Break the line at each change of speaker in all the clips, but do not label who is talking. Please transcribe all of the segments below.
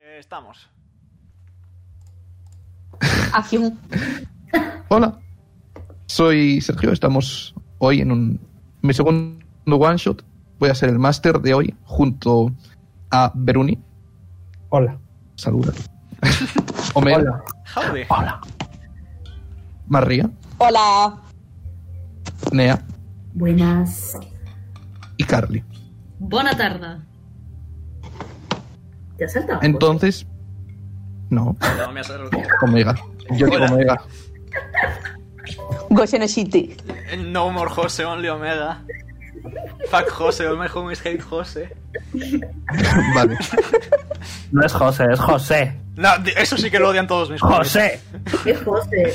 Eh, estamos.
Acción.
Hola, soy Sergio. Estamos hoy en un, mi segundo one shot. Voy a ser el máster de hoy junto a Beruni.
Hola.
Saluda. Omer,
Hola.
Howdy.
María,
Hola.
Nea
Buenas.
y Carly.
Buena tarde.
¿Te has saltado?
Entonces, no,
No me has derrotado.
Omega. Yo digo
Hola.
Omega.
Goshen City.
Eh, No more Jose, only Omega. Fuck Jose, all my homies hate Jose.
Vale.
No es José, es José.
No, di- eso sí que lo odian todos mis homies.
José.
¿Qué José?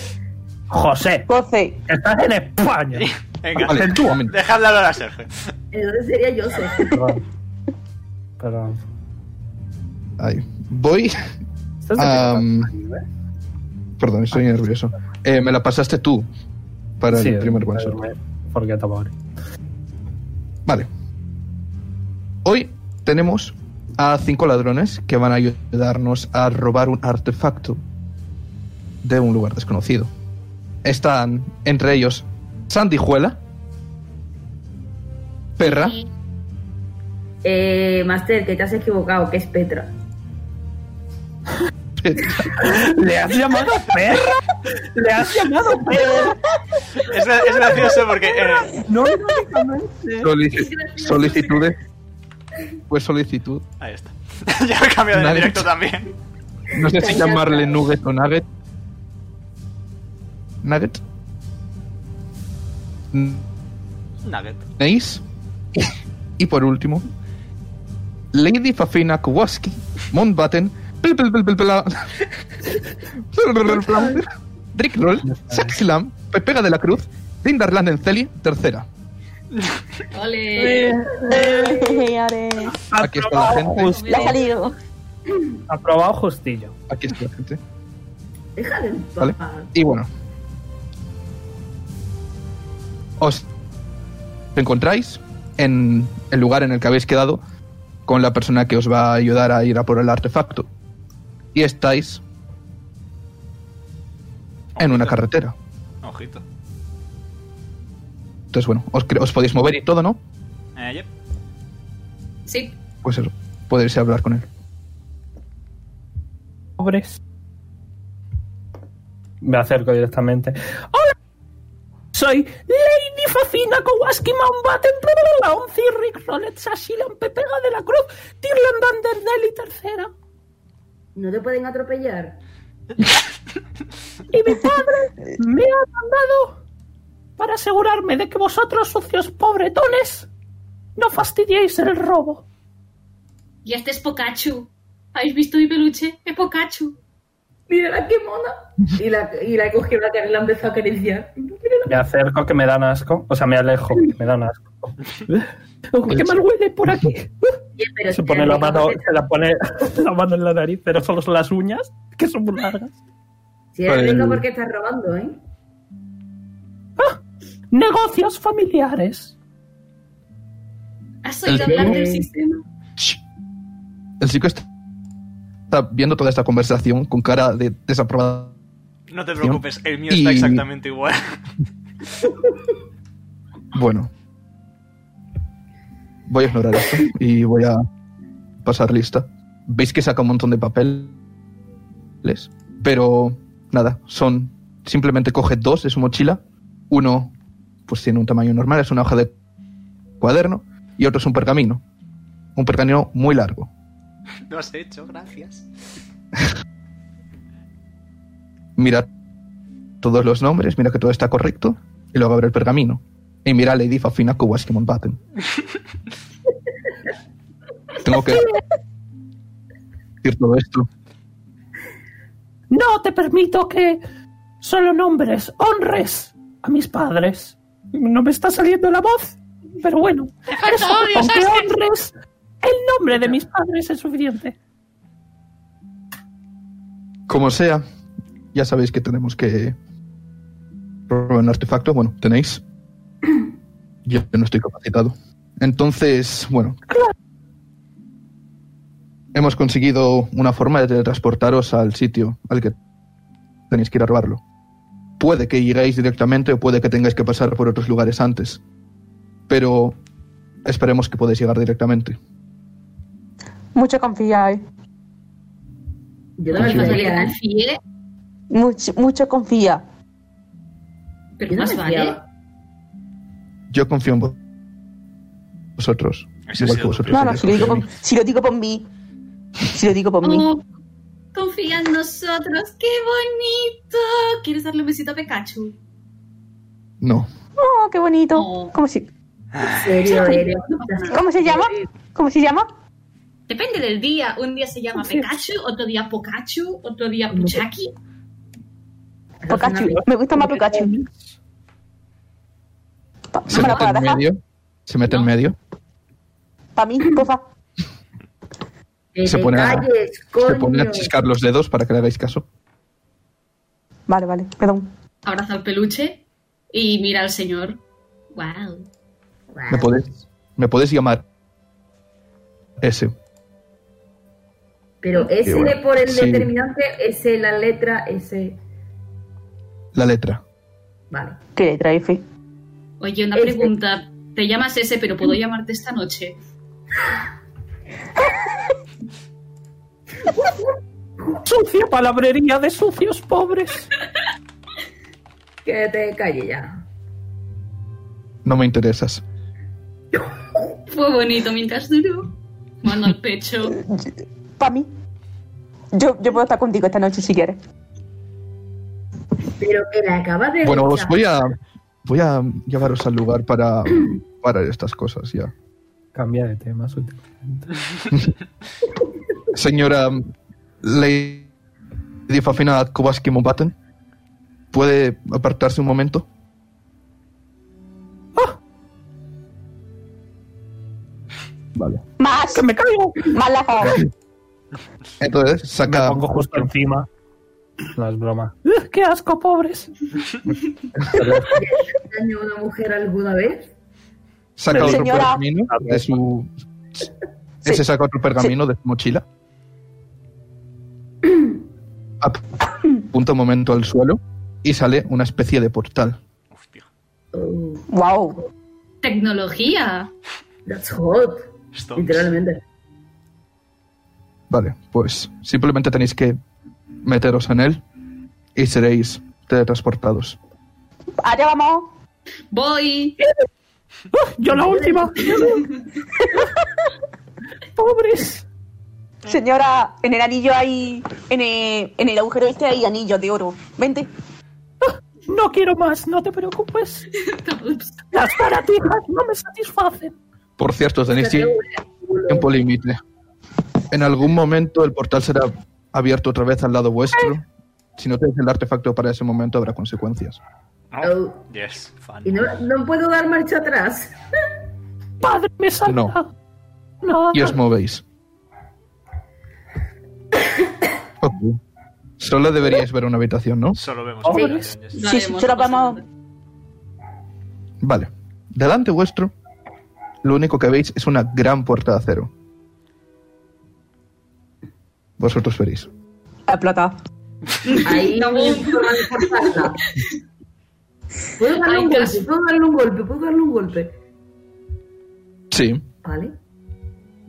José.
José.
Estás en España.
Venga,
Vale,
acentúa.
un momento.
dejadle hablar a Sergio.
Entonces sería José.
Perdón. Perdón.
Ahí. Voy.
Estás
Am.
de ¿eh? Ah,
Perdón, estoy nervioso. Eh, me la pasaste tú para
Sí,
el primer one
pero
shot.
me- Porque te pobre.
Vale. Hoy tenemos a cinco ladrones que van a ayudarnos a robar un artefacto de un lugar desconocido. Están entre ellos Sandijuela, Perra,
Eh, Master, que te has equivocado, que es Petra.
¿Le has llamado perra? ¿Le has llamado perra?
Es, gra- es gracioso porque eh,
No, irónicamente.
solici- solicitudes. Pues solicitud.
Ahí está. ya he cambiado de
Nadie-
directo también.
No sé si llamarle Nugget o Nugget. Nugget.
Nugget.
Neis. Y por último, Lady Fafina Kowalski, Mountbatten, Pel- Pel- Pel- Pel- Pela- Pel- Pel- Pel- Pel- Rick Roll, Saxilam, Pepega de la Cruz, Lindarland en Celi, tercera.
Ole.
Aquí está la gente.
La ha salido.
Aprobado justillo.
Aquí está la gente.
Déjale en paz.
¿Vale? Y bueno. Os encontráis en el lugar en el que habéis quedado con la persona que os va a ayudar a ir a por el artefacto. Y estáis en una carretera.
Ojito.
Entonces, bueno, os, cre- os podéis mover y todo, ¿no?
Eh, yep.
Sí.
Pues eso, podéis hablar con él.
Pobres. Me acerco directamente. ¡Hola! Soy Lady Fafina Kowalski Mountbatten, la Once Rick Rollets, Asylum, Pepega de la Cruz, Tirland Underdell y tercera.
¿No te pueden atropellar?
Y mi padre me ha mandado para asegurarme de que vosotros, sucios pobretones, no fastidiéis el robo.
Y este es Pikachu. ¿Habéis visto mi peluche? Es Pikachu.
Mírala, qué mona. Y la, y la he cogido la cara y la he empezado a acariciar. Mírala.
Me acerco que me dan asco. O sea, me alejo que me dan asco. ¡Qué mal huele por aquí!
Oye, pero
Se
si
pone
te
la
alejas
mano,
de-
se la pone la mano en la nariz, pero solo son las uñas, que son muy largas.
Si eres
Vale.
rico porque estás robando, ¿eh?
Negocios familiares.
¿Has
El
oído hablar
tío.
del sistema?
El chico está está viendo toda esta conversación con cara de desaprobada.
No te preocupes, el mío está
Y-
exactamente igual.
Bueno. Voy a ignorar esto y voy a pasar lista. Veis que saca un montón de papeles. Pero nada, son. Simplemente coge dos de su mochila. Uno, pues tiene un tamaño normal, es una hoja de cuaderno. Y otro es un pergamino. Un pergamino muy largo.
Lo has hecho, gracias.
Mira todos los nombres, mira que todo está correcto. Y luego abre el pergamino. Y mira a Lady Fafina Kowalski Mountbatten. Tengo que decir todo esto.
No te permito que solo nombres, honres a mis padres. No me está saliendo la voz, pero bueno. Eso,
odio,
con que
Saskia.
honres el nombre de mis padres es suficiente.
Como sea, ya sabéis que tenemos que probar un artefacto. Bueno, tenéis. Yo no estoy capacitado. Entonces, bueno. Hemos conseguido una forma de teletransportaros al sitio al que tenéis que ir a robarlo. Puede que lleguéis directamente o puede que tengáis que pasar por otros lugares antes. Pero esperemos que podáis llegar directamente.
Mucho eh. confiáis.
Yo también
Confío.
sabía, ¿eh?
Confíe,
Mucho, mucho confía.
pero
Yo no
más
me
vale.
fiaba.
Yo confío en vos- vosotros.
Eso ha
Igual que
sido
vosotros.
No, no,
tenéis
si lo digo,
confianza
por- si lo digo por mí. Si lo digo por mí.
Oh, confía en nosotros, qué bonito. ¿Quieres darle un besito a Pikachu?
en mí. No.
Oh, qué bonito.
Oh.
¿Cómo, se,
En serio, eh, eres.
¿Cómo se llama? ¿Cómo se llama?
Depende del día. Un día se llama Pikachu, otro día Pokachu, otro día Puchaki.
Pikachu. Me gusta más Pikachu. Pa-
Se
¿Me la
Ah,
mete en
puedo dejar?
medio. Se mete en
No.
medio.
Para mí, porfa.
Se
Se
pone
pone
a-
calles,
Se
coño.
pone a chiscar los dedos para que le hagáis caso.
Vale, vale, perdón.
Abraza al peluche y mira al señor. Wow.
Me podéis, me podéis llamar ese.
Pero S
bueno,
por el
sí.
determinante, S la letra, S.
La letra.
Vale.
¿Qué letra F?
Oye, una
Este.
pregunta. Te llamas ese, pero puedo llamarte esta noche.
Sucia palabrería de sucios pobres.
Que te calle ya.
No me interesas.
Fue bonito mientras duró. Mano al pecho.
Para mí. Yo, yo puedo estar contigo esta noche si quieres.
Pero que la acaba de.
Bueno, os
rechazar.
voy a voy a llevaros al lugar para para estas cosas ya.
Cambia de tema, sutil.
Señora Lady Fafina Kowalski Mumbatten, ¿puede apartarse un momento?
Ah.
Vale.
Más,
¡Que me caigo!
más la favor.
Entonces saca
Me pongo justo encima. No es broma. ¡Ugh, ¡Qué asco, pobres!
daño a una mujer alguna vez?
saca otro
Señora.
pergamino de su ese saca otro pergamino de su mochila. Apunta un momento al suelo y sale una especie de portal.
Hostia,
Oh,
Wow.
Tecnología.
that's hot.
esto.
Literalmente.
Vale, pues simplemente tenéis que meteros en él y seréis teletransportados.
Allá vamos.
Voy.
¡Ugh, ¡Yo la última! ¡Pobres!
Señora, en el anillo hay. En el, en el agujero este hay anillos de oro. Vente.
No quiero más, no te preocupes.
Ups.
Las baratijas no me satisfacen.
Por cierto, tenéis tiempo límite. En algún momento el portal será abierto otra vez al lado vuestro. Si no tenéis el artefacto para ese momento habrá consecuencias.
Oh,
Yes, fan.
y no, no puedo dar marcha atrás.
¡Padre, me salva! No.
Y os movéis. Ok. Solo deberíais ver una habitación, ¿no?
Solo
Oh,
vemos.
Sí.
habitaciones.
Lo
Sí,
haremos,
sí, solo
no pasa
vamos-
nada.
Vale. Delante vuestro, lo único que veis es una gran puerta de acero. Vosotros veréis.
La plata.
Ahí
No.
puedo reforzarla. Puedo darle
Ay,
un golpe,
casi.
puedo darle un golpe, puedo darle un golpe.
Sí.
Vale.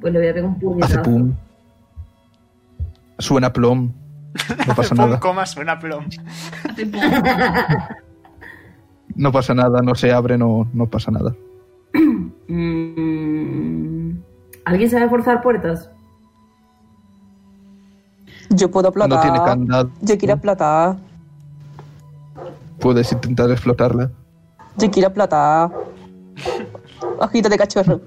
Pues le voy a pegar un
Hace
puñetazo.
pum. Suena plom. No pasa
Pum,
nada.
coma, suena plom.
Hace poco.
No pasa nada, no se abre, no, no pasa nada.
Mm, ¿Alguien sabe forzar puertas?
Yo puedo
No
explotar.
tiene candado.
Yo quiero explotar.
Puedes intentar explotarla.
Yo quiero explotar. Ojito de cachorro.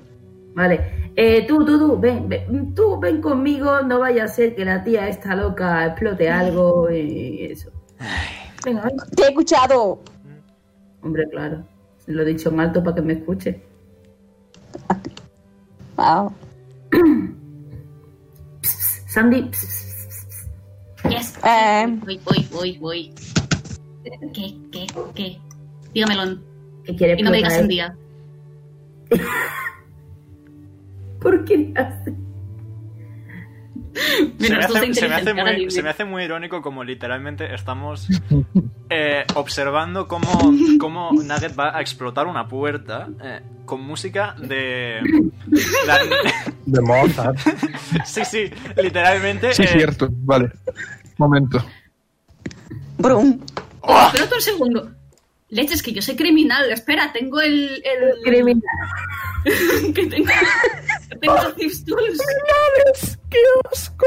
Vale. Eh, tú, tú, tú, ven, ven, tú, ven conmigo. No vaya a ser que la tía esta loca explote algo y eso. Venga, ven.
¡Te he escuchado!
Hombre, claro. Lo he dicho en alto para que me escuche.
Wow.
Sandy, pss,
Yes.
Eh.
Voy, voy, voy, voy. ¿Qué, qué, qué? Dígamelo.
que quiere
Y no me digas
explotar.
un día.
¿Por qué hace?
Se me,
Menos dos de
hace, se me hace
inteligencia, ahora
muy,
libre.
se me hace muy irónico como literalmente estamos eh, observando cómo, cómo Nugget va a explotar una puerta eh, con música de... la-
De Mozart.
sí, sí, literalmente...
Sí,
eh,
cierto. Vale. Momento.
Brum.
¡Oh!
Espérate un segundo. Leches, que yo soy criminal. Espera, tengo el. el
Criminal.
que tengo. tengo los tips tools.
¡Qué asco!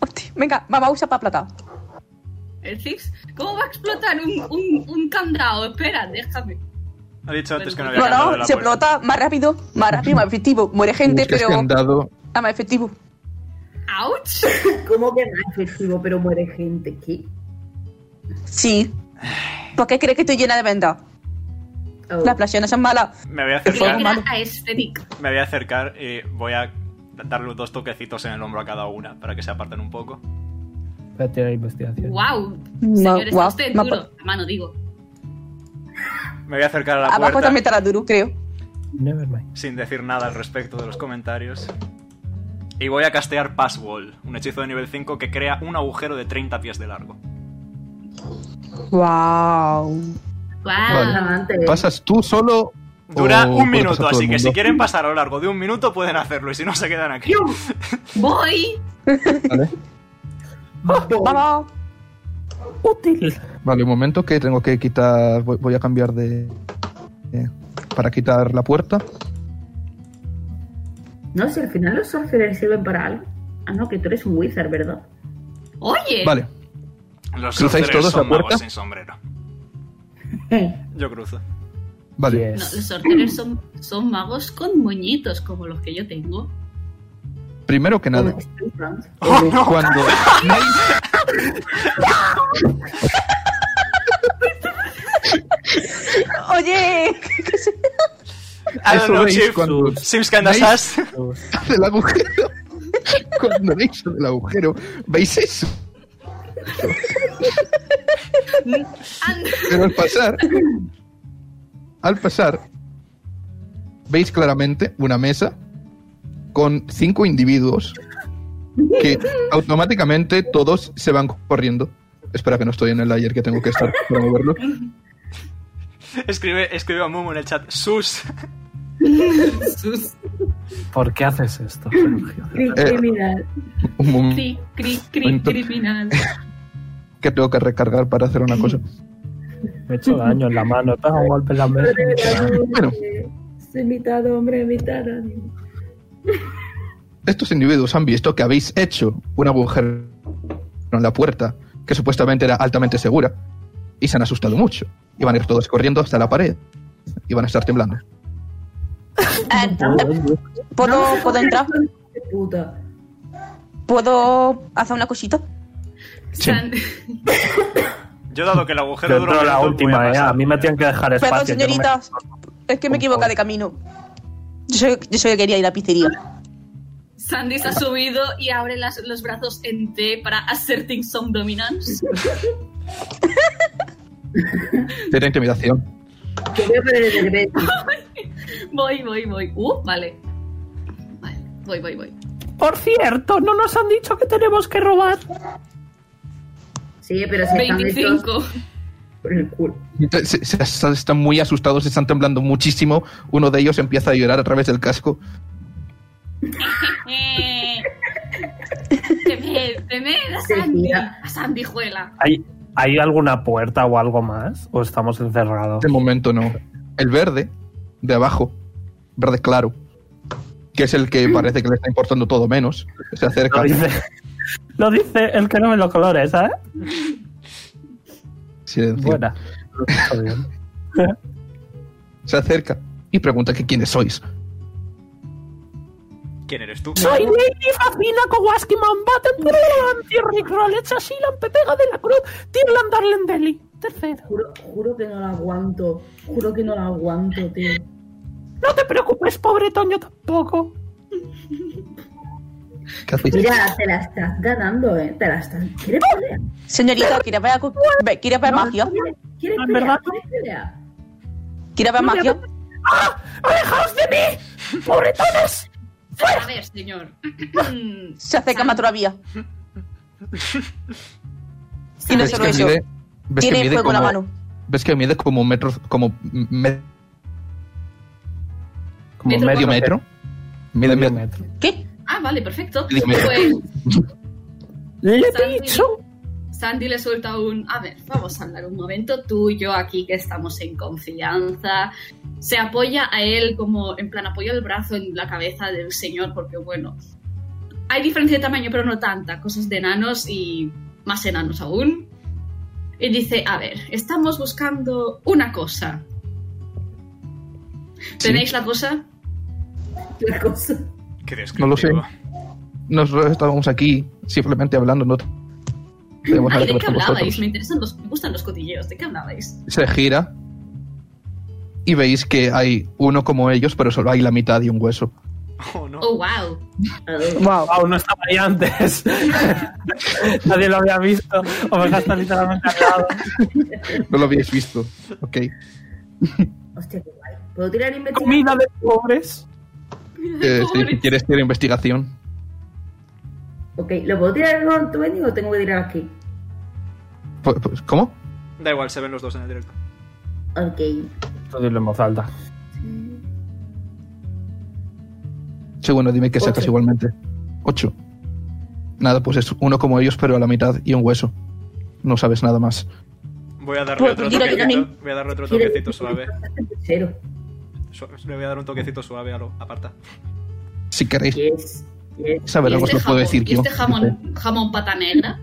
Hostia, venga, vamos a usar para plata.
¿El Thieves? ¿Cómo va a explotar un, un, un candado? Espera, déjame.
Ha dicho antes que no había
No,
cantado de
no,
la
se
puerta.
explota más rápido, más rápido, más efectivo. Muere gente,
Buscas
pero
que han dado
ah, más efectivo.
¡Auch!
¿Cómo que no es efectivo, pero muere gente? ¿Qué?
Sí. ¿Por qué crees que estoy llena de vendas?
Oh.
Las plasiones son malas.
Me voy, a
¡Qué
fuego
acercar,
malo.
grata estética!
me voy a acercar y voy a darle dos toquecitos en el hombro a cada una para que se aparten un poco.
Voy a tirar investigación.
¡Wow!
No,
Señor, está
guau,
usted
me
duro.
apo-
La mano, digo.
Me voy a acercar a la
Abajo
puerta
también estará duro, creo.
Never mind.
sin decir nada al respecto de los comentarios. Y voy a castear Pass Wall, un hechizo de nivel 5 que crea un agujero de 30 pies de largo.
Wow.
¡Wow! Ah.
Amante.
Eh,
¿Pasas tú solo?
Dura
o
un
cortas a
minuto,
Oh, todo el
así que si
mundo?
quieren pasar a lo largo de un minuto pueden hacerlo y si no se quedan aquí.
¡Voy!
Vale.
Vamos.
Útil.
Vale, un momento que tengo que quitar. Voy, voy a cambiar de. eh, para quitar la puerta.
No, si al final los sorcerers sirven para algo. Ah, no, que tú eres un wizard, ¿verdad?
¡Oye!
Vale.
Los
¿Cruzáis
sorcereros
todos la
son magos
puerta?
sin sombrero.
Eh,
Yo cruzo.
Vale.
No, los
Yes.
sorcerers son, son magos con moñitos, como los que yo tengo.
Primero que nada,
como Steve Jobs.
cuando.
Oye.
I don't
Eso
know,
veis
Chief.
cuando-
Seems kinda
¿Veis?
sus.
del agujero. Cuando veis el agujero, veis eso.
Anda.
Pero al pasar, al pasar, veis claramente una mesa con cinco individuos que automáticamente todos se van corriendo. Espera que no estoy en el layer que tengo que estar para moverlo.
Escribe, escribe a Momo en el chat. Sus.
¿Por qué haces esto, Sergio?
Cri-
Eh.
Criminal.
Un momento
Cri, cri, cri,
Ento-
criminal.
que tengo que recargar para hacer una cosa.
Me he hecho daño en la mano. He pegado un golpe en la mesa.
Bueno.
Soy mitad hombre, mitad animal.
Estos individuos han visto que habéis hecho un agujero en la puerta que supuestamente era altamente segura y se han asustado mucho. Y van a ir todos corriendo hasta la pared y van a estar temblando.
Eh, ¿Puedo, ¿Puedo entrar?
De puta.
¿Puedo hacer una cosita?
San-
Yo dado que el agujero
Yo
dura un
entro
minuto,
la
voy
última,
a
eh.
pasar.
A mí me tienen que dejar espacio.
Perdón,
yo no me-
señoritas. Es que me
Por
equivoco
favor.
de camino. Yo soy, yo soy que quería ir a la pizzería.
Sandy se ha subido y abre las- los brazos en T para asserting some dominance.
Tira intimidación.
Te voy a poner el regreso.
Voy, voy, voy. Uh, vale. Vale, voy, voy, voy.
Por cierto, no nos han dicho que tenemos que robar.
Sí, pero si están hechos
25.
por el culo.
Se- se- se- están muy asustados, están temblando muchísimo. Uno de ellos empieza a llorar a través del casco.
Eh. Temed, temed a Sandy. A Sandy Juela.
¿Hay, ¿Hay alguna puerta o algo más? ¿O estamos encerrados?
De momento no. El verde, de abajo, verde claro, que es el que parece que le está importando todo menos, se acerca.
Lo dice, lo dice el que no me lo colore, ¿sabes?
Silencio.
Buena. Lo he hecho bien.
Se acerca y pregunta que quiénes sois.
¿Quién eres tú?
Soy Lady Fafina Kowaski Mambaten Rick Rollets Asilan Pepega de la Cruz Tirland Darlen Deli. Tercero.
Juro, juro que no la aguanto. Juro que no la aguanto, tío.
No te preocupes, pobre Toño tampoco.
¿Qué hacéis?
Mira, te la estás ganando, ¿eh? Te la estás. ¿Quieres
¡Oh!
pelear?
Señorita, ¿quieres ver, algo- ve- ¿quieres ver magia?
¿Quieres, quieres
¿En
pelear?
verdad?
¿Quieres pelear?
¿Quieres ver magia?
¡Ah! ¡Alejaos de mí! ¡Pobretones!
A ver, señor.
Se acerca más todavía. Y no
¿Ves
solo
que
eso.
mide- ves que
Tiene
mide
fuego en la
como-
mano.
Ves que mide como un metro, como, me- como
Metro
medio
por-
metro. Mide
Medio
medio
metro.
¿Qué?
Ah, vale, perfecto.
Dime.
Pues
Le
Sandy.
he dicho.
Sandy le suelta un. A ver, vamos a hablar un momento. Tú y yo aquí que estamos en confianza. Se apoya a él como. En plan, apoya el brazo en la cabeza del señor, porque bueno. Hay diferencia de tamaño, pero no tanta. Cosas de enanos y más enanos aún. Y dice: A ver, estamos buscando una cosa. ¿Tenéis la cosa?
La cosa.
Qué
No lo sé.
descriptivo.
Nosotros estábamos aquí simplemente hablando, no tenemos
Ay,
nada que ver
¿De qué
con
hablabais?
vosotros.
Me, interesan los, me gustan los cotilleos. ¿De qué hablabais?
Se gira y veis que hay uno como ellos, pero solo hay la mitad de un hueso.
Oh, no.
Oh, wow.
Wow.
Wow, no estaba ahí antes. Nadie lo había visto. Omega está literalmente al lado.
No lo habíais visto. Ok. Eh,
Hostia, qué guay. ¿Puedo tirar investigación?
Comida de pobres.
Eh, sí, si quieres tirar investigación.
Ok, ¿lo puedo tirar con tu o tengo que tirar aquí?
Pues- pues, ¿Cómo?
Da igual, se ven los dos en el directo.
Ok.
Todo en voz alta.
Sí, bueno, dime que sacas
Ocho.
igualmente. Ocho. Nada, pues es uno como ellos, pero a la mitad y un hueso. No sabes nada más.
Voy a darle
Pues,
otro
tira que
toquecito.
también.
Voy a darle otro toquecito suave.
Cero.
Su- Le voy a dar un toquecito suave a lo aparta.
Si queréis
Yes. Yes.
saber
¿Y
algo, os lo
este
puedo
jamón,
decir
¿y
yo.
este jamón, jamón pata negra?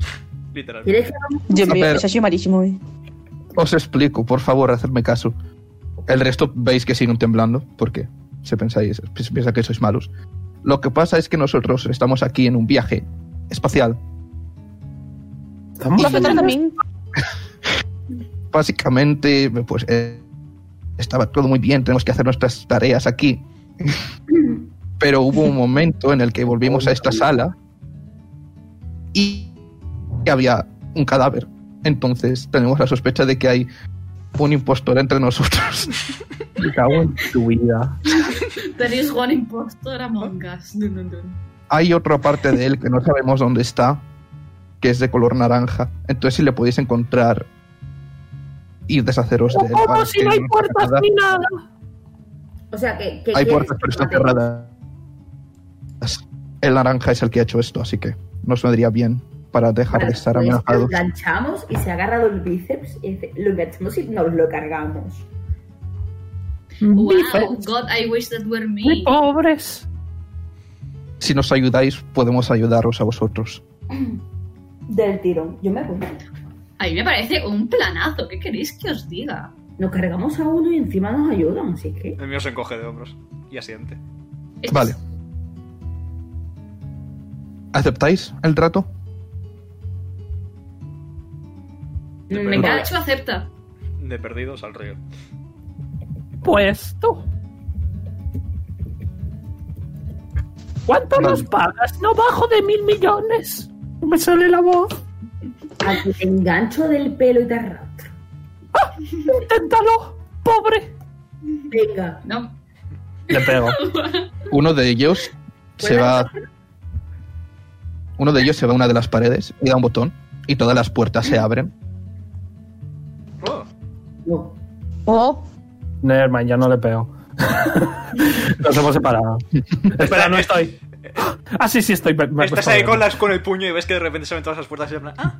Literalmente.
¿Quieres que hagamos
Dios mío,
Pero-
es así malísimo. eh.
Os explico, por favor, hacedme caso. El resto veis que siguen temblando, porque se pensáis, se piensa que sois malos. Lo que pasa es que nosotros estamos aquí en un viaje espacial.
Estamos
Vosotros también.
Básicamente, pues eh, estaba todo muy bien, tenemos que hacer nuestras tareas aquí. Pero hubo un momento en el que volvimos a esta sala y había un cadáver. Entonces tenemos la sospecha de que hay un impostor entre nosotros.
Me cago en tu vida.
There is one impostor among us. Dun, dun, dun.
hay otra parte de él que no sabemos dónde está, que es de color naranja. Entonces, si le podéis encontrar y deshaceros de él. para
¿Cómo si
que
no hay
nos
puertas
haga nada.
ni nada?
O sea, que. que
Hay
quieres-
puertas, pero están cerradas. El naranja es el que ha hecho esto, así que nos vendría bien para dejar de
Vale,
estar
pues Lo
amenazados.
enganchamos y se ha agarrado el bíceps y dice, lo enganchamos y nos lo cargamos.
Mm.
Wow, God, I wish that were me.
Muy
Oh.
pobres.
Si nos ayudáis, podemos ayudaros a vosotros.
Del tirón. Yo me voy.
A mí me parece un planazo. ¿Qué queréis que os diga?
Nos cargamos a uno y encima nos ayudan, así que.
El mío se encoge de hombros y asiente.
Esto
Vale.
es-
¿Aceptáis el trato?
De,
Mm,
per-
Venga, de hecho, acepta.
de perdidos al río.
Pues tú. ¿Cuánto
Vale.
nos pagas? No bajo de mil millones. No Me sale la voz.
A que te engancho del pelo y te arrastro.
Inténtalo. Pobre.
Venga.
No.
Le pego.
Uno de ellos se
Buena
va. Uno de ellos se va a una de las paredes y da un botón y todas las puertas se abren.
Oh,
No.
Oh,
Nevermind, ya no le pego. Nos hemos separado. Espera, no estoy. Ah, sí, sí estoy. Me- me he
estás
puesto
ahí
bien.
con, las, con el puño y ves que de repente se ven todas las puertas y en plan, ah,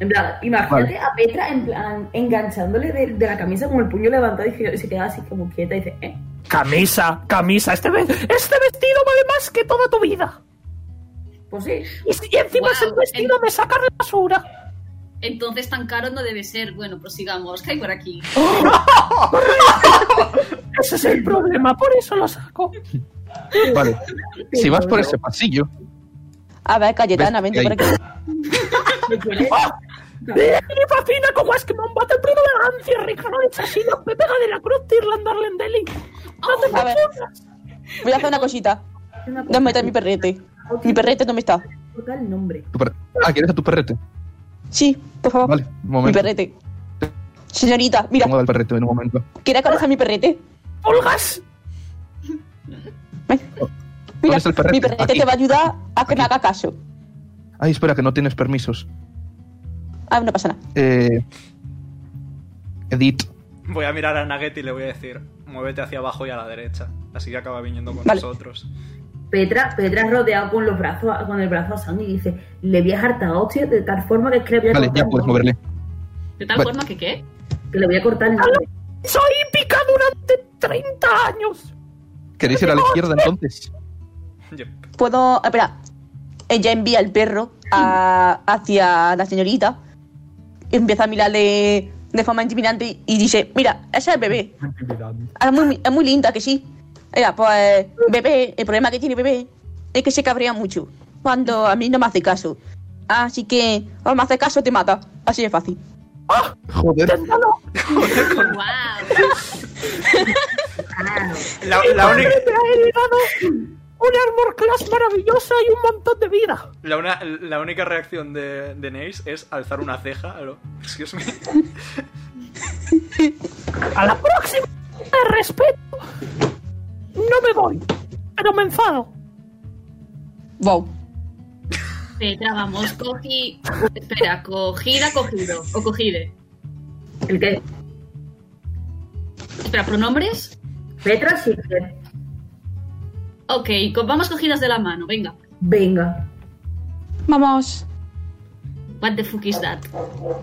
En plan, imagínate a Petra en plan, enganchándole de, de la camisa con el puño levantado y que- y se queda así como quieta y dice, ¿eh?
Camisa, camisa. Este, ve- este vestido vale más que toda tu vida.
Pues sí.
Y, y encima
Guau,
es el vestido
en-
de sacar la basura.
Entonces tan caro no debe ser. Bueno, prosigamos. ¿Qué hay por aquí?
Ese es el problema, por eso lo saco.
Vale. Si vas por ese pasillo,
a ver, Cayetana, vente por aquí.
¿Me quieres?
Ah, Mi papina como es que me han bate el primo de Gancia, Ricardo, así no me pega de la cruz de Irlanda Arlendelli. No te
A ver.
confundas.
Voy a hacer una cosita.
Una cosa,
Dame mi perrete. Mi perrete, ¿dónde está?
toca el nombre.
tu per- ah, ¿quieres a tu perrete?
Sí, por favor.
Vale, un
mi
momento.
perrete. Señorita, mira,
Pongo el perrete en un momento.
¿quiere conocer mi perrete?
Pulgas,
Mira,
es el perrete?
mi perrete
Aquí.
te va a ayudar a que me haga caso.
Ay, espera, que no tienes permisos.
Ah, no pasa nada.
Eh, edit.
Voy a mirar a Nugget y le voy a decir, muévete hacia abajo y a la derecha. Así que acaba viniendo con
Vale.
nosotros.
Petra, Petra es rodeado con los brazos, a- con el brazo a Sam y dice, le voy a hartar a hostia de tal forma que es que le voy a
Vale,
cortar
ya
un
puedes
ojo,
moverle.
De tal
Bueno.
forma que qué.
Que le voy a cortar el ojo.
Soy hípica durante 30 años.
¿Queréis ir a la izquierda entonces?
Yep.
Puedo. ah, Espera. Ella envía el perro a- hacia la señorita. Empieza a mirarle de forma intimidante y dice: Mira, ese es el bebé. Ah, Es muy, es muy linda, que sí. Mira, pues, bebé, el problema que tiene bebé es que se cabrea mucho. Cuando a mí no me hace caso. Así que, o me hace caso, te mata. Así de fácil.
Joder.
Oh, ¡Wow!
Ah,
La, la única,
Me ha heredado un armor class maravillosa y un montón de vida.
la una- la única reacción de, de Neis es alzar una ceja. a lo- Excuse me.
A la próxima, de respeto. No me voy, pero me enfado.
Wow.
Petra, vamos, cogí. Espera, cogida, cogido. O cogide.
el que...
Espera, pronombres.
Petra sí que-
Ok, co- vamos cogidas de la mano, venga.
Venga.
Vamos.
What the fuck is that?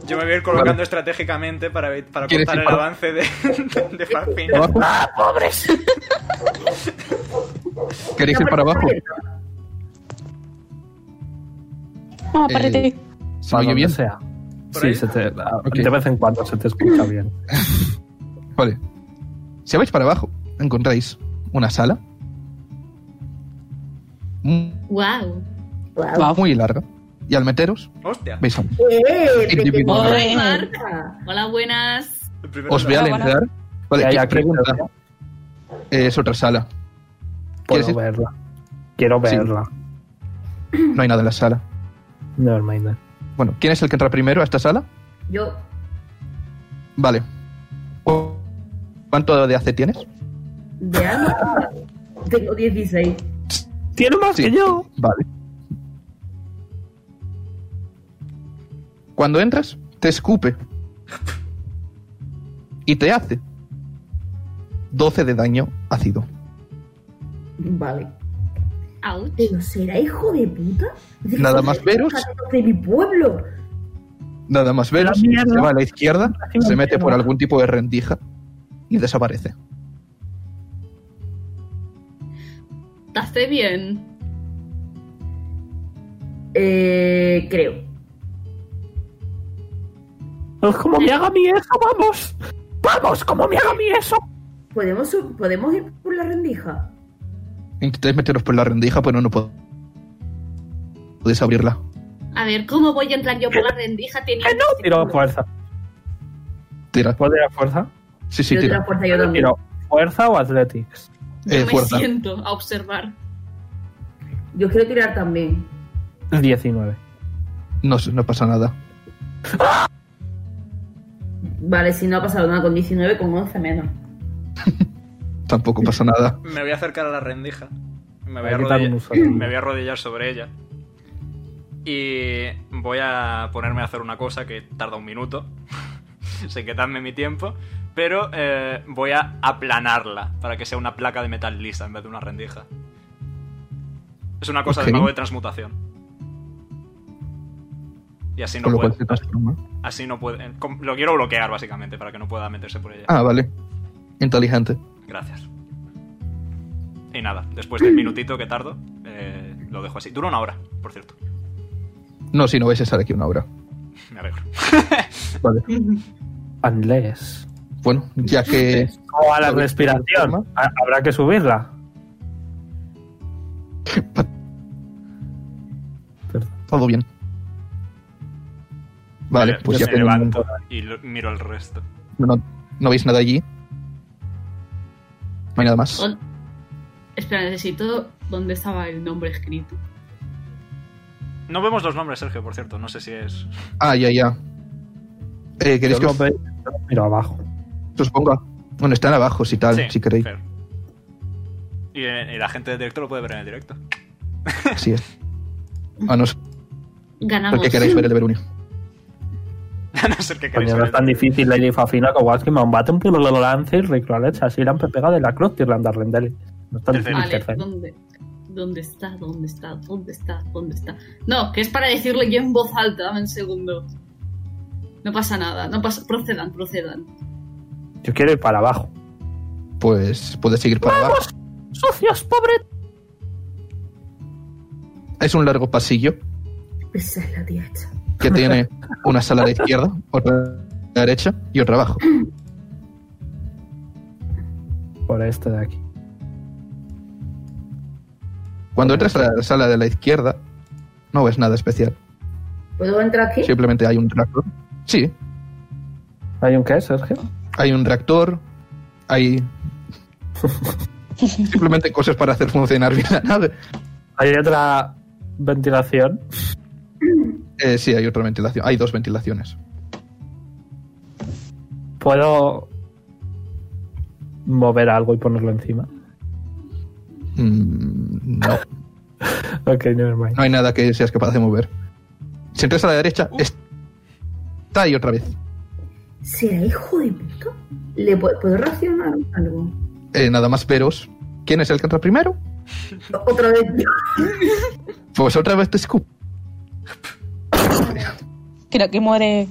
Yo me voy a ir colocando estratégicamente para, evi- para
¿Quieres
cortar
ir
el
para-
avance de, de, de Farfina.
¿Abajo?
¡Ah, pobres!
¿Queréis ir para abajo?
Vamos,
Eh,
párrete.
¿Se me oye bien?
sea.
¿Por ahí?
Sí, se te- ah,
Ok.
de vez en cuando se te escucha bien.
Vale. Si vais para abajo, encontráis una sala. Muy
¡Wow!
Guau.
Guau.
muy larga. Y al meteros,
Hostia.
veis a un-
¡Eh!
Individual.
pequeñita!
Hola, Mark. Hola, buenas.
El primero
Os
es
ve al
Hola, hola.
entrar. Vale,
Ya,
¿qué
ya,
pregunta?
creo
Eh, Es otra sala. ¿Quieres
Puedo
ir?
verla. Quiero
Sí.
verla.
No hay nada en la sala.
Never mind.
Bueno, ¿quién es el que entra primero a esta sala?
Yo,
Vale. ¿Cu- ¿Cuánto de AC tienes?
de algo, tengo 16.
Tiene más
Sí.
que yo.
Vale. Cuando entras, te escupe. Y te hace 12 de daño ácido.
Vale.
Out.
Pero será hijo de puta. Dice,
Nada más veros.
De mi pueblo.
Nada más
La
veros.
mierda.
Se va a la izquierda,
Así me
se mete
entiendo.
por algún tipo de rendija y desaparece.
¿Te hace bien?
Eh, creo.
Es como me haga mi eso, vamos. Vamos, como me haga mi eso.
¿Podemos, sub- ¿Podemos ir por la rendija?
Intentáis meteros por la rendija, pero no pod- podéis abrirla.
A ver, ¿cómo voy a entrar yo por la rendija
Que
teniendo.
Ah,
este
no. Tiro a fuerza.
Tira.
¿Puedo tirar fuerza?
Sí, sí,
yo te la
tira.
fuerza yo también.
Tiro fuerza o athletics.
Yo
Eh,
me
fuerza.
siento a observar.
Yo quiero tirar también.
19.
No, no pasa nada.
Vale, si no ha pasado nada con 19, con 11 menos.
Tampoco pasa nada.
Me voy a acercar a la rendija. Me voy
Voy
a,
a quitar un
arrodilla-
uso, ¿no?
me voy a arrodillar sobre ella. Y voy a ponerme a hacer una cosa que tarda un minuto. Sin quitarme mi tiempo. Pero eh, voy a aplanarla para que sea una placa de metal lisa en vez de una rendija. Es una cosa de
Ok.
mago de transmutación. Y así no
Con lo cual
puede.
se transforma.
Así no puede. eh, com- Lo quiero bloquear, básicamente, para que no pueda meterse por ella.
Ah, vale. Inteligente.
Gracias. Y nada, después del minutito que tardo, eh, lo dejo así. Dura una hora, por cierto.
No, si no vais a estar aquí una hora.
Me alegro.
Vale.
Unless.
Bueno, ya que.
O a la
¿Lo ves?
respiración. Ha- Habrá que subirla. Perdón.
Todo bien. Vale, pues ya
me
tenéis-
levanto y lo- miro el resto.
No, no veis nada allí. No hay nada más.
Ol- Espera, necesito dónde estaba el nombre escrito.
No vemos los nombres, Sergio, por cierto. No sé si es.
Ah, ya, ya. Eh, ¿Queréis
Yo
que
lo
os,
ve- yo lo miro abajo.
os ponga? Bueno, están abajo, si tal,
Sí,
si queréis.
fair. Y, eh, y la gente de directo lo puede ver en el directo.
Así es. A no ser
Ganamos.
que queráis ver el Verunio.
A no ser que queréis
Coño,
ver
no
el-
es tan difícil la Fafina Kowalski, Mombaten, Lance y Ricrolets, así la han pegado de la cruz, Tirlanda Rendeli. No es tan
Tercero.
difícil,
Vale,
tercero.
¿dónde? ¿Dónde está? ¿Dónde está? ¿Dónde está? ¿Dónde está? No, que es para decirlo yo en voz alta, dame un segundo. No pasa nada, no pasa. Procedan, procedan.
Yo quiero ir para abajo.
Pues puedes seguir para abajo.
¡Socios, pobre!
Es un largo pasillo
Esa es la tía esta.
que tiene una sala a la izquierda, otra a la derecha y otra abajo.
Por este de aquí.
Cuando entras a la sala de la izquierda, no ves nada especial.
¿Puedo entrar aquí?
Simplemente hay un tractor. Sí,
¿Hay un qué, Sergio?
hay un tractor, hay simplemente cosas para hacer funcionar bien la nave.
¿Hay otra ventilación?
Eh, sí, hay otra ventilación. Hay dos ventilaciones.
¿Puedo mover algo y ponerlo encima?
Mm, no,
Ok, nevermind.
no hay nada que seas capaz de mover. Si entras a la derecha, está ahí otra vez.
¿Será hijo de puta? ¿Le pu- puedo reaccionar algo?
Eh, nada más veros. ¿Quién es el que entra primero?
Otra vez.
Pues otra vez te escupo
Creo que muere.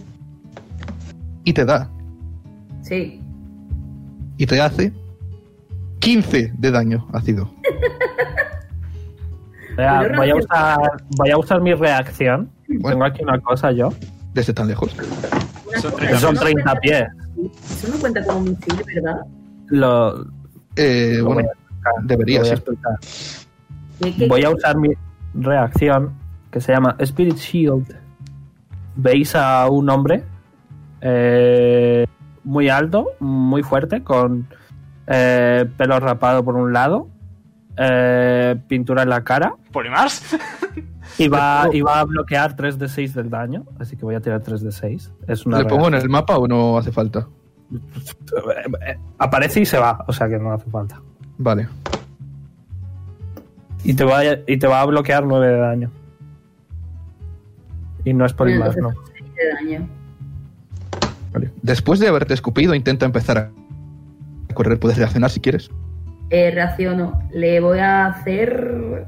y te da.
Sí.
Y te hace 15 de daño ácido.
Vea,
Pero
voy, a
reacciona.
usar, voy a usar mi reacción.
Bueno.
Tengo aquí una cosa yo.
Desde tan lejos.
Una
Son
cosa,
30
eso
Son
no
30
cuenta-
pies.
Eso no cuenta como misil, ¿verdad?
Lo,
Eh,
lo voy
bueno,
a explicar,
debería
lo voy a
ser.
explicar.
¿Qué- qué-
Voy a usar mi reacción que se llama Spirit Shield. Veis a un hombre eh, muy alto, muy fuerte, con eh, pelo rapado por un lado, eh, pintura en la cara
¿Polimars?
y va, y va a bloquear 3 de 6 del daño. Así que voy a tirar 3 de 6. Es una
¿Le pongo en el mapa o no hace falta?
reacción. Eh, eh, Aparece y se va, o sea que no hace falta.
Vale.
Y te va a, y te va a bloquear 9 de daño. Y no es por el más, no.
de daño.
vale. Después de haberte escupido, intenta empezar a correr. Puedes reaccionar si quieres.
Eh, reacciono. Le voy a hacer.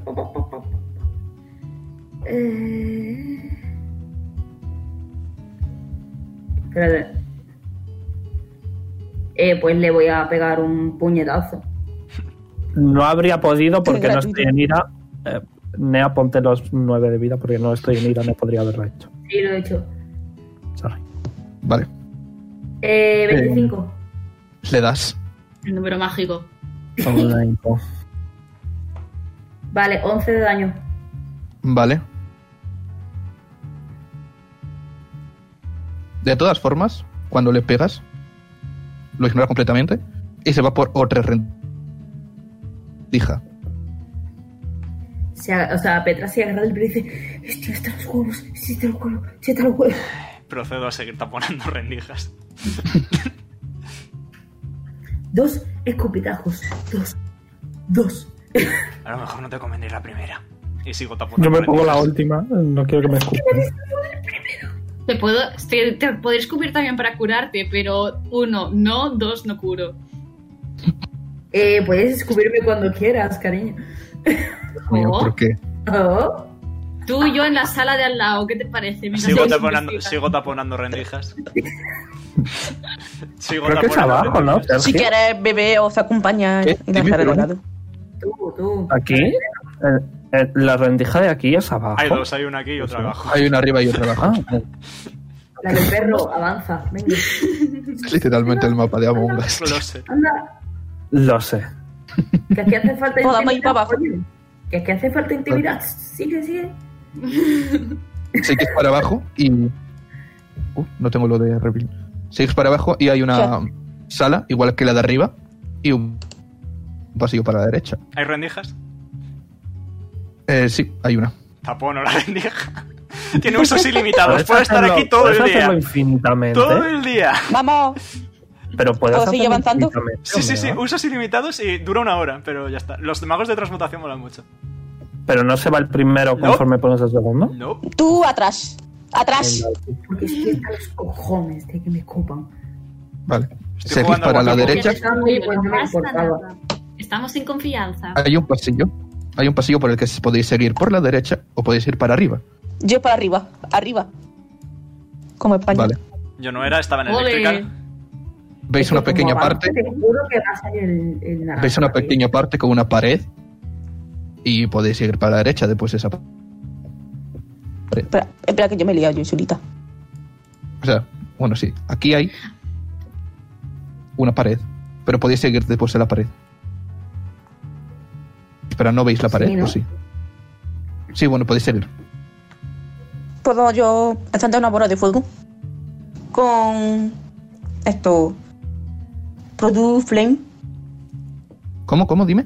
Eh... espérate. Eh, pues le voy a pegar un puñetazo.
No habría podido porque no
gratuito.
estoy en ira. Eh, Nea, ponte los 9 de vida porque no estoy en ira, no podría haberlo hecho.
Sí, lo he hecho.
Sorry.
Vale.
Eh, 25.
Le das.
El número mágico.
Una info.
Vale, 11 de daño.
Vale. De todas formas, cuando le pegas, lo ignora completamente y se va por otra rendija.
Se aga- o sea, Petra se agarra del pelo y dice: Hostia, está los huevos, sí, está los huevos, sí, está los huevos.
Procedo a seguir taponando rendijas.
Dos escupitajos. Dos. Dos.
A lo mejor no te convendría la primera. Y sigo taponando
Yo me pongo la
rendijas.
última, no quiero que me escuchen.
Te puedo. Te, te podéis cubrir también para curarte, pero uno, no, dos, no curo.
Eh, puedes descubrirme cuando quieras, cariño.
Mío,
Oh.
¿Por qué?
Oh.
Tú y yo en la sala de al lado, ¿qué te parece? Mientras
Sigo
ellos
taponando,
investigan.
sigo taponando rendijas. Sigo
Creo que es
taponando
abajo, ¿no?
rendijas.
Si
Sergio?
quieres, bebé, os acompaña
¿Qué?
en la sala
Dime,
de al
Verónica.
lado.
Tú, tú.
Aquí, eh, eh, la rendija de aquí es abajo.
Hay dos, hay una aquí y otra abajo.
Hay una arriba y otra abajo.
Ah, eh,
La del perro, avanza. Venga.
Es literalmente el mapa de Among Us.
Lo sé.
Anda.
lo sé.
Que aquí hace falta
Joder, Pues vamos a ir para abajo.
coño. Que aquí hace falta intimidad.
Pues-
Sigue, sigue.
Sigues para abajo y. Uh, no tengo lo de reveal. Sigues para abajo y hay una sala igual que la de arriba y un pasillo para la derecha.
¿Hay rendijas?
Eh, sí, hay una.
Tapono la rendija. Tiene usos ilimitados.
Puedes
Puedo estar
hacerlo-
aquí todo
puedes
el día.
hacerlo infinitamente.
Todo el día.
¡Vamos!
Pero puedes
¿Puedo seguir
hacer
avanzando?
infinitamente,
Sí, sí, sí,
¿verdad?
usos ilimitados y dura una hora, pero ya está. Los magos de transmutación molan mucho.
Pero no se va el primero
No.
conforme pones el segundo.
No.
Tú atrás. Atrás.
Porque estoy a los cojones de que me escupan.
Vale.
Estoy
Seguís
jugando a
para la
Warhammer.
derecha.
Muy bueno,
No pasa
por favor.
nada. Estamos en confianza.
Hay un pasillo. Hay un pasillo por el que podéis seguir por la derecha o podéis ir para arriba.
Yo para arriba. Arriba. Como España.
Vale.
Yo no era, estaba en
Ole.
eléctrica.
Veis una
Como
pequeña
avance,
parte.
Te juro que va a salir el, el naranja.
Veis una pequeña parte con una pared. Y podéis seguir para la derecha después de esa pa-
Espera, espera que yo me he liado yo solita.
O sea, bueno, sí. Aquí hay una pared. Pero podéis seguir después de la pared. Espera, ¿no veis la pared?
¿no?
Pues sí. Sí, bueno, podéis seguir.
¿Puedo yo encender una bola de fuego? Con esto. Produce Flame.
¿Cómo? ¿Cómo? Dime.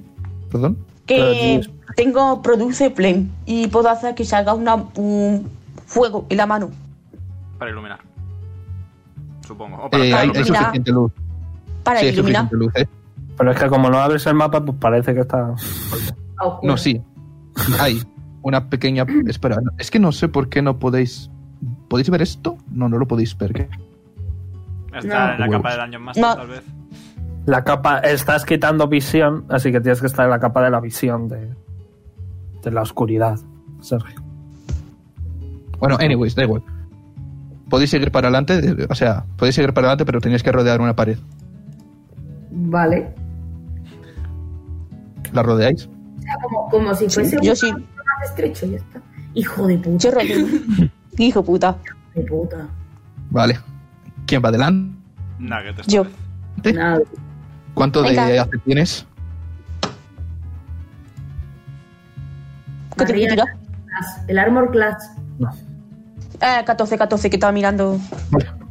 Perdón.
Que
Produce.
tengo Produce Flame. Y puedo hacer que salga una, un fuego en la mano.
Para iluminar. Supongo. O para
Eh, hay,
hacerlo,
hay
pero-
mira.
suficiente luz.
Para
Sí, hay
iluminar.
suficiente luz, ¿eh?
Pero es que como no abres el mapa, pues parece que está.
A oscuras.
No, sí. Hay una pequeña. Espera, no- es que no sé por qué no podéis. ¿Podéis ver esto? No, no lo podéis ver. ¿qué?
Está
No.
en la capa de Dungeon Master,
No.
tal vez.
La capa. Estás quitando visión, así que tienes que estar en la capa de la visión de. de la oscuridad, Sergio.
Bueno, anyways, da igual. Podéis seguir para adelante, de- o sea, podéis seguir para adelante, pero tenéis que rodear una pared.
Vale.
¿La rodeáis?
O sea, como, como si fuese
Yo
un
sí.
poquito más estrecho, ya está. Hijo de puta.
Yo rodeo. Hijo puta.
de puta.
Vale. ¿Quién va adelante?
Nugget. esta
Yo.
vez.
Nada.
¿Cuánto de
Venga.
hace tienes?
¿Qué te
Arriba.
tirar?
El Armor Clash.
Eh, 14, 14, que estaba mirando.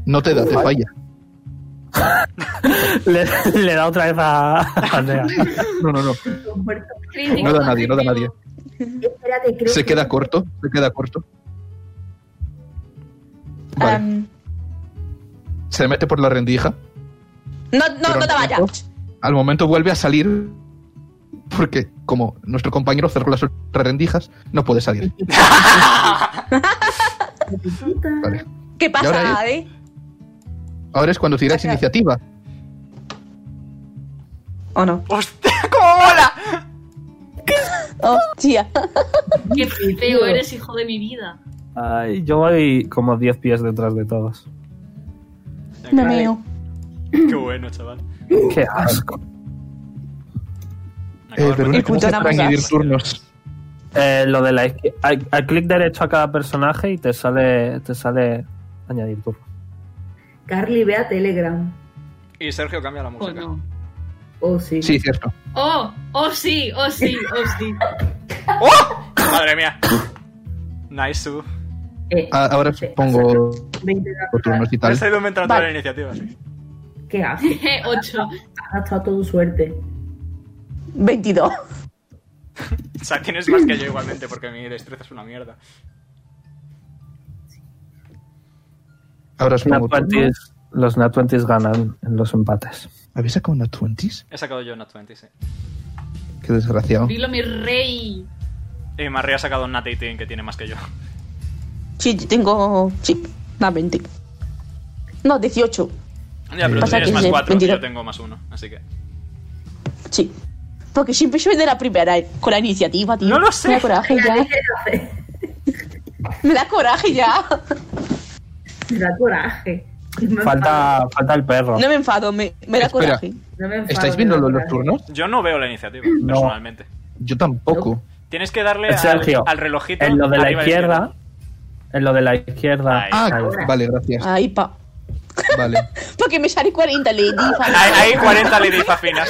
No te da, te falla.
Le, le da otra vez a. a Andrea.
No, no, no.
Humberto,
Crítico,
No da nadie, no da nadie.
Espérate, creo
Se
que-
queda corto, se queda corto. Vale.
Em,
Se mete por la rendija.
no, no, no te vayas.
Al momento vuelve a salir porque como nuestro compañero cerró las otras rendijas, no puede salir.
Puta.
Vale.
¿Qué
Y
pasa,
ahora
Ade?
Ahora es cuando tiráis
Ajá.
iniciativa.
¿O no?
¡Hostia, cómo mola!
Oh, Hostia.
Qué feo eres, hijo de mi vida.
Ay, yo voy como 10 pies detrás de todos.
Me
Vale.
meo.
Qué bueno, chaval.
Eh,
Qué asco.
Acabas
pero
de-
Y punto
se
nada más.
añadir turnos.
Eh, lo de la izquierda. Al, al clic derecho a cada personaje y te sale. Te sale añadir turno.
Carly, ve a Telegram.
Y Sergio cambia la
Oh,
música.
no.
Oh, sí.
Sí, cierto.
Oh, oh sí, oh sí, oh sí.
¡Oh! Madre mía. Nice, Su.
Eh,
A- Ah, Ahora
Sí.
pongo
20 de la
turnos y
Me
tal.
está aumentando toda la
Vale.
iniciativa, sí.
¿Qué haces?
Eh, Ocho.
Has gastado toda tu suerte.
22.
O sea, tienes más que yo igualmente, porque mi destreza es una mierda.
Ahora os
Los Nat
pongo turnos.
20s, los Nat 20s ganan en los empates.
¿Habéis sacado una 20s?
He sacado yo Nat 20, sí.
Qué desgraciado.
Dilo, mi rey.
Y María ha sacado un Nat 18, que tiene más que yo.
Sí, tengo. Sí, no, 20. No, 18.
Ya, pero tú
Pasa
tienes
que
más
sí,
4 y
mentira.
yo tengo más 1, así que...
Sí. Porque siempre soy de la primera eh, con la iniciativa, tío.
No lo sé.
Me da coraje ya. Me da coraje ya.
Me da coraje. Me
Falta, falta el perro.
No me enfado, me, me da
Espera.
coraje.
enfado, no me enfado,
¿Estáis
me
viendo
da
lo- los
coraje.
turnos?
Yo no veo la iniciativa,
No.
personalmente.
Yo tampoco.
Tienes que darle al,
Eh, Sergio,
al relojito...
En lo de la
arriba
izquierda. En lo de la izquierda.
Ahí.
Ah,
Ahora.
vale, gracias.
Ahí, pa.
Vale.
Porque me sale 40, le di.
Hay, hay 40 ladies afinas.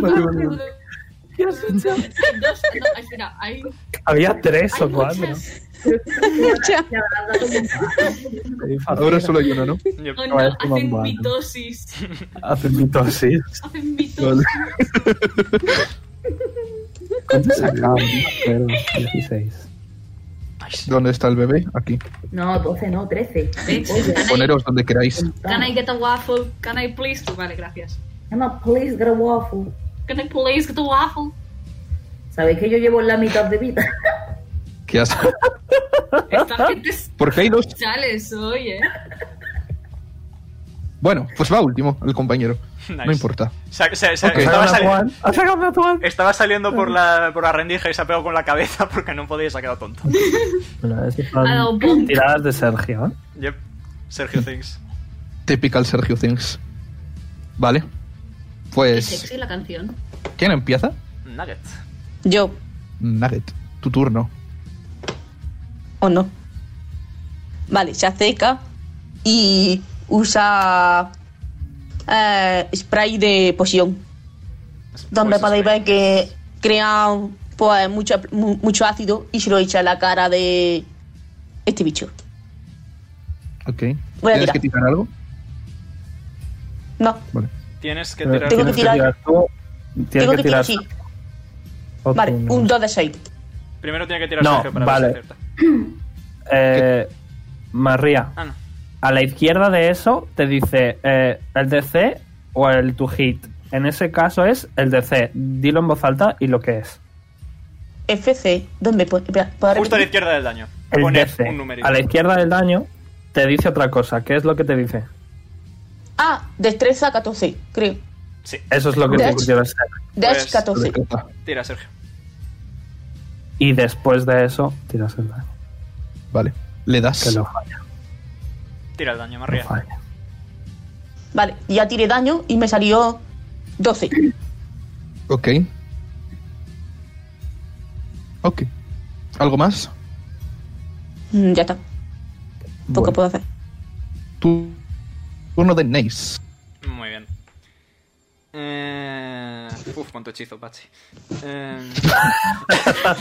Vale, hay dos, no, ay, espera, hay,
Había tres
hay
o cuatro.
muchas.
Mucha.
La verdad, como
Ahora solo hay uno, ¿no?
Yo-
Oh,
No,
no,
es que mamá,
hacen
¿no?
mitosis.
Ah,
Hacen mitosis.
Hacen mitosis.
¿Cuántos sacaban? Pero 16.
nice.
¿Dónde está el bebé? Aquí.
No, 12 no, 13.
Sí.
Oye,
Poneros donde queráis.
Can
Ah.
I get a waffle? Can I please? Vale, gracias.
I'm a please get a waffle.
Can I please get a waffle?
¿Sabéis que yo llevo la mitad de vida?
Qué asco.
Esta gente es
¿Por qué hay dos?
chales hoy, ¿eh?
Bueno, pues va último, el compañero.
Nice.
No importa.
Sa- sa- sa- estaba,
Ok.
Sácame a
sali-
Juan. ¡Ah, sácame a
Eh,
Juan!
estaba saliendo por la, por la rendija y se ha pegado con la cabeza porque no podía y se ha quedado tonto.
Bueno, esas
Ha dado
son
boom.
tiradas de Sergio, ¿eh?
Yep. Sergio Things.
Typical Sergio Things. Vale.
Qué
Pues.
sexy la canción.
¿Quién empieza?
Nugget.
Yo,
Nugget. Tu turno.
¿O no? Vale, se acerca y usa eh, spray de poción. Donde podéis ver que crea pues, mucho, mu- mucho ácido y se lo echa en la cara de este bicho.
Ok.
Voy a
¿Tienes
tirar.
que tirar algo?
No,
Vale.
Tienes que
Pero
tirar.
Tengo que
tienes
tirar.
tú. Tienes
tengo que tirar, sí.
tú. O tú
Vale,
no.
un 2 de 6.
Primero tiene que tirar
No,
Sergio para
vale.
ver si acierta.
Eh, María,
Ah, no.
a la izquierda de eso te dice eh, el DC o el to hit. En ese caso es el DC. Dilo en voz alta y lo que es.
FC, ¿dónde pone? Espera, ¿puedo
Justo a la
repetir?
izquierda del daño.
El
Pone
DC.
un numerito.
A la izquierda del daño te dice otra cosa. ¿Qué es lo que te dice?
Ah, destreza 14, creo.
Sí,
Eso es lo que
De
te
hecho.
quiero hacer.
Dash
Pues-
14.
tira, Sergio.
Y después de eso tiras el daño.
Vale. Le
Que
das.
lo falla.
Tira el daño,
lo
María.
falla.
Vale, ya tiré daño y me salió 12.
Ok. Ok. ¿Algo más?
Mm, ya está. Poco
Bueno,
puedo hacer.
tu turno de Nace.
Muy bien. Eh... Uf, cuánto hechizo, Pachi. Eh...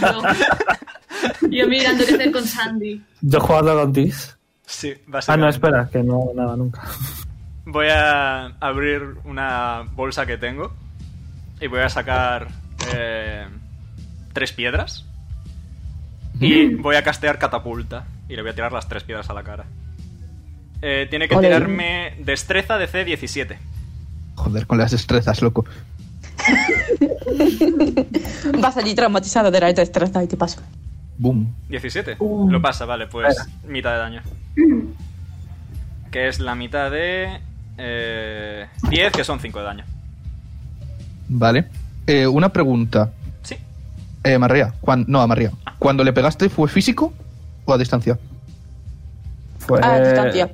Yo- Yo mirando qué hacer con Sandy.
Yo he jugado con Tis.
Sí, va a ser.
Ah, no, espera, que no hago nada nunca.
Voy a abrir una bolsa que tengo y voy a sacar eh, tres piedras y voy a castear catapulta y le voy a tirar las tres piedras a la cara. Eh, tiene que
Ole.
tirarme destreza de C17.
Joder, con las destrezas, loco.
Vas allí traumatizado de la destreza y te paso.
Boom.
17.
Uh.
Lo pasa, vale, pues mitad de daño. Que es la mitad de... eh, 10, que son 5 de daño.
Vale. Eh, una pregunta.
Sí,
Eh, María. cuan- no, a María. ¿Cuando le pegaste fue físico o a distancia?
Fue.
Ah, distancia.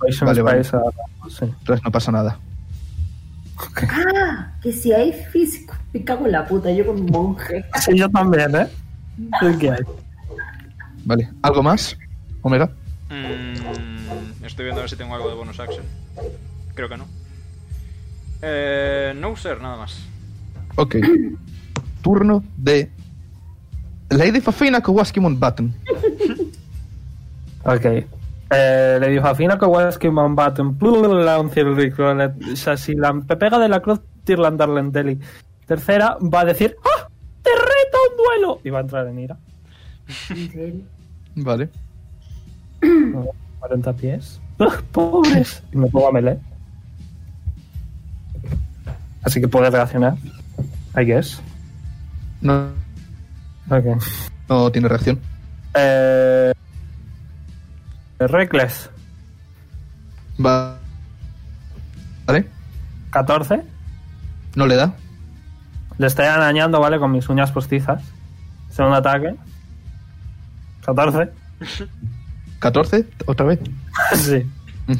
Poison
Vale, vale.
Spice a- sí.
Entonces no pasa nada.
Ah, que si hay físico. Me cago en la puta, yo con monje.
Sí, yo también, ¿eh? ¿Tú qué hay?
Vale. ¿Algo más? Omega.
Mm, estoy viendo a ver si tengo algo de bonus action. Creo que no. Eh, no, sir, nada más.
Ok. turno de Lady Fafina Kowaski Mountbatten.
Ok. Eh, le dijo a Fina que Waski Mountbatten, si la pepega de la cruz, Tirland Darlenteli. Tercera va a decir, ¡Ah! ¡Te reto a un duelo! Y va a entrar en ira.
En serio.
Vale.
40 pies. ¡Ah, ¡Pobres! Y me pongo a melee. Así que puede reaccionar. I guess.
No,
Ok.
no tiene reacción.
Eh, Reckless,
Va. Vale.
14.
No le da.
Le estoy arañando, ¿vale? Con mis uñas postizas. Segundo ataque. 14.
14. Otra vez.
sí.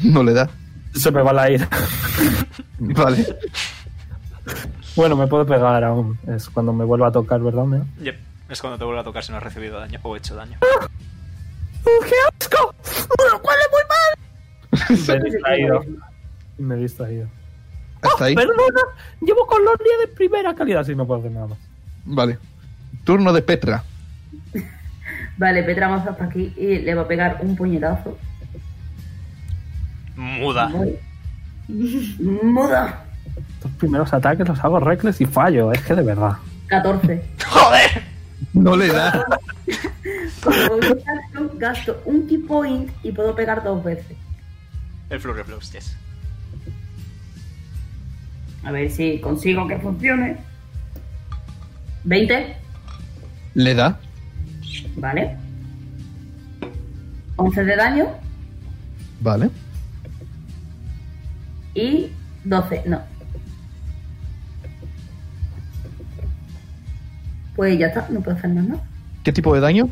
No le da.
Se me va la ira.
Vale.
bueno, me puedo pegar aún. Es cuando me vuelva a tocar, ¿verdad? Mea?
Yep, es cuando te vuelve a tocar si no has recibido daño o hecho daño.
¡Qué asco! ¡Cuál es muy mal! Me he distraído. Me he distraído.
Hasta ahí.
Ah, Perdona, llevo colonia de primera calidad. Sí, no puedo hacer nada más.
Vale. Turno de Petra.
Vale, Petra avanza hasta aquí y le va a pegar un puñetazo.
Muda.
Muy- Muda.
Estos primeros ataques los hago reckless y fallo. Es que de verdad.
14.
¡Joder!
No le da.
Con un puñetazo, gasto un key point y puedo pegar dos veces.
El Flurry of Blows, yes.
A ver si consigo que funcione. 20,
Le da.
vale. 11 de daño
Vale.
y 12, no. Pues ya está, no puedo hacer nada más.
¿Qué tipo de daño?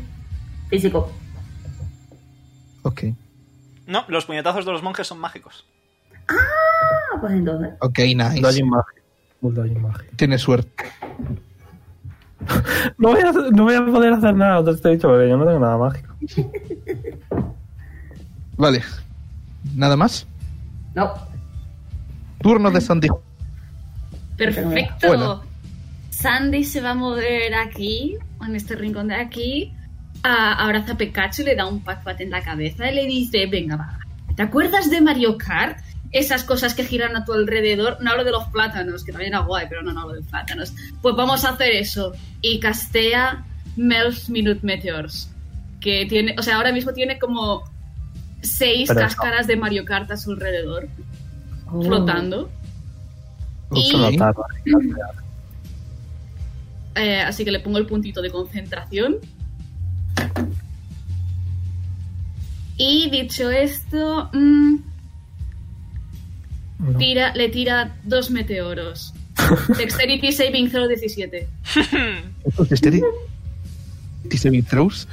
Físico.
Ok.
No, los puñetazos de los monjes son mágicos.
Ah, pues entonces.
Ok, nice.
Bulldogging Magic. Bulldogging Magic.
Tienes suerte.
No voy, a, no voy a poder hacer nada, te lo he dicho, porque yo no tengo nada mágico.
Vale. ¿Nada más?
No,
Turno de Sandy.
Perfecto.
Bueno.
Sandy se va a mover aquí, en este rincón de aquí. a- abraza a Pikachu, le da un pat pat en la cabeza y le dice: Venga, va. ¿Te acuerdas de Mario Kart? Esas cosas que giran a tu alrededor. No hablo de los plátanos, que también era guay, pero no, no hablo de plátanos. Pues vamos a hacer eso. Y castea Mel's Minute Meteors. Que tiene, o sea, ahora mismo tiene como seis
Pero eso-
cáscaras de Mario Kart a su alrededor,
Oh.
flotando. Y-
Solo
Ok.
tarda.
Eh, así que le pongo el puntito de concentración. Y dicho esto, mm,
No.
tira, le tira dos meteoros. Dexterity Saving 017.
Estos dexteri- saving throws.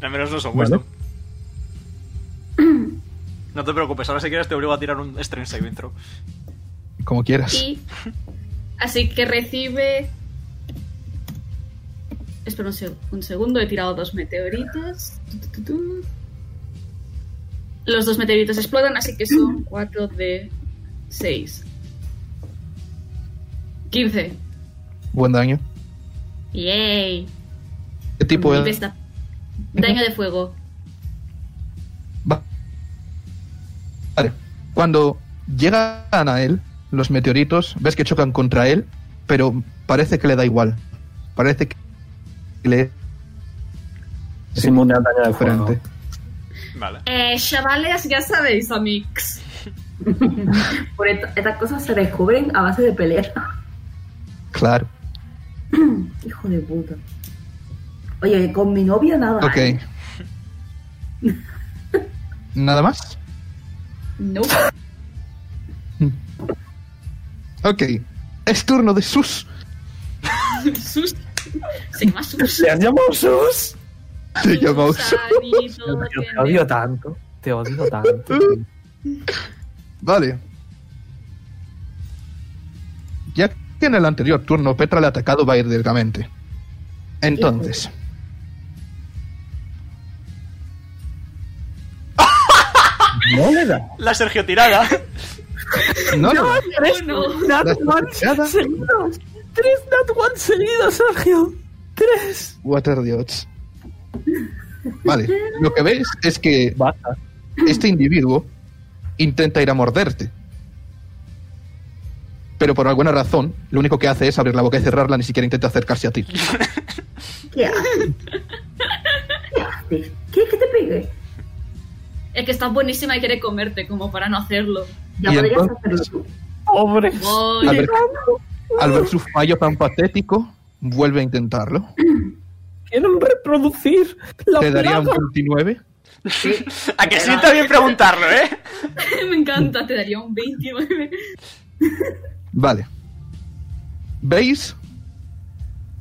Al menos no son
Vale.
wisdom. No te preocupes, ahora si quieres te obligo a tirar un strength saving throw.
Como quieras.
Y. Así que recibe. Espera un, seg- un segundo, he tirado dos meteoritos. Tu, tu, tu, tu. Los dos meteoritos explotan, así que son 4 de 6. 15.
Buen daño.
¡Yay!
¿Qué tipo
Vive
de
esta- Daño de fuego.
Va- Vale. Cuando llegan a él, los meteoritos, ves que chocan contra él, pero parece que le da igual. Parece que le
Es inmune al daño de fuego.
frente.
Vale.
Eh, chavales, ya sabéis, amigos.
Por esto- estas cosas se descubren a base de pelea.
Claro.
Hijo de puta. Oye, con mi novia nada.
Ok.
¿eh?
¿Nada más?
No.
Ok. Es turno de sus.
Sus. Se llama Sus.
¿Le has llamado Sus?
Te llama Sus.
Susanito,
Yo te
tiene-
odio tanto. Te odio tanto.
Vale. Ya que en el anterior turno Petra le ha atacado va a ir directamente. Entonces.
No le da.
La Sergio tirada.
No, no.
Tres
no.
Nat
Las
One
nada.
seguidos. Tres Nat One seguidos, Sergio. Tres.
Water the odds. Vale, lo que ves es que
Basta.
este individuo intenta ir a morderte. Pero por alguna razón, lo único que hace es abrir la boca y cerrarla, ni siquiera intenta acercarse a ti.
¿Qué haces? ¿Qué haces? ¿Quieres que te pegue?
Es que está buenísima y quiere comerte, como para no hacerlo.
Ya
Y
podrías
entonces-
hacerlo tú.
Pobre.
Voy.
Al ver, al ver su fallo tan patético, vuelve a intentarlo.
Quieren reproducir la
Te daría
plaga.
un 29.
Sí.
A que sí está bien preguntarlo, ¿eh?
Me encanta, te daría un 29.
Vale. ¿Veis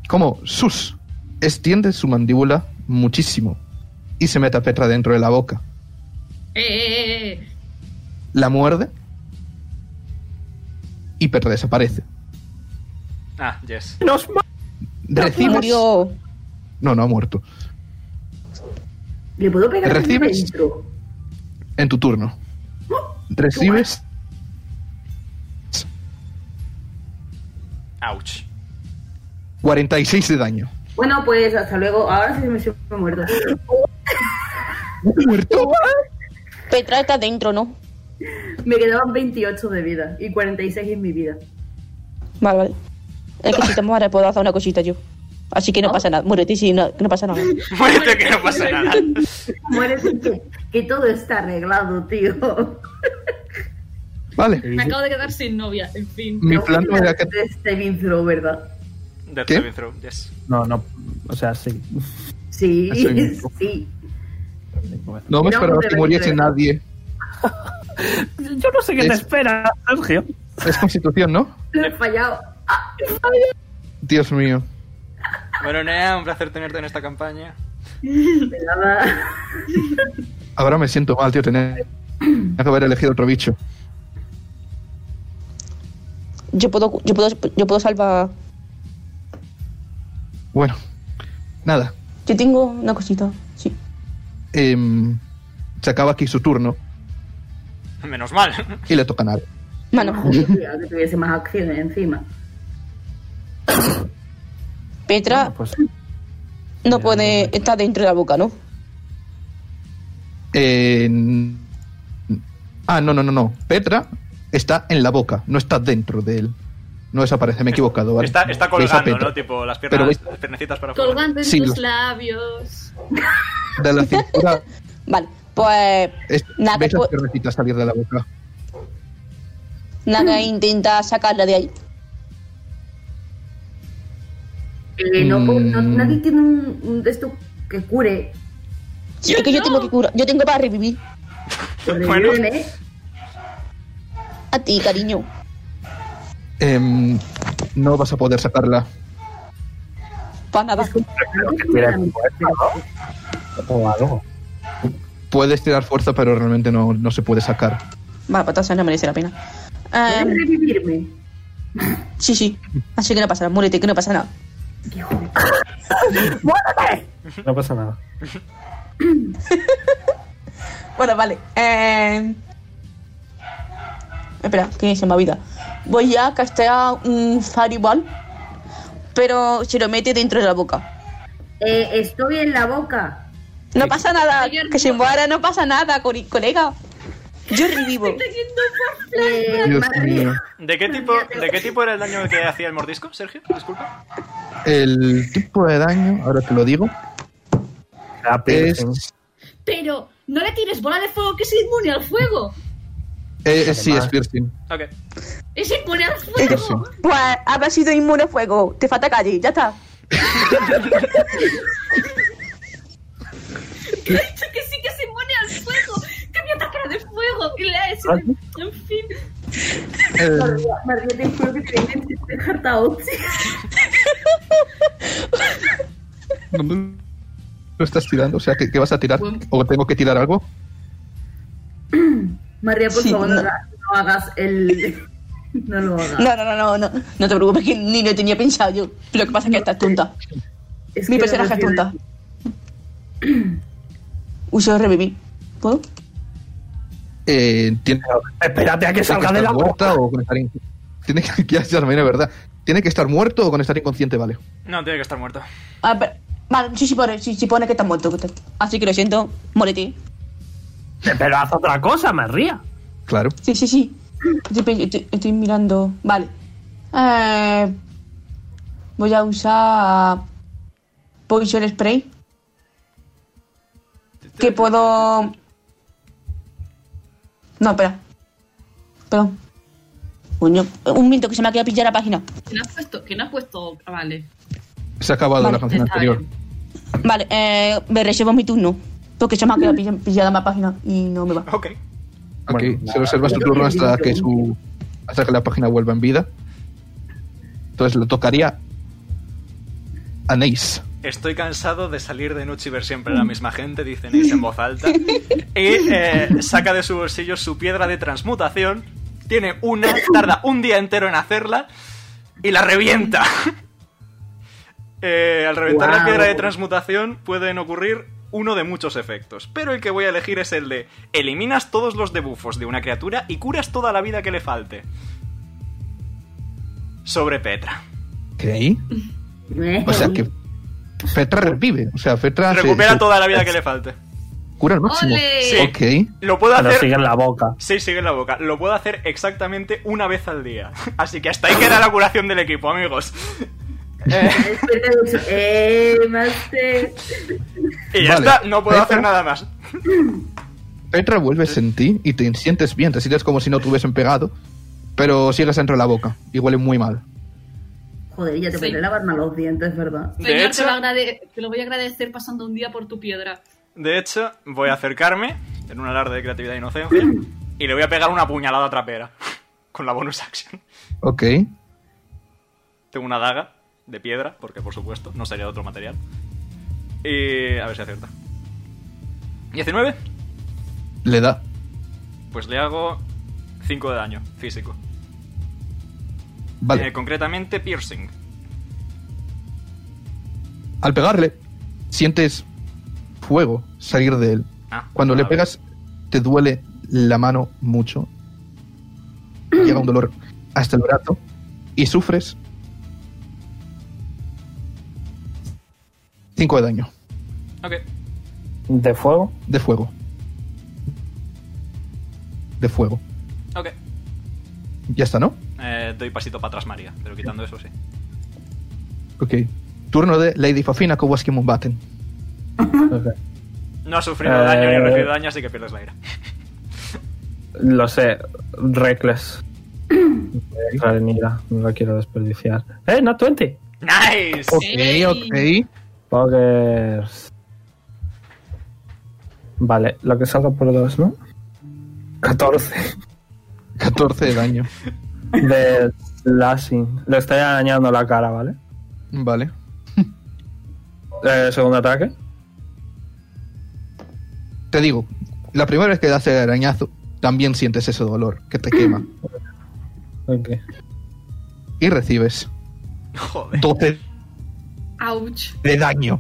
cómo Sus extiende su mandíbula muchísimo y se mete a Petra dentro de la boca?
Eh, eh, eh.
la muerde y Petra desaparece.
Ah, yes.
Nos ma-
Recibes...
Murió.
No, no ha muerto.
¿Le puedo pegar desde
¿Recibes?
dentro?
En tu turno. Recibes
Ouch.
46 de daño.
Bueno, pues hasta luego. Ahora sí me siento muerto.
¿Muerto?
Petra está dentro, ¿no?
Me quedaban 28 de vida y 46 en mi vida.
Vale, vale. Es que si te mueres puedo hacer una cosita yo. Así que no pasa nada. Muérete si no, no pasa nada.
Muérete que no pasa nada.
Mueres que, que todo está arreglado, tío.
Vale.
Me acabo de quedar sin novia, en fin.
Mi plan no era que.
De este Vinthro, ¿verdad?
Death
¿Qué?
saving throw, yes.
No, no. O sea, sí.
Sí,
Eso mismo.
sí.
No me
No,
esperaba
de
que muriese
verdad.
nadie.
Yo no sé qué te
Es-
espera, Sergio.
Es constitución, ¿no?
Lo he fallado.
Dios mío.
Bueno, Nea, un placer tenerte en esta campaña.
De nada.
Ahora me siento mal, tío, tener tenía que haber elegido otro bicho.
Yo puedo, yo puedo, yo puedo salvar.
Bueno, nada.
Yo tengo una cosita. Sí.
Em, se acaba aquí su turno
Menos mal.
y le toca a Nave.
Mano,
Tío, que tuviese más acciones encima.
Petra
Ah.
Bueno, pues,
no pone. Está dentro de la boca, ¿no?
Eh, n- ah, no, no, no, no. Petra está en la boca, no está dentro de él. No desaparece, me he equivocado. ¿vale?
Está, está
Veis a
colgando,
Petra.
¿no? Tipo, las
Pero
piernas,
veis-
las piernecitas para fuera.
Colgando en
Sí,
tus
lo-
labios.
De la cintura,
Vale, pues.
es-
Nada,
veis
pues-
las piernecitas salir de la boca.
Naga intenta sacarla de ahí.
Eh, no, puedo- no-
Mm.
nadie tiene un, un de estos que cure.
Sí, es que yo tengo que curar. Yo tengo para revivir.
Que
Bueno.
reviven, ¿eh?
A ti, cariño.
Em, no vas a poder sacarla.
Para Pues nada.
Mira, o algo.
Puedes tirar fuerza, pero realmente no, no se puede sacar.
Vale, pues entonces no merece la pena. Eh,
¿Pueden revivirme?
sí, sí. Así que no pasa nada. Muérete, que no pasa nada.
No pasa nada.
Bueno, vale. Eh... Espera, que se me olvida. Voy a castear un Fireball, pero se lo mete dentro de la boca.
Eh, estoy en la boca.
No pasa nada,
Señor,
que se
no.
muera, no pasa nada, cori- colega. Yo revivo.
Eh,
Dios
madre-
mío.
¿De qué, tipo, ¿De qué tipo era el daño que hacía el mordisco, Sergio? Disculpa.
El tipo de daño, ahora te lo digo,
La
es,
piercing.
Pero no le tires bola de fuego que es inmune al fuego.
eh, es- sí, es
Además.
piercing.
Ok.
Es inmune al
Piercing.
fuego.
Pues habrá sido inmune a fuego, te falta calle, ya está.
Que ha dicho que sí que es inmune al fuego. Que me atacará de fuego. Y le
¿Ah,
ha hecho. En fin.
El-
Madre, te juro que te voy a dejar tao.
¿Dónde lo estás tirando? O sea, ¿qué, qué vas a tirar?
Bueno.
¿O tengo que tirar algo?
María, por
Sí,
favor,
no.
no. hagas- no hagas el. No lo hagas.
No, no, no, no, no. No te preocupes que ni lo tenía pensado yo. Lo que pasa es que estás tonta.
Es
Mi
que
personaje es
no
tonta. Uso revivir. ¿Puedo?
Eh, tiene
Espérate a que
tiene
salga
que
de la
estar
boca.
muerta o con estar in- Tiene que, ya, ya me viene, verdad. Tiene que estar muerto o con estar inconsciente, vale.
No, tiene que estar muerto.
Ah, pero- vale, sí, sí pone, sí, sí pone que está muerto. que está- Así que lo siento, muérete.
Pero haz otra cosa, me ría.
Claro.
Sí, sí, sí. Estoy, pe- estoy- estoy mirando. Vale. Eh, voy a usar Poison Spray. Que puedo. No, espera. Perdón. Coño, un minuto que se me ha quedado pillar la página.
¿Quién ha puesto? ¿Quién ha puesto? Ah, Vale.
Se ha acabado
Vale,
Ah, la canción
está
anterior.
bien.
Vale, eh, me reservo mi turno. Porque se me ha quedado pill- pillada la página y no me va.
Ok.
Ok,
Bueno,
se
nada,
reserva su
yo
turno
creo
hasta
que
que
yo-
su hasta que la página vuelva en vida. Entonces le tocaría a Neis.
Estoy cansado de salir de noche y ver siempre a la misma gente, dice Neis en voz alta. Y eh, saca de su bolsillo su piedra de transmutación. Tiene una, tarda un día entero en hacerla y la revienta. Eh, al reventar la
Guau.
piedra de transmutación pueden ocurrir uno de muchos efectos, pero el que voy a elegir es el de eliminas todos los debufos de una criatura y curas toda la vida que le falte. Sobre Petra.
Ok.
Eh,
O sea que Fetra revive. O sea, Fetra se-
Recupera
se-
toda la vida que le falte.
Cura al máximo.
¡Ole!
Sí.
Ok.
Lo puedo
Pero
hacer
sigue en la boca.
Sí, sigue en la boca. Lo puedo hacer exactamente una vez al día. Así que hasta ahí queda la curación del equipo, amigos.
Despierta y dice, ¡Eh, Master!
Y ya
Vale.
está, no puedo
Petra.
hacer nada más.
Petra, vuelves en ti y te sientes bien, te sientes como si no te hubiesen pegado, pero sigues dentro de la boca y huele muy mal.
Joder, ya te
Sí.
podré lavar mal los dientes, ¿verdad?
De
Señor, te,
hecho-
lo agrade- te lo voy a agradecer pasando un día por tu piedra.
De hecho, voy a acercarme en un alarde de creatividad e inocencia y le voy a pegar una puñalada trapera con la bonus action.
Ok.
Tengo una daga de piedra, porque por supuesto, no sería de otro material. Y a ver si acierta. 19,
Le da.
pues le hago 5 de daño físico.
Vale.
Eh, concretamente, piercing.
Al pegarle, sientes fuego salir de él.
Ah,
Cuando le
vale.
pegas, te duele la mano mucho. Llega un dolor hasta el brazo y sufres 5 de daño
Ok,
De fuego.
de fuego. De fuego.
ok.
Ya está, ¿no?
Eh, doy pasito para atrás, María, pero quitando eso, sí.
Ok. Turno de Lady Fafina Kowalski Mumbaten.
Ok.
No has sufrido daño ni
Eh.
recibido daño, así que pierdes la ira.
Lo sé, Reckless. Voy a entrar en ira, no la quiero desperdiciar. ¡Eh, not 20!
¡Nice!
Ok,
Sí.
ok.
Pokers. Vale, lo que salga por dos, ¿no? 14
14 de daño.
de slashing. Le estoy dañando la cara, ¿vale?
Vale.
Eh, segundo ataque.
Te digo, la primera vez que das el arañazo, también sientes ese dolor que te quema.
Ok.
Y recibes
Joder.
12
Ouch.
de daño.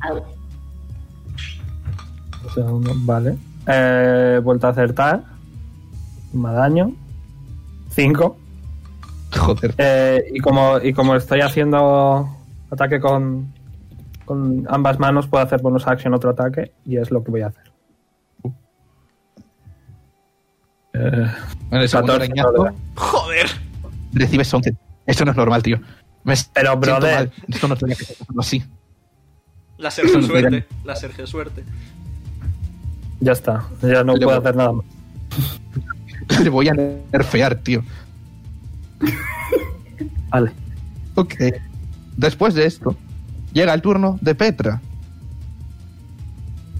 Segundo, vale. Eh, vuelta a acertar. Más daño. 5.
Joder.
Eh, y, como, y como estoy haciendo ataque con, con ambas manos, puedo hacer bonus action otro ataque y es lo que voy a hacer. Eh,
En el segundo
14
arañazo,
no le
Joder.
recibes 11. Esto no es normal, tío. Me
Pero,
siento
brother.
mal. Esto no tenía que ser así.
La Sergio suerte. La Sergio suerte.
ya está, ya no
Le
puedo
voy-
hacer nada más.
Le voy a nerfear, tío.
Vale.
Ok. Después de esto, llega el turno de Petra.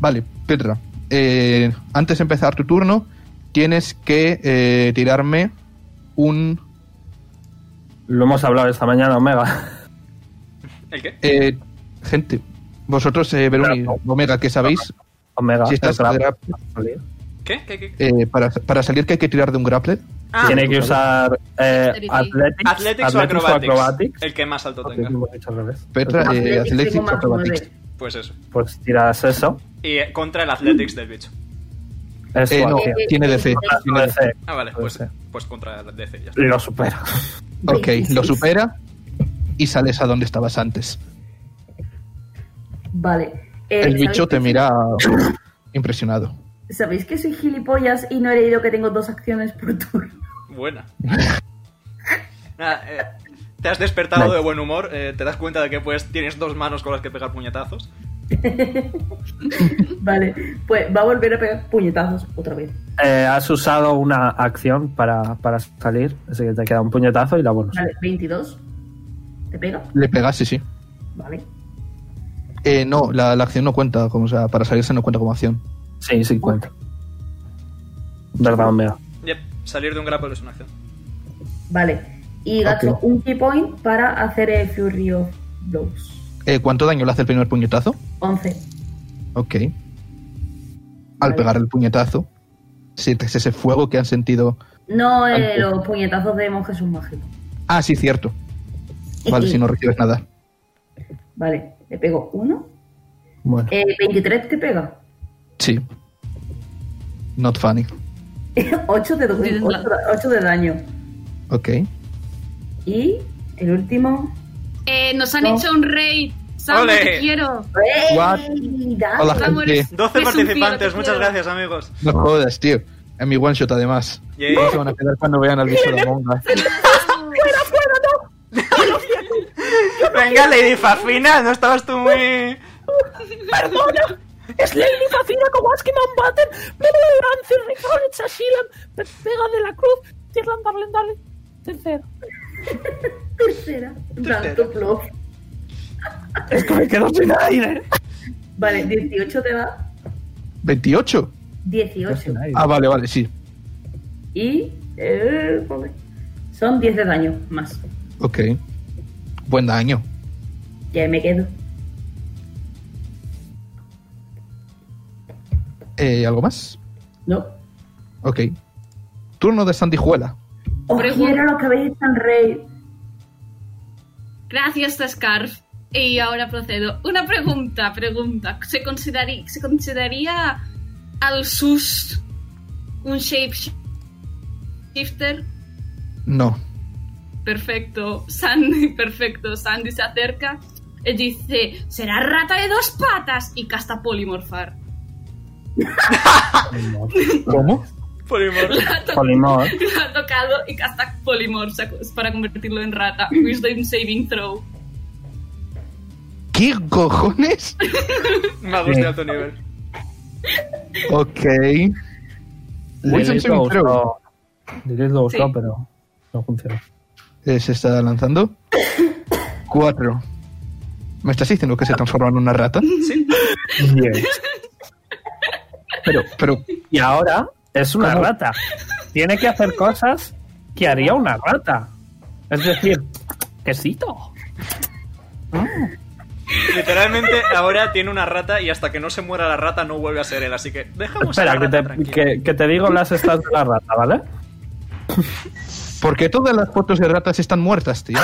Vale, Petra. eh, antes de empezar tu turno, tienes que eh, tirarme un...
Lo hemos hablado esta mañana, Omega.
¿El qué?
eh, gente, vosotros, eh, Verón y
Trapo.
Omega, que sabéis,
Omega.
si estás
el grapple.
gra-
¿Qué? ¿Qué? ¿Qué?
eh, para, para salir que hay que tirar de un grapple,
Ah,
Tiene que usar eh,
Dexterity.
Athletics,
Athletics, o
Athletics
acrobatics.
acrobatics.
El que más alto
Lo
tenga.
hemos dicho al revés.
Petra,
Entonces,
eh, Athletics
Atlético más
Acrobatics.
nueve.
Pues eso.
Pues tiras eso.
Y eh, contra el Athletics del bicho.
Es
Eh,
tu
no,
acción.
tiene DC. tiene DC.
DC.
Ah, vale. Pues,
Puede
pues contra el DC. Ya está.
Lo supera.
Ok, lo
26.
supera y sales a donde estabas antes.
Vale. Eh,
El
¿sabéis
bicho te
que-
mira impresionado.
¿Sabéis que soy gilipollas y no he leído que tengo dos acciones por turno?
Buena. Nada, eh, te has despertado de buen humor. eh, te das cuenta de que pues tienes dos manos con las que pegar puñetazos.
Vale, pues va a volver a pegar puñetazos otra vez.
Eh, has usado una acción para, para salir, así que te queda un puñetazo y la bonus.
Vale, 22. ¿Te pega?
Le pegas, sí, sí.
Vale.
Eh, no, la, la acción no cuenta, como, o sea, para salirse no cuenta como acción.
Sí, sí cuenta. ¿Verdad, Omega?
Yep. Salir de un grapple es una acción.
Vale. Y gasto
Ok.
un key point para hacer el Fury of Blows.
Eh, ¿Cuánto daño le hace el primer puñetazo?
11.
Ok. Al
Vale.
pegar el puñetazo, sientes ese fuego que han sentido.
No eh,
Vale.
los puñetazos de monjes son mágicos.
Ah, sí, cierto. Vale, si no recibes nada.
Vale, le pego uno.
Bueno,
Eh, 23 te pega.
Sí. Not funny.
8 de, do-
Dices
ocho da- ocho de daño.
Ok.
Y el último.
Eh, nos han
No.
hecho un raid. Sam,
¡Ole!
te quiero.
¡Ey!
What?
Dale.
Hola,
Vamos,
gente.
12
eres- eres un tío,
participantes.
te
Muchas
quiero.
gracias, amigos.
No jodas, tío. En mi one shot, además.
Yay.
¿Cómo se van a quedar cuando vean al bicho de Among Us?
Venga, Lady Fafina, ¿no estabas tú muy...?
¡Perdona! ¡Es Lady Fafina Kowalski Mountbatten! ¡Pero de Lance Records Asylum! pe- ¡Pega de la Cruz! ¡Tirland Darling Darling! Tercero.
Tercera. Tanto plof.
Es que me quedo sin aire.
Vale, 18 te va.
28.
18.
Ah, vale, vale, sí.
Y. eh, joder, son 10 de daño más.
Ok. Buen daño.
Ya me quedo.
Eh, ¿Algo más?
No.
Ok. Turno de Sandijuela.
Os
Pregun-
quiero los que habéis tan rey.
Gracias, Scarf. Y ahora procedo. Una pregunta, pregunta. ¿Se consideraría, ¿se consideraría al SUS un shapeshifter?
No.
Perfecto. Sandy, perfecto. Sandy se acerca y dice, será rata de dos patas y casta polimorfar.
¿Cómo?
Polimor.
La ha to-
Polimor.
la ha tocado y casta polimorf para convertirlo en rata. Wisdom saving throw.
¿Qué cojones?
Magos de alto nivel.
Ok. Wilson
Lilith lo
Saving Throw.
usó. Lilith lo usó,
Sí.
pero no funcionó.
Eh, se está lanzando. Cuatro. ¿Me estás diciendo que se transforma en una rata? Pero, pero,
Y ahora es una
¿Cómo?
rata. Tiene que hacer cosas que haría una rata. Es decir, quesito.
Literalmente ahora tiene una rata y hasta que no se muera la rata no vuelve a ser él, así que dejamos a
Espera,
la
que
rata
te,
tranquila.
que, que te digo las stats de la rata, ¿vale?
¿por qué todas las fotos de ratas están muertas, tío?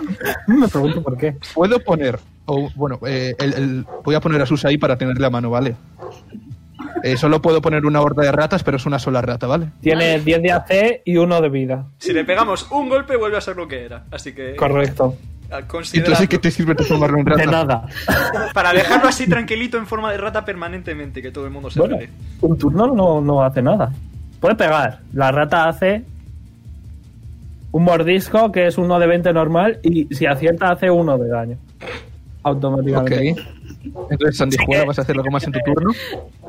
Me pregunto por qué.
Puedo poner, o bueno, eh, el- el- voy a poner a Sus ahí para tener la mano, ¿vale? Eh, solo puedo poner una horda de ratas, pero es una sola rata, ¿vale?
Tiene 10 de AC y 1 de vida.
Si le pegamos un golpe vuelve a ser lo que era, así que
Correcto.
a
Entonces, ¿qué
consideradlo
te sirve transformarlo en
De
rata?
nada.
para dejarlo así tranquilito en forma de rata permanentemente, que todo el mundo se
Bueno,
feliz.
un turno no, no hace nada. Puede pegar. La rata hace un mordisco que es uno de 20 normal y si acierta hace uno de daño.
Ok.
Automáticamente.
Entonces, Sandijuela, vas a hacer algo más en tu turno.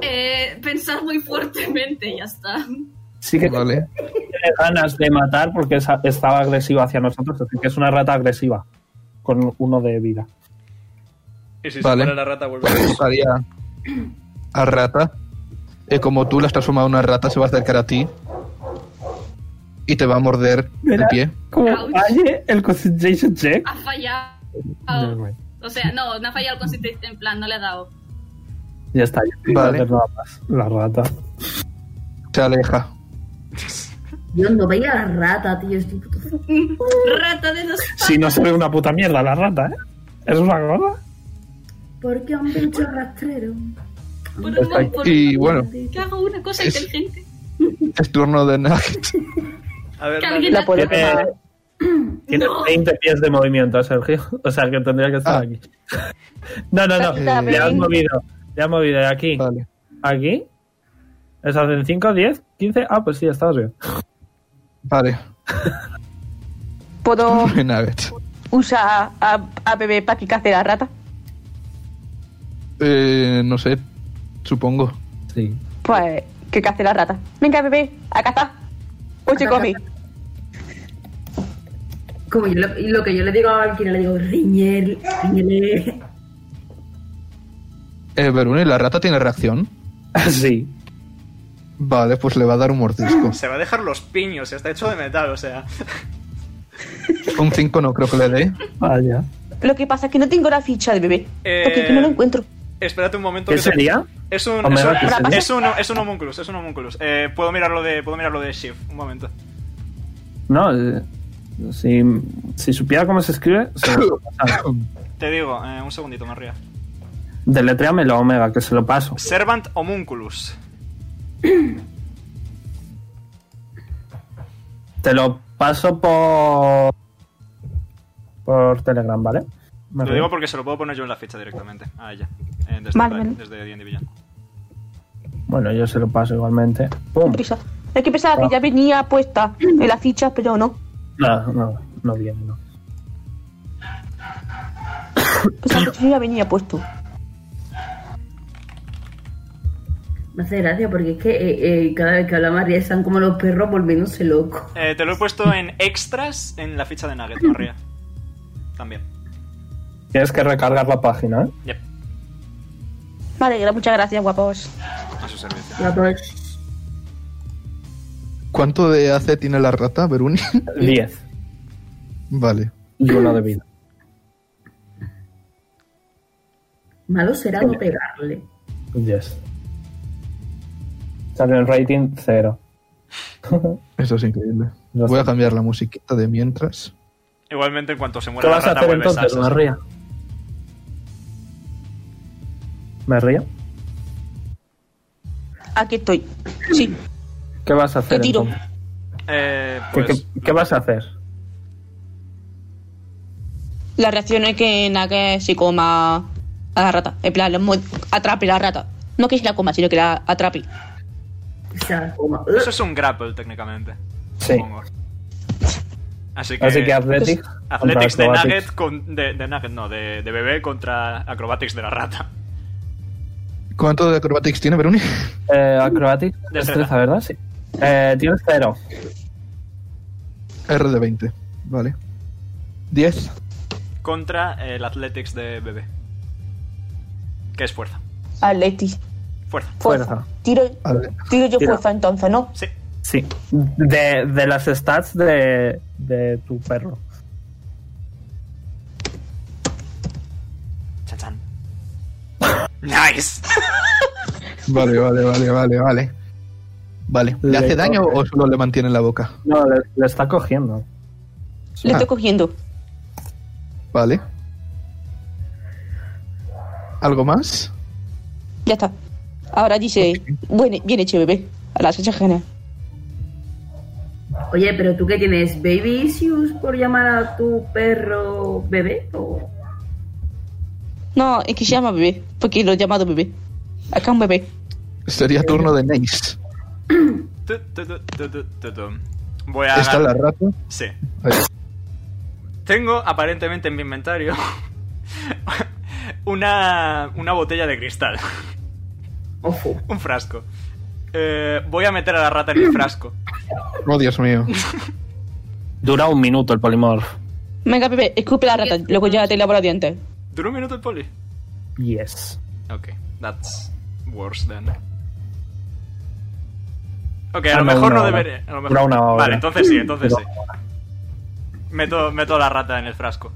Eh, pensad muy fuertemente, ya está.
Sí que
Vale.
tiene ganas de matar porque esa- estaba agresiva hacia nosotros, así que es una rata agresiva con uno de vida.
Y si
Vale.
se muere la rata vuelve a
Pues
ser.
tocaría a rata. Eh, como tú la has transformado en una rata, se va a acercar a ti. Y te va a morder el
Mira.
pie.
Como
Ouch.
falle el concentration check.
Ha fallado. O sea, no, no ha fallado el consistente en plan, no le ha dado.
Ya está. ya no
Vale.
hace nada más. La rata.
Se aleja.
Dios, no veía a la rata, tío. Estoy puto.
Rata de dos patas.
Si no se ve una puta mierda la rata, ¿eh? Es una cosa.
¿Por qué un bicho rastrero?
Por un mon- por
Y
un-
bueno,
Que haga una cosa
Es-
inteligente.
es turno de Nugget.
A ver,
Que
Nadia,
alguien
La puedo
Tiene-
quemar.
Tiene 20 pies de movimiento, Sergio. O sea, que tendría que estar
Ah.
aquí. No, no, no.
Exactamente.
Le has movido. Le has movido de aquí.
Vale.
Aquí. Eso hacen 5, 10, 15. Ah, pues sí, estabas bien.
Vale.
Puedo
Nugget.
usar a, a bebé para que cace la rata.
Eh, no sé. Supongo.
Sí.
Pues que cace la rata. Venga, bebé, a cazar. Oye, comi.
Como yo le- y lo que yo le digo a Valkyria, le digo, riñel, riñele.
Eh, Verune, ¿la rata tiene reacción?
sí.
Vale, pues le va a dar un mordisco.
se va a dejar los piños, está hecho de metal, o sea,
Un 5 no creo que le dé.
Vaya.
Lo que pasa es que no tengo la ficha de bebé.
Eh,
Porque es que no lo encuentro.
espérate un momento
¿Qué
que te-
sería?
Es un,
Hombre,
es,
¿qué
un,
sería?
es un es un homunculus, es un homunculus. Eh, puedo mirarlo de puedo mirarlo de Shift, un momento.
No, eh, si, si supiera cómo se escribe, se lo paso.
Te digo, eh, un segundito, María.
deletréamelo, Omega, que se lo paso.
Servant homunculus.
Te lo paso por. por Telegram, ¿vale? Me
Lo
río.
digo porque se lo puedo poner yo en la ficha directamente. Ah, ya. Eh, desde
Vale,
la-
vale.
desde D&D Beyond.
Bueno, yo se lo paso igualmente. ¡Pum!
Prisa. Es que pensaba que ya venía puesta en la ficha, pero no.
No, no, no viene, no.
O sea, que ya venía puesto.
Me hace gracia porque es que eh, eh, cada vez que habla María están como los perros volviéndose locos.
Eh, te lo he puesto en extras en la ficha de Nugget, María. También.
Tienes que recargar la página, ¿eh?
Yep,
Vale, gra- muchas gracias, guapos.
a su servicio.
La dos.
¿Cuánto de AC tiene la rata, Veruni?
10
vale.
y uno de vida.
Malo será no pegarle.
Yes. Sale el rating 0.
Eso es increíble.
No
Voy a
sé.
cambiar la musiquita de mientras.
Igualmente, en cuanto se
¿Qué
muera la
vas a
rata,
hacer
vuelve
entonces,
Sansa.
María? ¿Me río?
Aquí estoy. Sí.
¿Qué vas a hacer?
Te tiro.
entonces?
Eh,
¿Qué-
pues,
qué, qué vas a hacer?
La reacción es que Nugget se coma a la rata. En plan, lo mu- atrape la rata. No que se la coma, sino que la atrape.
Quizá coma.
pues, Eso es un grapple, técnicamente.
Sí.
Supongo. Así que,
Así que Athletics. contra
Athletics de
Acrobatics.
Nugget, con, de, de Nugget, no, de, de bebé contra Acrobatics de la rata.
¿Cuánto de acrobatics tiene Veruni?
Eh, acrobatics. Destreza, ¿verdad? Sí. Eh, tienes 0.
R de 20. Vale. 10.
Contra eh, el Athletics de bebé. Que es fuerza.
Athletics.
Fuerza.
Fuerza.
Tiro,
Vale.
tiro yo
Tira.
fuerza entonces, ¿no?
Sí.
Sí. De, de las stats de, de tu perro.
Chan, chan. Nice.
Vale, vale, vale, vale, vale. Vale. ¿Le
Le
hace daño
coge.
o solo le mantiene en la boca?
No, le, le está cogiendo.
Le
Ah,
estoy cogiendo.
Vale. ¿Algo más?
Ya está. Ahora dice, bueno, bien hecho, bebé. A las hechas genas.
Oye, pero tú qué tienes, baby issues por llamar a tu perro bebé o
No, es que se llama bebé, porque lo he llamado bebé. Acá un bebé.
Sería turno de Nace.
Tu, tu, tu, tu, tu, tu, tu. Voy a.
Está la rata.
Sí.
Ahí.
Tengo aparentemente en mi inventario una, una botella de cristal,
ojo.
un frasco. Eh, voy a meter a la rata en el frasco.
Oh, Dios mío.
Dura un minuto el polimorf.
Venga, bebé, escupe la rata, luego ya te lavo los dientes.
¿Duró un minuto el poli?
Yes.
Ok, that's worse then. Ok, a
Ah,
lo
no,
mejor
una
no
hora.
debería. a lo mejor-
Dura una hora.
Vale, entonces sí, entonces
Dura
sí. Meto, meto a la rata en el frasco.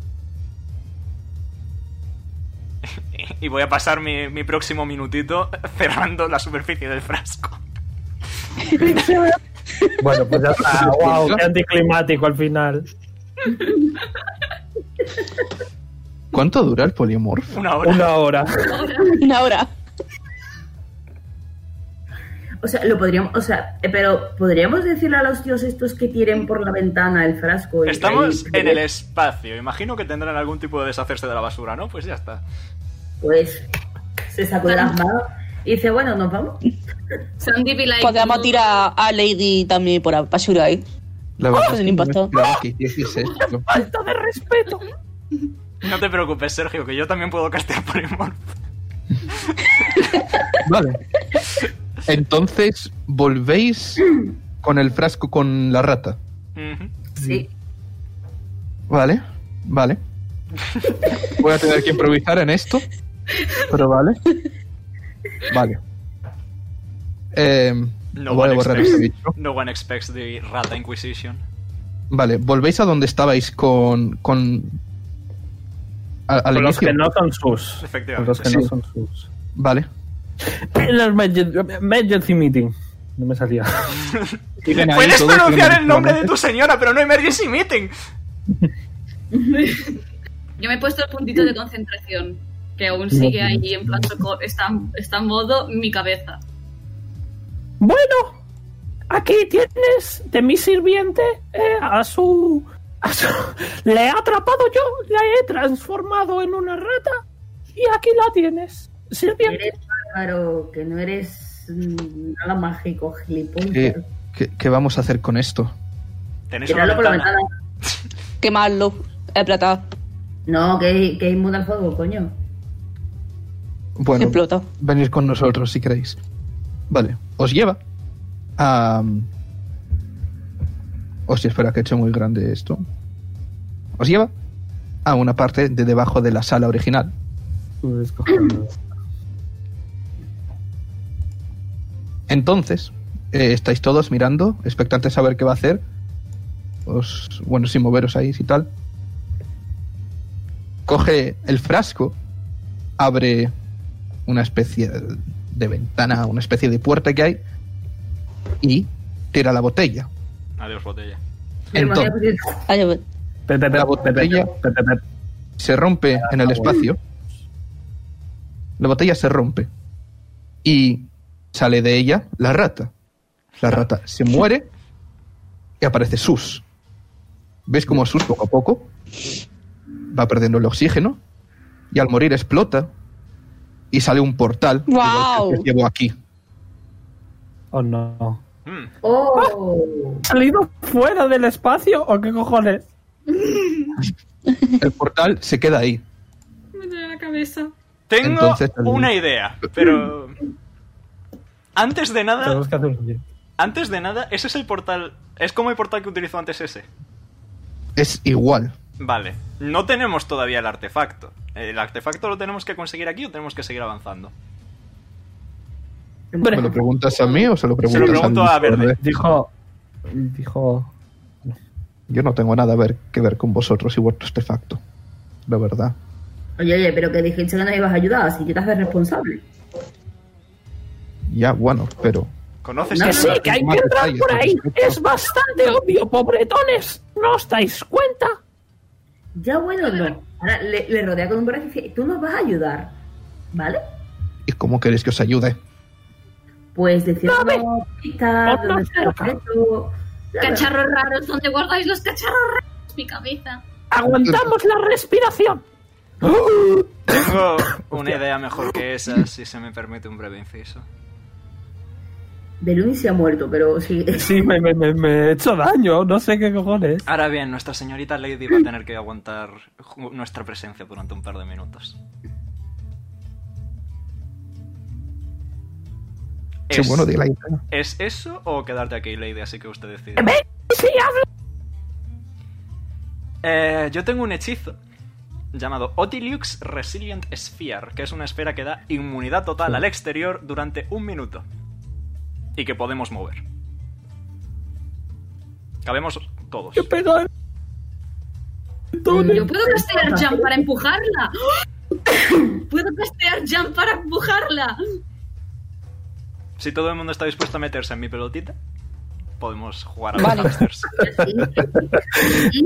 Y voy a pasar mi, mi próximo minutito cerrando la superficie del frasco.
Bueno, pues ya está. wow, qué anticlimático al final.
¿Cuánto dura el poliomorf?
Una hora.
Una hora.
Una hora.
O sea, lo podríamos, o sea, eh, pero podríamos decirle a los tíos estos que tiren por la ventana el frasco. y-
Estamos
y-
en el espacio. Imagino que tendrán algún tipo de deshacerse de la basura, ¿no? Pues ya está.
Pues se sacó de las manos y dice, bueno, nos vamos.
Sandy be like,
Podríamos
no,
tirar a Lady también por la basura ahí.
La verdad
Ah,
es
el
que no me
impacto.
esperaba que hiciese esto.
No te preocupes, Sergio, que yo también puedo castear polimorfo.
Vale. Entonces, volvéis con el frasco con la rata.
Ujú.
Sí.
Vale, vale. Voy a tener que improvisar en esto. Pero vale. Vale. Eh,
No
voy a
one
borrar
expects-
este bicho.
No one expects the Rata Inquisition.
Vale, volvéis a donde estabais con. con. a- al
Con los
inicio.
que no son sus. Con los
Efectivamente.
que no
Sí.
son sus.
Vale.
En el emergen- emergency meeting. No me salía.
Tienen ahí
Puedes
todos,
pronunciar
tienen
el nombre de
solamente-
tu señora, pero no emergency meeting.
Yo me he puesto el puntito de concentración, que aún sigue ahí en plan soco- está, está en modo mi cabeza.
Bueno, aquí tienes de mi sirviente eh, a, su, a su- Le he atrapado yo, la he transformado en una rata y aquí la tienes. Sirviente.
Eres pájaro, que no eres mm, nada mágico, gilipollas.
¿Qué, qué- qué vamos a hacer con esto?
Tenéis una
Tirarlo por la
ventana.
ventana.
Quemarlo, emplatar.
No, que, que inmune al fuego, coño.
Bueno,
Explota.
venir con nosotros si queréis. Vale, os lleva a... Hostia, espera que he hecho muy grande esto. Os lleva a una parte de debajo de la sala original.
Pues, cojones.
Entonces, eh, estáis todos mirando, expectantes a ver qué va a hacer. Os, bueno, sin moveros ahí y tal. Coge el frasco, abre una especie de ventana, una especie de puerta que hay y tira la botella.
Adiós, botella.
Mi hermana
Entonces-
dice,
Ay, yo-
Pep, pep,
La
pep,
botella.
pep, pep, pep, pep.
se rompe en el espacio. La botella se rompe. Y sale de ella la rata. La rata se muere y aparece Sus. ¿Ves cómo Sus poco a poco va perdiendo el oxígeno? Y al morir explota y sale un portal. igual que el
¡Guau!
que os Llevo aquí.
Oh no.
Mm,
¡Oh!
¿Salido fuera del espacio o qué cojones?
El portal se queda ahí.
Me duele la cabeza.
Tengo
Entonces, el-
una idea, pero... Antes de nada,
Tenemos que hacer un
antes de nada, ese es el portal... Es como el portal que utilizó antes ese.
Es igual.
Vale. No tenemos todavía el artefacto. ¿El artefacto lo tenemos que conseguir aquí o tenemos que seguir avanzando?
¿Me lo preguntas a mí o se lo preguntas
pregunto
al
a Verde.
Verde?
Dijo. Dijo.
Yo no tengo nada a ver, que ver con vosotros y vuestro artefacto. La verdad.
Oye, oye, pero que dijiste que nos ibas a ayudar, así que te haces responsable.
Ya, bueno, pero.
¿Conoces
No
a-
sé,
que hay que entrar por ahí. Es
bastante obvio, pobretones. ¿No os dais cuenta?
Ya bueno, no. Ahora le, le rodea con un brazo y dice, tú nos vas a ayudar, ¿vale?
¿Y cómo queréis que os ayude?
Pues decirnos
Dame.
pistas,
Por
dónde
la
está el
cerca.
objeto.
Cacharros raros, ¿dónde guardáis los cacharros raros? Mi cabeza.
Aguantamos
la respiración.
Tengo una idea mejor que esa, si se me permite un breve inciso.
Beluni se ha muerto, pero sí.
Sí, me, me, me, me he hecho daño. No sé qué cojones.
Ahora bien, nuestra señorita Lady va a tener que aguantar ju- nuestra presencia durante un par de minutos.
Sí,
¿Es,
bueno, di la idea.
¿Es eso o quedarte aquí, Lady? Así que usted decide. Eh, yo tengo un hechizo llamado Otilux Resilient Sphere, que es una esfera que da inmunidad total al exterior durante un minuto y que podemos mover. Cabemos todos.
¿Qué pedo?
Yo puedo castear Jump para empujarla. Puedo castear Jump para empujarla.
Si todo el mundo está dispuesto a meterse en mi pelotita, podemos jugar a los
Vale.
hamsters.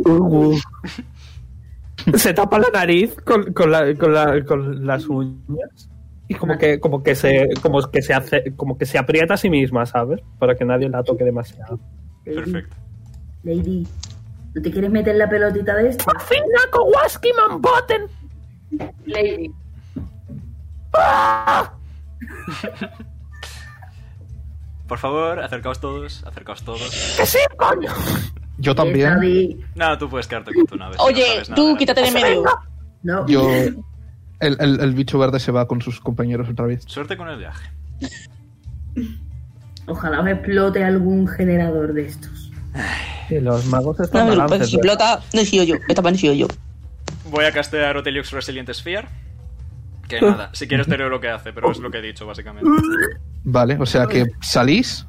Uh. Se tapa la nariz con, con, la- con la- con las uñas y como que como que se como que se hace como que se aprieta a sí misma, ¿sabes? Para que nadie la toque demasiado.
Lady,
Perfecto.
Lady, ¿no te quieres meter la pelotita de esto?
Fina Kowaski Mamboten.
Lady.
Por favor, acercaos todos, acercaos todos.
Que sí, coño.
Yo también.
Xavi,
Nada, tú puedes quedarte con tu nave. si no
Oye,
sabes nada,
tú
¿verdad?
quítate de en medio.
No.
Yo. El, el- el bicho verde se va con sus compañeros otra vez.
Suerte con el viaje.
Ojalá me explote algún generador de estos.
Sí, los magos
No
están
me preocupes, pues,
balances, ¿eh?
pues.
si explota, no he sido yo. Esta parte he sido yo.
Voy a castear Otelux Resilient Sphere. Que nada, si quieres te leo lo que hace, pero es lo que he dicho básicamente.
Vale, o sea que salís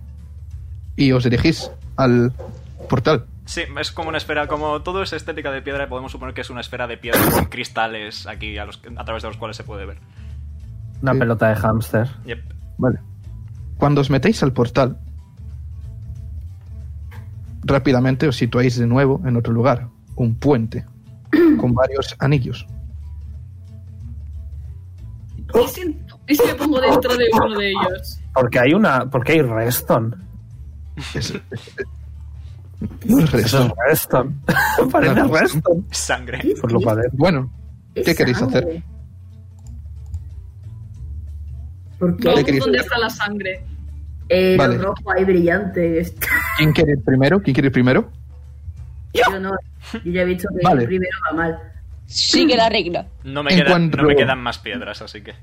y os dirigís al portal.
Sí, es como una esfera, como todo es estética de piedra, podemos suponer que es una esfera de piedra con cristales aquí a, los- a través de los cuales se puede ver.
¿verdad? Una
Sí.
pelota de hámster.
Yep.
Vale. Cuando os metéis al portal, rápidamente os situáis de nuevo en otro lugar, un puente, con varios anillos.
Y si, y si me pongo dentro de uno de ellos.
Porque hay una porque hay Reston.
Es- los
Eso es
restos.
Reston. Parece
Claro.
Reston.
Sangre.
Por lo parece.
Bueno, ¿Qué queréis
eh.
hacer?
Porque
Vamos,
¿Qué queréis
¿Dónde
hacer?
está la sangre?
el
Vale.
rojo ahí brillante está.
¿quién quiere ir primero? ¿Quién quiere ir primero?
Yo no, yo ya he visto que
Vale.
el primero va mal.
Sí que la regla.
No me,
En
quedan,
cuanto-
no me quedan más piedras, así que.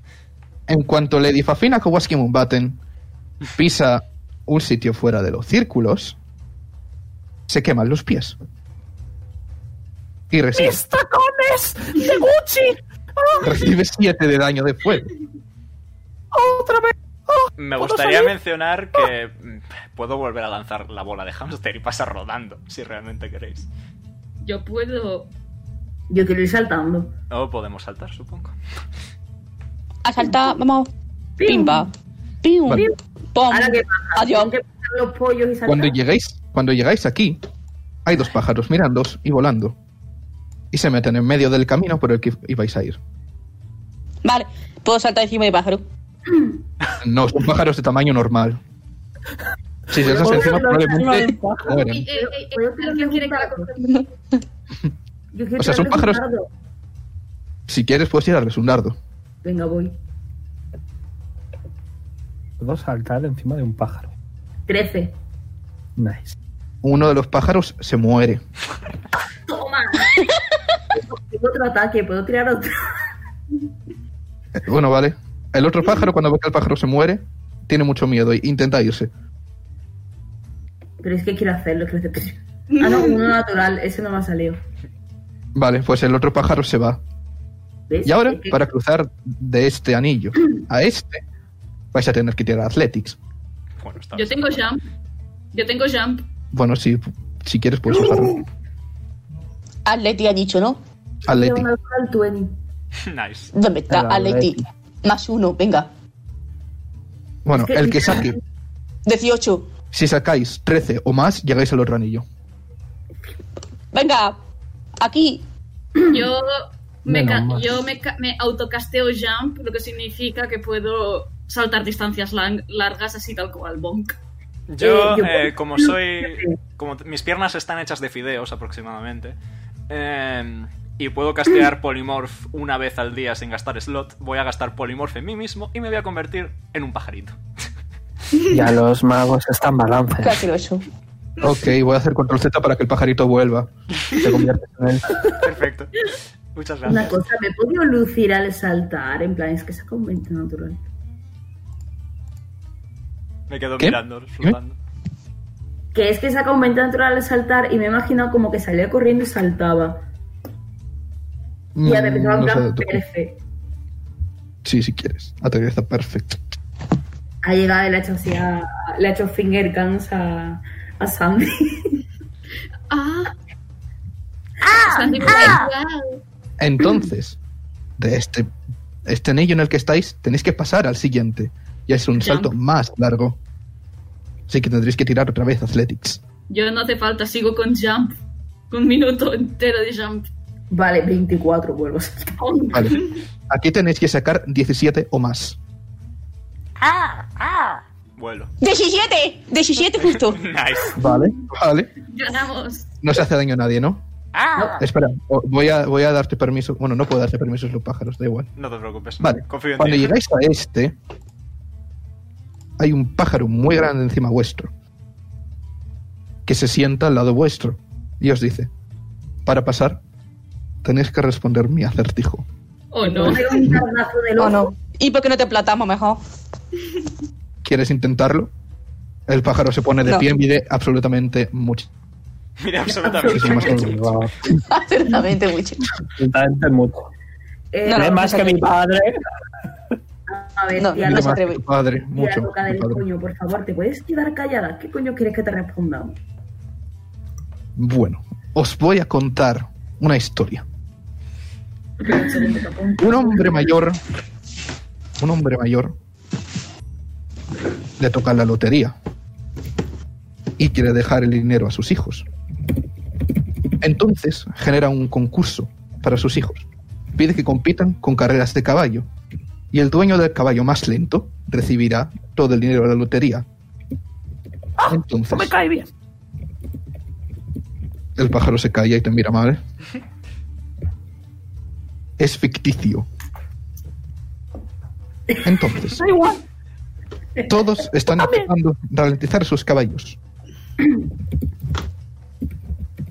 En cuanto Lady Fafina Kowalski Mumbaten pisa un sitio fuera de los círculos, se queman los pies. Y recibe,
¡Mis tacones de Gucci!
recibe siete de daño de fuego.
¡Otra vez!
Me
¿Puedo
gustaría
salir? ¡Ah!
mencionar que mm, puedo volver a lanzar la bola de hamster y pasar rodando, si realmente queréis.
Yo puedo.
Yo quiero ir saltando.
O podemos saltar, supongo.
Asalta, vamos. Pimba. Pim.
Vale.
Pom.
Ahora que pasa,
Adiós.
tengo que pasar los pollos y saltar.
Cuando llegáis, cuando llegáis aquí, hay dos pájaros mirándoos y volando. Y se meten en medio del camino por el que ibais a ir.
Vale, puedo saltar encima de pájaro.
No, son pájaros de tamaño normal. Si se os hace encima, probablemente mueren.
Eh, eh, eh,
Pero-
eh,
pero
¿quién
que
quiere que la
juntarlo.
coja?
Yo quiero
O sea, son
tirarles un
pájaros-
dardo.
Si quieres, puedes tirarles un dardo.
Venga, voy.
Puedo saltar encima de un pájaro.
Trece.
Nice.
Uno de los pájaros se muere.
¡Toma! Tengo otro ataque, puedo tirar otro.
Eh, Bueno, vale. El otro pájaro, cuando ve que el pájaro se muere, tiene mucho miedo e intenta irse.
Pero es que quiero hacerlo, quiero hacer- Ah, no, uno natural, ese no me ha salido.
Vale, pues el otro pájaro se va.
¿Ves?
Y ahora,
Es que-
para cruzar de este anillo a este, vais a tener que tirar Athletics.
Bueno, está
Yo tengo jump. Yo tengo jump.
Bueno, si, si quieres, puedes usarlo.
Atleti ha dicho, ¿no?
Tengo
Athletics.
una natural 20.
Nice.
¿Dónde está
Era
Atleti?
Atleti.
Más uno, venga.
Bueno, el que saque.
18.
Si sacáis 13 o más, llegáis al otro anillo.
Venga. Aquí.
Yo me,
Menos
ca-
mal.
yo me, ca- me autocasteo jump, lo que significa que puedo saltar distancias lan- largas así tal cual, bonk.
Yo,
Eh, yo-
eh, como soy. Como t- mis piernas están hechas de fideos aproximadamente. eh, y puedo castear Polymorph una vez al día sin gastar slot. Voy a gastar Polymorph en mí mismo y me voy a convertir en un pajarito.
Ya los magos están balance.
Casi lo he hecho.
Ok, voy a hacer control Z para que el pajarito vuelva.
Te conviertes en él.
Perfecto. Muchas
Una
gracias.
cosa, ¿me he podido lucir al saltar? En plan, es que saco un 20 natural.
Me quedo
¿Qué?
mirando, disfrutando.
Que es que saca un 20 natural al saltar y me he imaginado como que salía corriendo y saltaba. Y
Mm,
a veces va
no
en
sé,
plan
tú-
perfecto.
Sí, si quieres. Aterriza perfecto.
Ha llegado y le ha hecho así a- le ha hecho finger guns a, a Sandy.
¡Ah! ¡Ah! ¡Ah!
Entonces, de este, este anillo en el que estáis, tenéis que pasar al siguiente. Y es un
Jump.
salto más largo. Así que tendréis que tirar otra vez Athletics.
Yo no hace falta, sigo con jump. Un minuto entero de jump.
vale, 24 vuelvo a saltar.
Bonk.
Vale. Aquí tenéis que sacar 17 o más.
Ah.
Vuelo.
17. 17 justo.
Nice.
Vale.
Vale.
Ganamos.
No se hace daño a nadie, ¿no? Espera, o- voy a, voy a darte permiso. Bueno, no puedo darte permiso a los pájaros, da igual.
No te preocupes.
Vale.
Confío en
Cuando
ti.
llegáis a este, hay un pájaro muy grande encima vuestro que se sienta al lado vuestro y os dice: Para pasar, tenéis que responder mi acertijo.
¿O no?
No. un tardazo del
No,
ojo.
Oh, no. ¿Y por qué no te platamos mejor?
¿Quieres intentarlo? El pájaro se pone de
No.
pie y mide absolutamente mucho.
Mira,
muchísimo más que
absolutamente.
un
Va,
Absolutamente, mucho.
Lentamente mucho.
Eh,
No,
Lee
no,
más
no,
que
no.
mi padre.
A ver,
No, no
Mide
tía, la-
se
más que
atreve.
tu padre,
tía
mucho.
loca
tu
del
padre.
coño, por favor, ¿te puedes quedar callada? ¿Qué coño quieres que te respondamos?
Bueno, os voy a contar una historia. Un hombre mayor, un hombre mayor, le toca la lotería y quiere dejar el dinero a sus hijos. Entonces genera un concurso para sus hijos. Pide que compitan con carreras de caballo y el dueño del caballo más lento recibirá todo el dinero de la lotería. Entonces,
bien.
el pájaro se calla y te mira mal. Es ficticio. Entonces,
Da igual.
todos están intentando ralentizar sus caballos.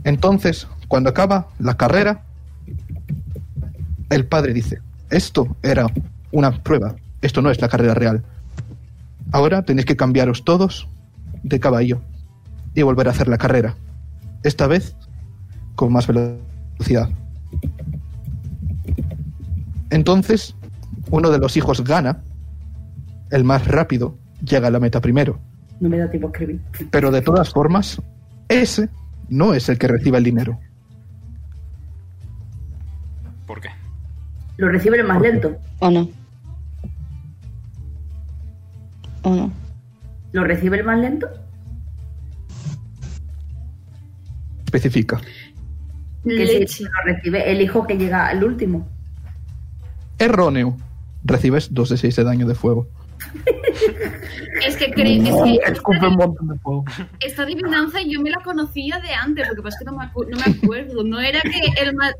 Entonces, cuando acaba la carrera, El padre dice, esto era una prueba, esto no es la carrera real. Ahora tenéis que cambiaros todos de caballo y volver a hacer la carrera. Esta vez con más velocidad. Entonces, uno de los hijos gana, el más rápido llega a la meta primero.
No me da tiempo a escribir.
Pero de todas formas, ese no es el que recibe el dinero.
¿Por qué?
Lo recibe el más lento.
¿O no? ¿O no?
¿Lo recibe el más lento?
Especifica.
Que sí,
Leche.
lo recibe el hijo que llega al último.
Erróneo. Recibes 2 de 6 de daño de fuego.
Es que, cre- es que
Escupe un montón de fuego.
Esta adivinanza yo me la conocía de antes, lo que pasa es que no me, acu- no me acuerdo. No era que el ma-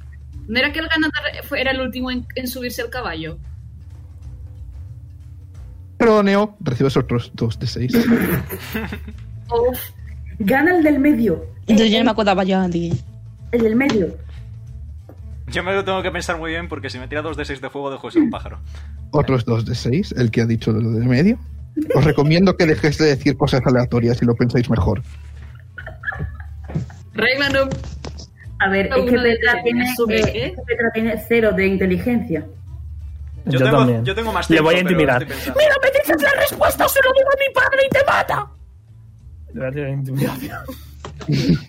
no era que el ganador fue- era el último en, en subirse al caballo.
Erróneo. Recibes otros 2 de 6.
O
Gana el del medio.
Entonces yo no me acordaba ya de...
El del medio.
Yo me lo tengo que pensar muy bien porque si me tira dos de 6 de fuego dejo de ser un pájaro.
Otros 2 de 6, el que ha dicho lo de medio. Os recomiendo que dejéis de decir cosas aleatorias y lo pensáis mejor.
regla no.
A ver,
Uno
es que
de
Petra
tres,
tiene,
sube,
eh,
¿eh?
es que Petra tiene cero de inteligencia.
Yo,
Yo,
tengo,
también.
yo tengo más
Le
tiempo,
voy a
pero
intimidar.
estoy pensando.
¡Mira, me dices la respuesta! ¡Se lo digo a mi padre y te mata! Le voy a tirar intimidación.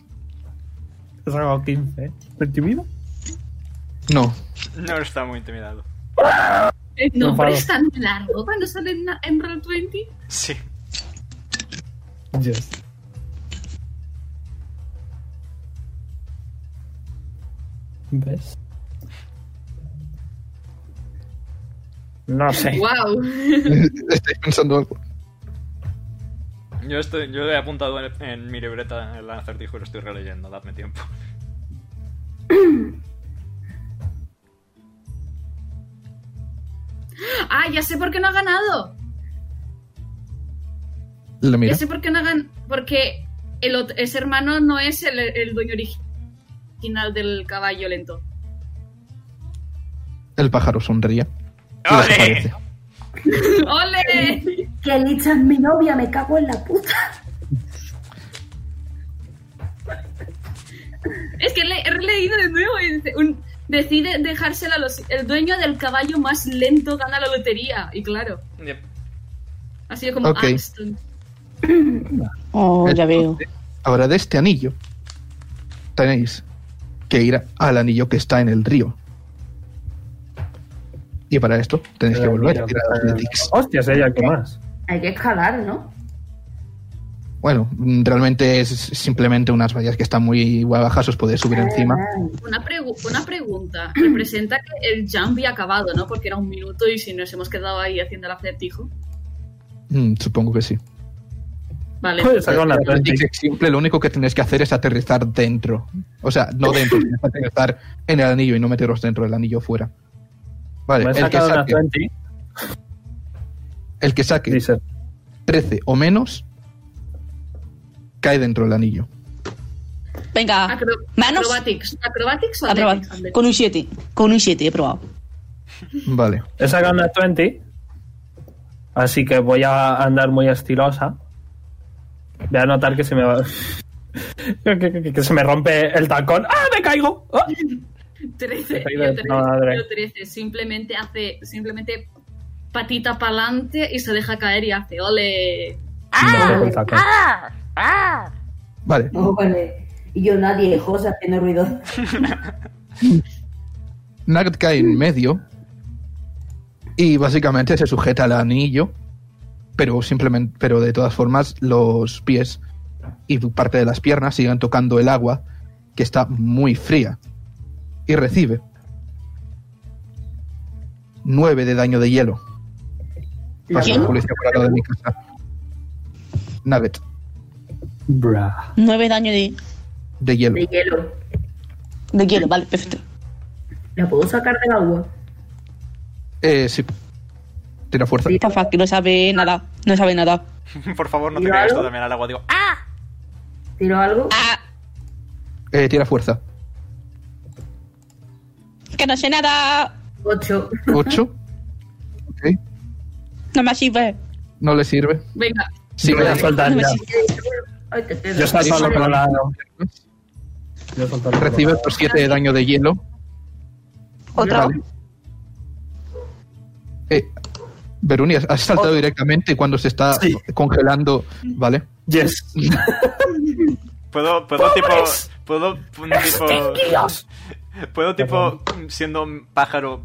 He sacado 15. ¿eh? ¿Te intimido?
No.
No está muy intimidado.
El
No,
nombre
Pablo.
es tan largo cuando sale en, la- en Roll20.
Sí.
Yes. ¿Ves? No sé.
¡Wow!
Estáis pensando algo.
Yo, estoy, yo he apuntado en, en mi libreta el acertijo y lo estoy releyendo. Dadme tiempo.
¡Ah, ya sé por qué no ha ganado!
Le
Ya
mira.
sé por qué no ha ganado. Porque el ot- ese hermano no es el, el dueño original del caballo lento.
El pájaro sonríe. Y
¡Ole!
desaparece.
¡Ole!
Que Licha es mi novia, me cago en la puta.
Es que le, he leído de nuevo y dice, un- decide dejársela a los... El dueño del caballo más lento gana la lotería. Y claro,
Yep.
ha sido como...
Ok.
ah, esto-
Oh, ya veo.
Entonces, Ahora de este anillo tenéis que ir al anillo que está en el río. Y para esto tenéis
Ah,
que volver a
Eh,
tirar Athletics.
Hostias, ella, ¿qué más?
Hay que escalar, ¿no?
Bueno, mm, realmente es simplemente unas vallas que están muy bajas, os podéis subir encima.
Una, pregu- una pregunta. Representa que el jambi ha acabado, ¿no? Porque era un minuto y si nos hemos quedado ahí haciendo el acertijo.
Mm, supongo que sí.
Vale.
Joder, saca una
Athletics
30.
es simple, lo único que tenéis que hacer es aterrizar dentro. O sea, no dentro, sino aterrizar en el anillo y no meteros dentro del anillo fuera. Vale,
Me
el
he
que,
sacado una
saque,
20.
el que saque
Dice,
13 o menos cae dentro del anillo.
Venga,
Acro-
Ah, manos.
Acrobatics. Acrobatics o
Ha probado.
athletics? Athletics.
Con un 7. Con un 7 he probado.
Vale.
he sacado una 20. Así que voy a andar muy estilosa. Voy a notar que se me va. que, que- que- que se me rompe el tacón. ¡Ah, me caigo! ¡Ah!
13,
Ahí
yo
va,
13,
madre.
yo 13. Simplemente hace... Simplemente patita para adelante y se deja caer y hace... ¡Ole!
Y me rompe el tacón.
Vale.
No, Oh, vale. Y yo nadie, José, haciendo ruido.
Nagd cae en medio y básicamente se sujeta al anillo, pero simplemente, pero de todas formas los pies y parte de las piernas siguen tocando el agua que está muy fría y recibe 9 de daño de hielo. Pasa la
¿Quién?
policía por al lado de mi casa. Nugget
Bra.
9 daño de,
de hielo.
De hielo.
de hielo, vale, perfecto.
¿La puedo sacar del agua?
Eh, sí. Tira fuerza.
Papá, que no sabe nada. No sabe nada.
Por favor, no te
¿Y
caigas tú
algo?
también al agua. Digo, "Ah,
Ah.
¿Tiro algo?
Ah,
Eh, tira fuerza.
que no sé nada.
Ocho.
8. Ok,
No me sirve.
no le sirve.
Venga,
Sí, me
voy
da
a soltar
No me
ya.
sirve.
Ay, te quedas.
Yo salto al otro lado. Yo salto al otro
Recibes
lado.
por 7 de daño de hielo.
Otra.
Vale. Eh, Verunia, has saltado directamente cuando se está
Sí.
congelando. Vale.
Yes.
Puedo, puedo tipo. Puedo, un tipo. Puedo tipo, siendo un pájaro,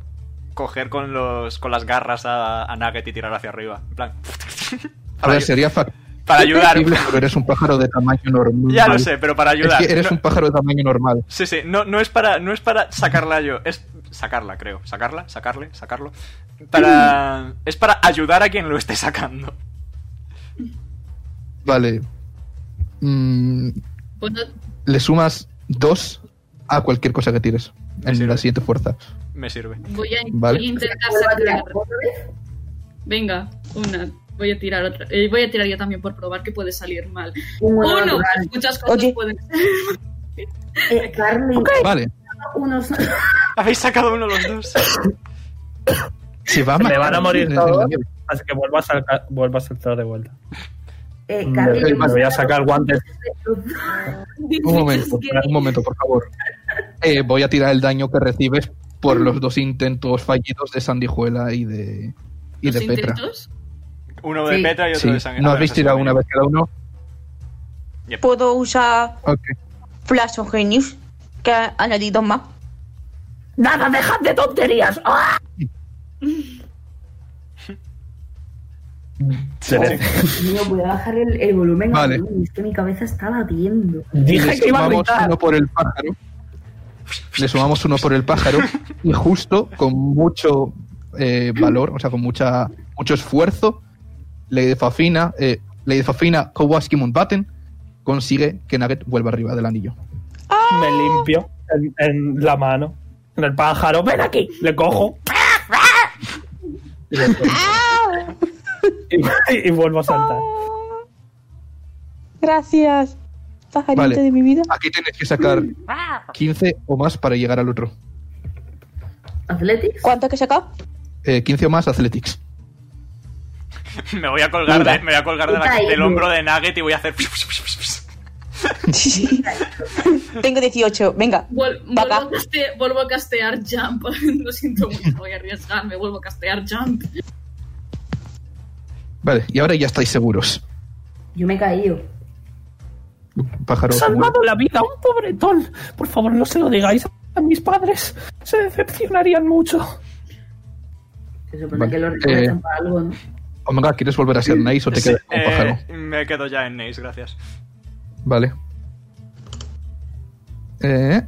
coger con los con las garras a, a Nugget y tirar hacia arriba. En plan.
A
Para,
ver,
ayu-
sería fa-
para ayudar.
factible, pero eres un pájaro de tamaño normal.
Ya lo sé, pero para
Es
ayudar.
que eres
No-
un pájaro de tamaño normal.
Sí, sí, no, no es para no es para sacarla yo, es sacarla, creo. Sacarla, sacarle, sacarlo. Para
Mm.
es para ayudar a quien lo esté sacando.
Vale. Mm,
puedo,
le sumas 2 a cualquier cosa que tires
Sí,
en la
¿no?
siguiente fuerza.
Me sirve.
voy a
Vale.
intentar
Vuelvo a
sacar.
tirar otra vez.
Venga, una. Voy a tirar otra. eh, voy a tirar yo también por probar que puede salir mal.
Un huevo
Uno.
natural.
Muchas cosas
Oye.
pueden.
Eh, Carly,
Vale.
uno solo.
Habéis sacado uno los dos.
Se va a
Se me
matar
van a morir
en- en la
todos,
nieve.
así que vuelvo a, salca- vuelvo a saltar de vuelta.
Eh,
Me,
Carly,
el
me Mm, voy a sacar guantes.
Un momento, un momento, por favor. Eh, voy a tirar el daño que recibes por los dos intentos fallidos de Sandijuela y de, y de
Los
Petra.
intentos.
Uno de
Sí.
Petra y otro
Sí.
de sangre.
No
Ah,
habéis
esa
tirado
es
una
la
vez cada uno.
Puedo usar
Ok.
Flash of Genius, que ha añadido más.
Nada, dejad de tonterías. ¡Ah! Mío, voy a bajar el, el volumen.
Vale.
Es que mi cabeza está latiendo.
Dije
Le
que iba a
sumamos
gritar.
uno por el pájaro. Le sumamos uno por el pájaro. Y justo con mucho eh, valor, o sea, con mucha, mucho esfuerzo, Lady Fafina, eh, Lady Fafina Kowalski Mundbatten consigue que Nugget vuelva arriba del anillo.
Me limpio en, en la mano. En el pájaro. Ven aquí. Le cojo. Y, le suelto. Y- y vuelvo a saltar.
Gracias, pajarito
Vale.
de mi vida.
Aquí tenéis que sacar 15 o más para llegar al otro.
¿Athletics?
¿Cuánto hay que sacar?
Eh, 15 o más Athletics.
primera. Me voy a colgar, de, me voy a colgar de la-
Mira.
del hombro de Nugget y voy a hacer.
Tengo 18, venga.
Vuel- vuelvo,
Papá.
a caste- vuelvo a castear jump. Lo siento mucho, voy a arriesgarme. Vuelvo a castear jump.
Vale, y ahora ya estáis seguros.
Yo me he caído.
Pájaro.
He salvado la vida a un pobretón. Por favor, no se lo digáis a mis padres. Se decepcionarían mucho.
Se supone
Vale,
que lo
eh,
recuerdan para algo, ¿no?
Omega, ¿quieres volver a ser nice o te
Sí,
quedas con
eh,
pájaro?
me quedo ya en Nace, gracias.
Vale. Eh,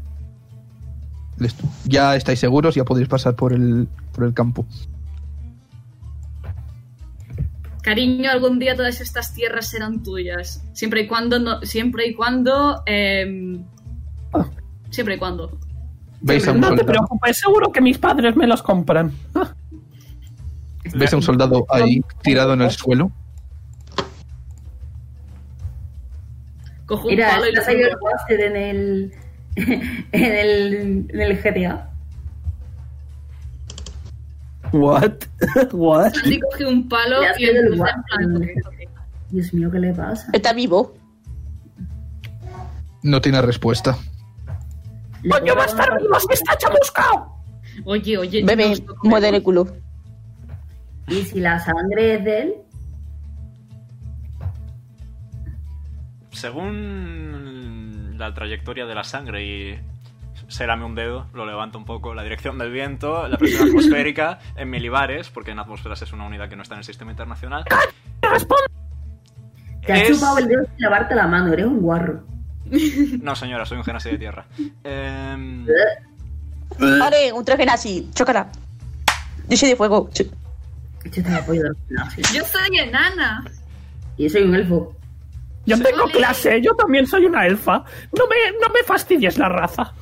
listo. Ya estáis seguros, ya podéis pasar por el, por el campo.
Cariño, algún día todas estas tierras serán tuyas. Siempre y cuando no, siempre y cuando em,
Ah.
siempre y cuando.
Veis a un
No te
soldado,
preocupes, seguro que mis padres me los compran. Ah,
veis a un soldado ahí tirado en el suelo.
Cojo un
Mira,
palo y lo
está Taylor
pongo.
Watson en el, en el. en el GTA.
What? What?
Así cogí un palo
Ya
y
sé del
empecé en
guapo.
plan, ok, ok.
Dios mío, ¿qué le pasa?
Está vivo.
No tiene respuesta.
Le
Coño,
puedo
más
dar
tarde los que está chamuscado.
Oye, oye, no
Bebe,
os toco,
mueve el
bebé.
culo.
una- Y si la sangre es de él,
Según la trayectoria de la sangre y serame un dedo, lo levanto un poco, la dirección del viento, la presión atmosférica en milibares, porque en atmósferas es una unidad que no está en el sistema internacional.
te has
Es-
chupado el dedo sin lavarte la mano, eres un guarro.
No, señora, soy un genasi de tierra. Em,
¿Eh?
Vale, un traje nazi, chócala. Yo soy de fuego. Ch-
Esto está apoyo de los gimnasios.
Yo soy enana.
Y soy un elfo.
Yo tengo
Ole.
clase, yo también soy una elfa. No me, no me fastidies la raza.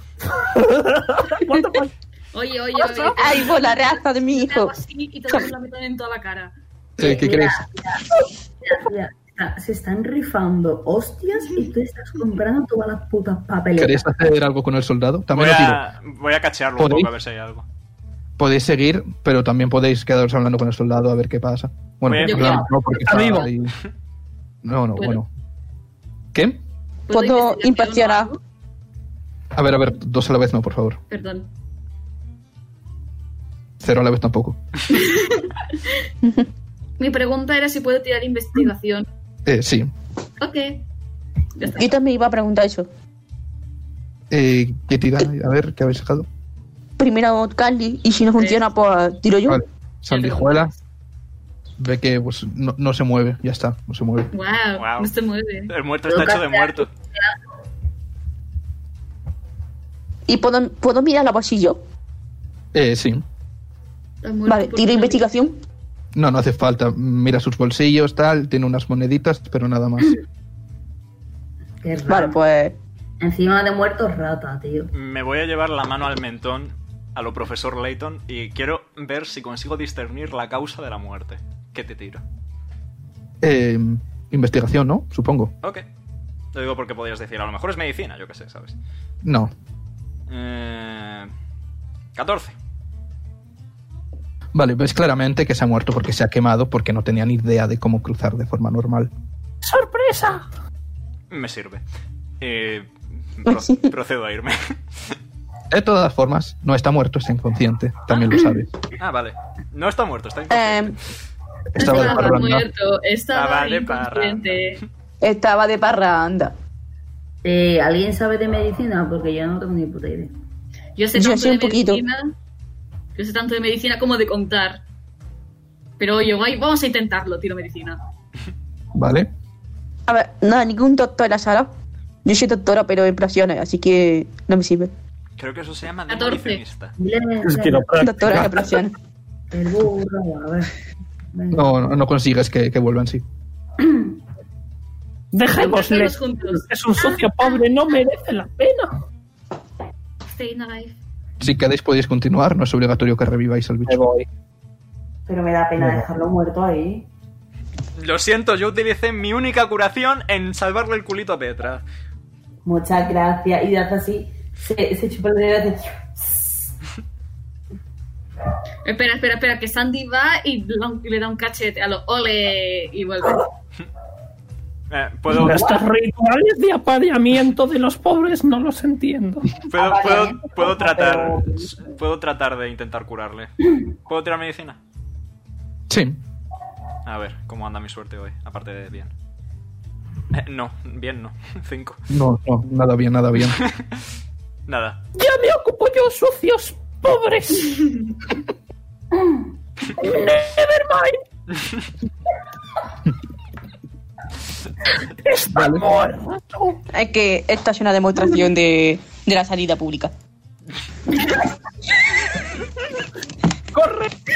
What the fuck?
Oye, oye, oye.
Ay, por la raza de mi
Te hago
hijo.
así y te doy la mitad en toda la cara.
Eh, ¿Qué
Mira,
queréis?
mira, mira, está- se están rifando hostias y tú estás comprando todas las putas papeletas.
¿Queréis hacer algo con el soldado?
voy,
También lo tiro.
a, voy a cachearlo un
¿Podéis?
poco a ver si hay algo.
Podéis seguir, pero también podéis quedaros hablando con el soldado a ver qué pasa. Bueno,
Bueno, yo
claro,
quiero-
no, porque está
Amigo.
ahí. No, no, bueno.
Bueno.
¿Qué?
Foto
¿Puedo investigación o
imparciará.
algo?
A ver, a ver, dos a la vez no, por favor.
Perdón.
Cero a la vez tampoco.
Mi pregunta era si puedo tirar investigación.
Eh, sí.
Ok. Ya está.
Yo también iba a preguntar eso.
Eh, ¿Qué tira? A ver, ¿qué habéis sacado?
Primero Carly, y si no funciona, pues tiro yo.
Vale. Sandijuela. Ve que pues, no, no se mueve, ya está, no se mueve.
Wow,
Wow.
no se mueve. eh.
El muerto está hecho de muerto.
¿Y puedo, puedo mirar la bolsillo?
Eh, sí.
Está muerto
Vale,
por
tiro
una-
investigación.
No, no hace falta. Mira sus bolsillos, tal, tiene unas moneditas, pero nada más.
Qué raro.
Vale, pues.
Encima de muertos rata, tío.
Me voy a llevar la mano al mentón a lo profesor Layton y quiero ver si consigo discernir la causa de la muerte. ¿Qué te tiro?
Eh, investigación, ¿no? Supongo.
Ok. Lo digo porque podrías decir, a lo mejor es medicina, yo qué sé, ¿sabes?
No.
Eh, 14.
Vale, ves claramente que se ha muerto porque se ha quemado, porque no tenía ni idea de cómo cruzar de forma normal.
¡Sorpresa!
Me sirve. Eh, pro- procedo a irme.
De todas formas, no está muerto, está inconsciente. También lo sabes.
Ah, vale. No está muerto, está inconsciente.
eh,
Estaba de
Estaba
parranda.
muerto,
Estaba
estaba
de
inconsciente.
estaba de parranda.
Eh, ¿Alguien sabe de medicina? Porque yo no tengo ni puta idea.
Yo sé
Yo
tanto
sé
de
un poquito.
medicina. Yo sé tanto de medicina como de contar. Pero yo, ay, vamos a intentarlo, tiro medicina.
Vale.
A ver, no, ningún doctor en la sala. Yo soy doctora, pero en operaciones, así que no me sirve.
Creo que eso se llama
14.
demolicionista.
Dile,
Es
dile,
que no,
Doctora en operaciones.
El burro, a ver. Venga.
No, no, no consigues que, que vuelva en sí.
pues
Dejémosle.
Todos juntos.
Es un socio pobre, no merece la pena.
Staying alive.
Si queréis podéis continuar, no es obligatorio que reviváis al
Me
bicho.
voy.
Pero me da pena dejarlo muerto ahí.
Lo siento, yo utilicé mi única curación en salvarle el culito a Petra.
Muchas gracias. Y hace así, se, se chupa el dedo y hace-
Espera, espera, espera, que Sandy va y da un- le da un cachete a los ole y vuelve.
Eh, puedo,
Estos rituales de apareamiento de los pobres no los entiendo.
puedo,
Ah, vale.
puedo, puedo tratar.
Pero-
Puedo tratar de intentar curarle. ¿Puedo tirar medicina?
Sí.
A ver, cómo anda mi suerte hoy, aparte de bien. Eh, no, bien no. 5.
No, no, nada bien, nada bien.
Nada.
Ya me ocupo yo, sucios pobres. Nevermind. Está
Vale.
muerto.
Es que esta es una demostración de, de la salida pública.
Correcto.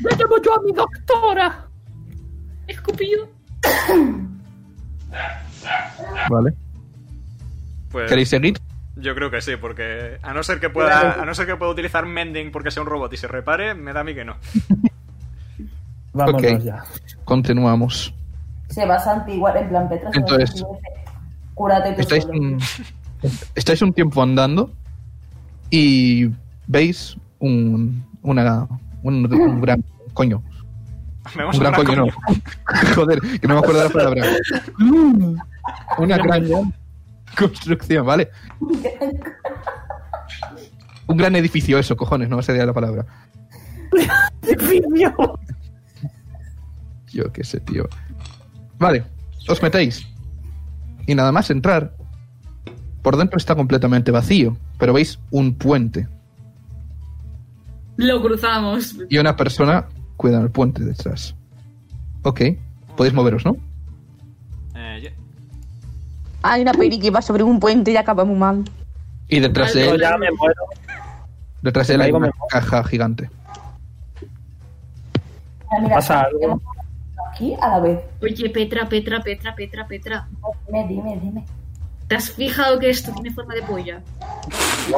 Me llamo yo a mi doctora.
Escupido.
Vale.
Pues
¿Queréis seguir?
yo creo que sí, porque a no ser que pueda, a no ser que pueda utilizar mending porque sea un robot y se repare, me da a mí que no.
Vámonos
Ok.
ya.
Continuamos.
Se va a santiguar, en plan Petra. se va a
Entonces,
santiguar y dice, Cúrate tú
Estáis
solo".
un, estáis un tiempo andando y veis un, una, un, un gran coño.
Vemos
Un gran coño, no. Joder, que no me acuerdo de la palabra. Una gran construcción, ¿vale? Un gran edificio, eso, cojones, no me salía la palabra. Yo qué sé, tío. Vale, os metéis. Y nada más entrar, por dentro está completamente vacío, pero veis un puente
Lo cruzamos.
y una persona cuida el puente detrás. Ok, podéis moveros, ¿no?
Eh, ye-
Hay una peli que va sobre un puente y acaba muy mal.
Y detrás de
Yo
él,
ya me muero.
detrás de él hay
Caigo
una
mejor.
caja gigante.
Ah, mira,
¿Pasa algo?
tenemos Aquí a la vez. Pues,
Oye, Petra, Petra, Petra, Petra, Petra.
Dime, dime, dime.
¿Te has fijado que esto tiene forma de polla?
¿El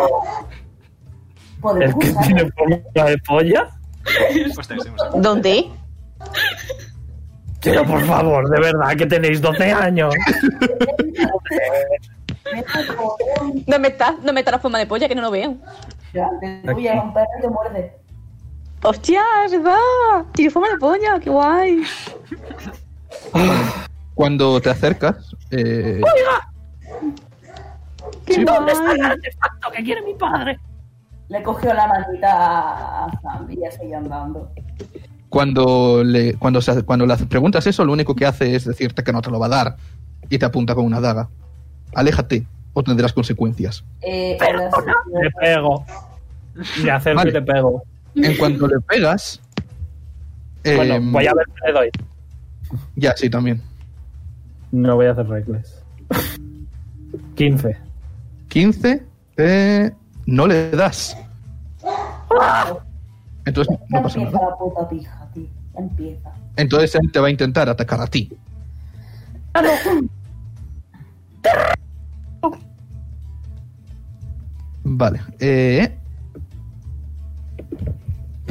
Podemos
que
usar.
tiene forma de polla?
Hostia, sí, hostia.
¿Dónde?
Pero por favor, de verdad que tenéis 12 años.
Mira, joder,
¿Dónde está? ¿Dónde está la forma de polla que no lo veo?
ya, te tuya,
Aquí.
un perro y te muerde.
¡Hostia, es verdad! Tiene forma de polla, qué guay.
Cuando te acercas, eh,
¡Qué
¿Dónde está el
guay!
artefacto que quiere mi padre?
Le cogió la manita a Sam y ya seguí andando.
cuando le cuando se- cuando le preguntas eso, lo único que hace es decirte que no te lo va a dar y te apunta con una daga. Aléjate o tendrás consecuencias.
Eh, hola,
Le
señor.
pego. Le acerco
Vale.
y le pego.
En cuanto le pegas, eh,
bueno, voy a ver qué le doy.
ya sí también.
No voy a hacer reglas. 15.
15, eh, no le das.
¡Ah!
Entonces no pasa
empieza
nada.
la puta pija, tío. Empieza.
Entonces él te va a intentar atacar a ti. Vale. Eh,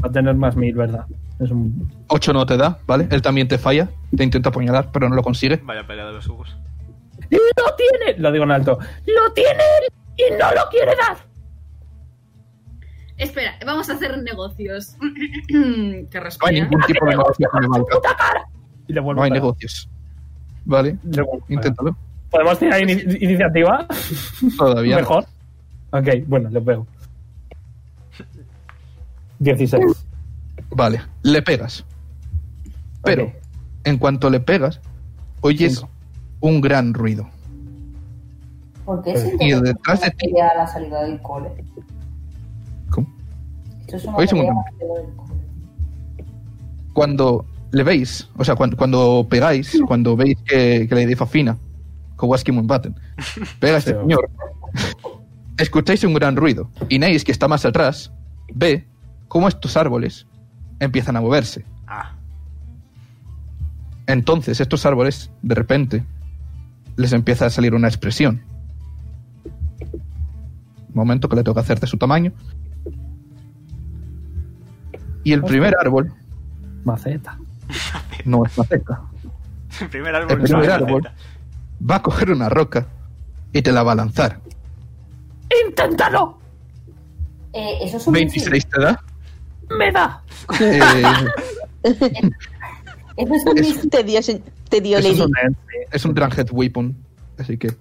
Va a tener más mil, ¿verdad? Es un...
8 no te da, ¿vale? Él también te falla, te intenta apuñalar, pero no lo consigue.
Vaya pelea de los jugos.
¡Lo tiene! Lo digo en alto. ¡Lo tiene él! ¡Y no lo quiere dar!
Espera, vamos a hacer negocios. que
No hay
respira.
ningún tipo de negocio con Nevalka.
Y le vuelvo
No hay
a pegar.
negocios. Vale,
Le vuelvo a pegar.
inténtalo.
¿Podemos tirar ini- iniciativa?
Todavía no.
Mejor. Ok, bueno, le pego. 16.
Vale, le pegas. Pero
Ok.
en cuanto le pegas, oyes
Cinco.
un gran ruido.
¿Por qué siento
Pues, Y
que
detrás de
esto es una pelea a la salida del cole?
¿Cómo?
Esto es una
Oye,
pelea a
segundo.
la salida del cole.
Cuando le veis, o sea, cuan- cuando, pegáis, cuando veis que, que la idea fina, Kowalski Mumbatten, pega a este
Sí.
señor, escucháis un gran ruido. Y Neis, que está más atrás, ve cómo estos árboles empiezan a moverse.
Ah,
Entonces, estos árboles, de repente, les empieza a salir una expresión. Momento que le toca hacer de su tamaño. Y el primer árbol
Maceta.
no es maceta.
el primer árbol
El
que se
primer
me
árbol.
acepta.
Va a coger una roca y te la va a lanzar.
¡Inténtalo!
Eh, eso es un misil.
26 te da.
¡Me da!
Eh,
Eso es un
Es-
misil.
Te dio, se- te dio
Eso
Lady.
son- es un Dranghead Weapon. Así que.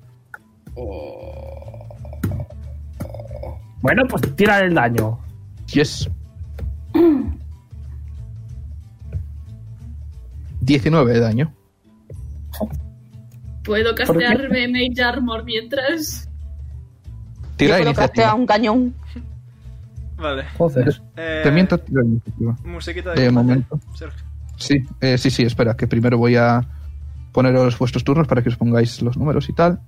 Bueno, pues tira el daño.
Yes. 19 de daño.
¿Puedo
qué?
castearme Mage Armor mientras?
Tira
Yo creo que hasta
iniciativa.
un cañón.
Vale.
Entonces,
Eh,
Te miento, tira iniciativa.
Musiquita
De
combate,
momento.
Sergio.
Sí, eh, sí, sí, espera, que primero voy a poneros vuestros turnos para que os pongáis los números y tal.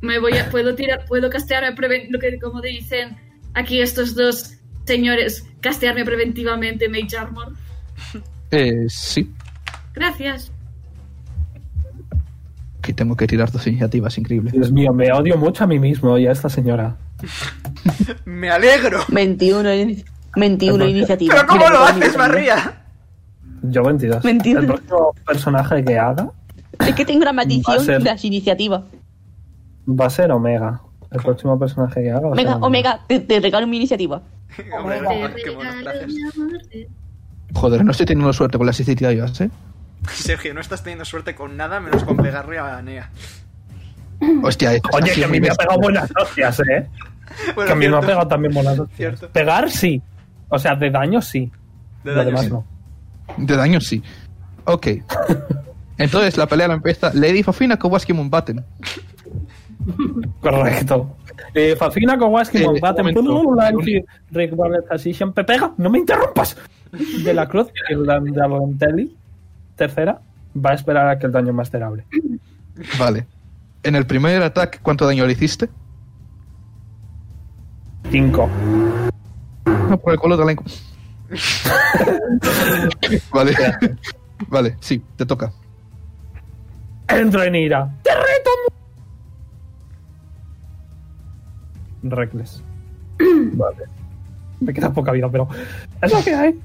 Me voy a, puedo tirar, puedo castearme preven- lo que como dicen aquí estos dos señores, castearme preventivamente Mage Armor.
Eh, sí,
Gracias.
que tengo que tirar dos iniciativas, increíble.
Dios mío, me odio mucho a mí mismo y a esta señora.
¡Me alegro!
21, in- 21
Pero
iniciativa.
¿Pero cómo
Mira,
lo
qué bonito
haces,
también.
María?
Yo 22.
Mentira.
El próximo personaje que haga
Es que tengo una
Va a
maldición
ser-
de las iniciativas.
va a ser Omega. El próximo personaje que haga va a ser
Omega, Omega, te, te regalo mi iniciativa.
Hombre,
Te
no, Ah, qué bueno, gracias.
Joder, no estoy teniendo suerte con las iniciativas, ¿eh?
Sergio, no estás teniendo suerte con nada menos con pegarle a Nea.
Hostia, esto es
Oye,
así
que a mí me ha
horrible.
pegado buenas hostias, ¿eh?
Bueno,
que a mí me ha
cierto,
pegado también buenas hostias.
Cierto.
Pegar sí. O sea, de daño sí.
de
Lo
daño,
demás
sí.
no.
De daño sí. Ok. Entonces la pelea la empieza Lady Fafina Kowalski Mumbatten.
Correcto. Eh, Fafina Kowalski
Eh,
combate.
un momento.
Rick Barlet Assistant. Pepega, no me interrumpas. De la Cruz, que es la de Alontelli. Tercera, va a esperar a que el daño más masterable.
Vale. En el primer ataque, ¿cuánto daño le hiciste?
Cinco.
No, por el color de la inco- Vale. vale, sí, te toca.
Entro en ira. ¡Te reto! mu- Reckless. vale. Me queda poca vida, pero. Es lo que hay.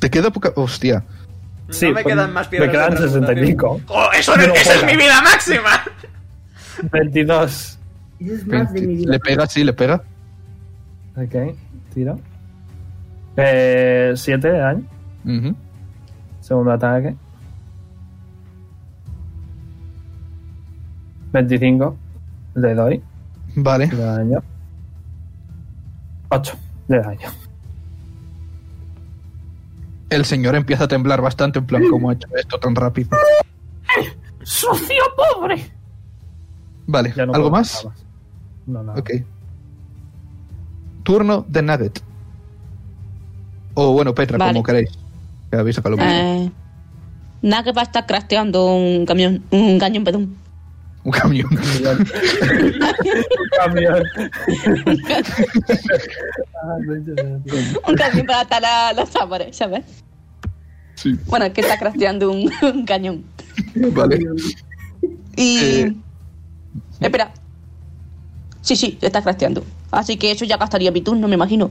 Te queda poca. Hostia.
No
Sí,
me
pues,
quedan más piedras.
me quedan
de transmutación.
65.
¡Oh, eso no-
Pero
esa es
juega.
mi vida máxima!
22.
Eso es más de mi vida.
Le pega, sí, le pega.
Ok, tiro. Eh, siete de daño.
Ujú.
Segundo ataque. 25. Le doy.
Vale.
De daño. 8 de daño.
El señor empieza a temblar bastante, en plan, ¿cómo ha hecho esto tan rápido?
¡Socio pobre!
Vale, ¿algo
puedo
más?
nada No, nada.
Ah. Ok. Turno de Nugget. O bueno, Petra,
Vale.
como queréis. Que habéis sacado lo mismo.
Eh, nada que va a estar crafteando un camión, un cañón, perdón.
Un camión.
Cambio.
Un cañón para atar a las árboles, ¿sabes?
sí,
Bueno, es que está crafteando un, un cañón.
vale.
Y.
Eh.
Espera. Sí, sí, está crafteando. Así que eso ya gastaría mi turno, me imagino.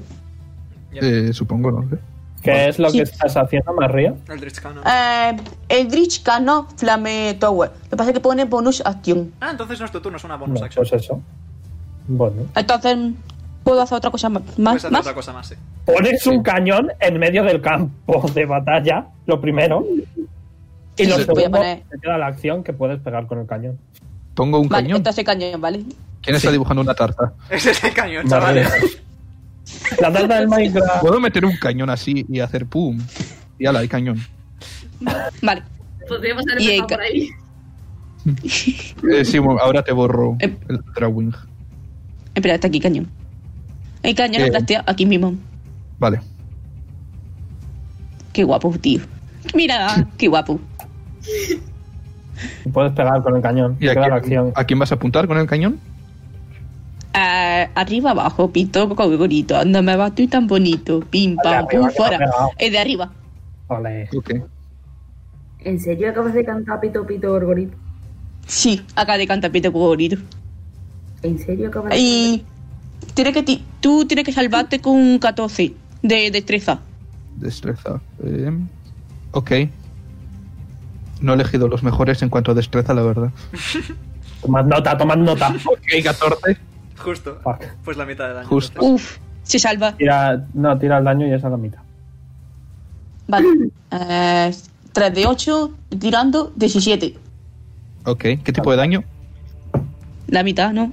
Eh, supongo, no sé.
¿Qué es lo
Sí.
que estás haciendo, María?
Eldritch Cannon.
Eh, Eldritch Cano Flame Tower. Lo que pasa es que pone bonus acción.
Ah, entonces no es tu turno, es una
No,
bonus action.
pues eso. Bueno.
Entonces, ¿puedo hacer otra cosa ma-
Puedes
más?
hacer
más?
otra cosa más, sí.
Pones un cañón en medio del campo de batalla, lo primero. Y lo
Sí, voy a
segundo,
poner-
te queda la acción que puedes pegar con el cañón.
Pongo un
Vale,
cañón.
entonces cañón, ¿vale?
¿Quién está dibujando una tarta?
Ese es el cañón,
Vale.
chavales.
La tarta del Minecraft.
Puedo meter un cañón así y hacer pum. Y ala, hay cañón.
Vale.
Podríamos
Y
haber
el
empezado por
ca-
ahí.
Eh, sí, bueno, ahora te borro
Eh.
el Drawing.
Espera, está aquí cañón. El cañón
Eh.
craftea aquí mismo.
Vale.
Qué guapo, tío. Mira, qué guapo.
Puedes pegar con el cañón.
¿Y
Te
a
queda la
quién,
acción.
a quién vas a apuntar con el cañón?
Ah, arriba, abajo, pito, qué bonito. Anda, me vas tú tan bonito. Pim,
Al de
pam,
arriba,
pum,
que no
fuera.
me da.
El de arriba.
Ole.
Ok.
¿En serio acabas de cantar Pito Pito Gorgorito?
Sí, acá de canta pito, qué bonito.
¿En serio acabas de
Y tienes que ti- tú tienes que salvarte con un 14 de destreza.
Destreza. Eh, ok. No he elegido los mejores en cuanto a destreza, la verdad.
Tomad nota, tomad nota.
Ok, 14.
Justo.
Fuck.
Pues la mitad de daño.
Justo.
entonces.
Uf, se salva.
Tira, no, tira el daño y es a la mitad.
Vale. Eh, 3 de 8, tirando 17.
Ok, ¿qué tipo de daño?
La mitad, ¿no?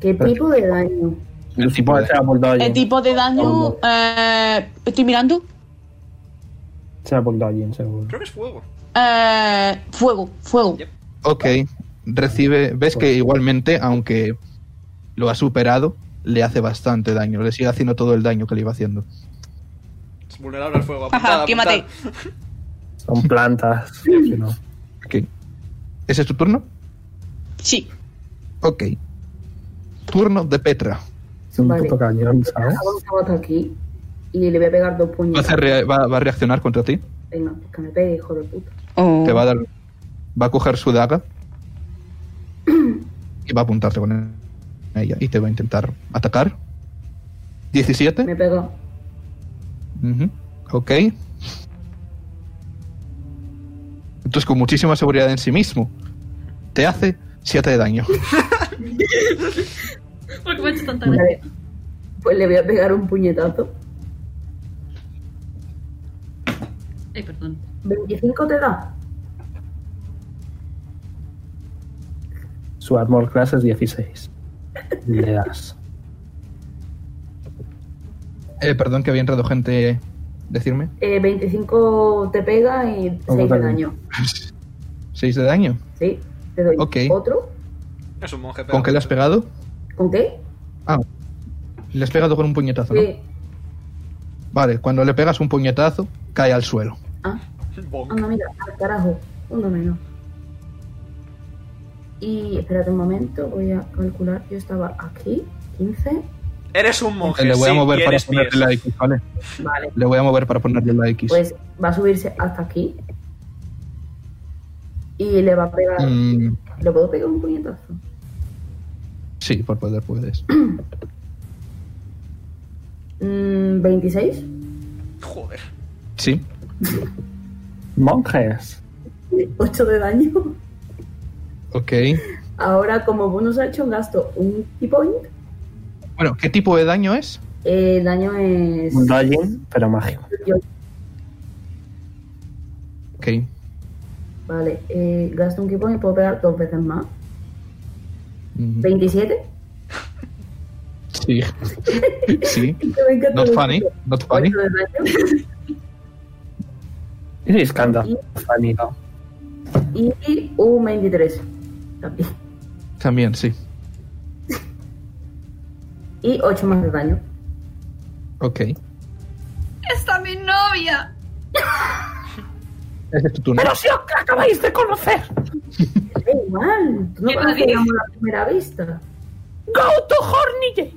¿Qué tipo de daño?
El tipo
Puede ser a Bulldogging.
El tipo de daño. eh, estoy mirando.
Sea Bulldogging, seguro.
Creo que es fuego.
Eh, fuego, fuego.
Yep.
Ok, recibe. Ves que igualmente, aunque lo ha superado, le hace bastante daño. Le sigue haciendo todo el daño que le iba haciendo.
Es vulnerable al fuego.
Ajá,
Apuntad,
quémate.
apuntad.
Son plantas. que no.
Ok. ¿Ese es tu turno?
Sí.
Ok. Turno de Petra.
Es un
Vale.
puto cañón, ¿sabes?
Avanzamos hasta aquí y le voy a pegar dos
Va a,
puños.
hacer rea- va- va a reaccionar contra ti.
Venga, pues que me pegue, hijo de puta.
Oh.
Te va a dar. Va a coger su daga. Y va a apuntarte con ella. Y te va a intentar atacar. 17.
Me pegó.
Ujú, Ok. Entonces, con muchísima seguridad en sí mismo, te hace 7 de daño.
Porque me ha hecho tanta gracia.
Vale. Pues le voy a pegar un puñetazo.
Ay, perdón.
25 te da.
Su armor class es 16. Le das.
Eh, perdón que había entrado gente decirme.
Eh, 25 te pega y 6 de
vale.
daño.
6 de daño.
Sí, te doy.
Ok.
¿Otro?
Es un monje.
¿Con qué le has pegado?
¿Con qué?
Ah, le has pegado con un puñetazo. ¿no?
Sí.
Vale, cuando le pegas un puñetazo, cae al suelo.
Ah,
Bonk.
anda, mira, al carajo. Uno menos. Y espérate un momento, voy a calcular. Yo estaba aquí, 15.
Eres un monje.
le voy a
sí,
mover
y
para
eres
ponerle
pies.
la X, ¿vale?
Vale,
Le voy a mover para ponerle la X.
pues va a subirse hasta aquí. Y le va a pegar.
Mm,
¿Lo puedo pegar un puñetazo?
sí, por poder puedes.
Mm, 26.
Joder.
Sí.
Monjes.
8 de daño.
Ok.
Ahora, como bonus action, gasto un key point.
Bueno, ¿qué tipo de daño es?
Eh, el daño es.
Un dodging, pero mágico.
Ok.
Vale, eh, gasto un keypoint y puedo pegar dos veces más.
Mm,
¿27?
Sí. sí.
Me encanta
Not
lo
funny.
que-
Not funny.
Ocho de daño.
It is kind of funny, though.
Y un 23. También.
También, sí.
Y 8 más de daño.
Ok.
¡Está mi novia!
Ese es tu turno.
si os acabáis de conocer!
Da igual. Tú no
¿Qué
conoces
dices?
el amor a primera vista.
¡Go to Hornige!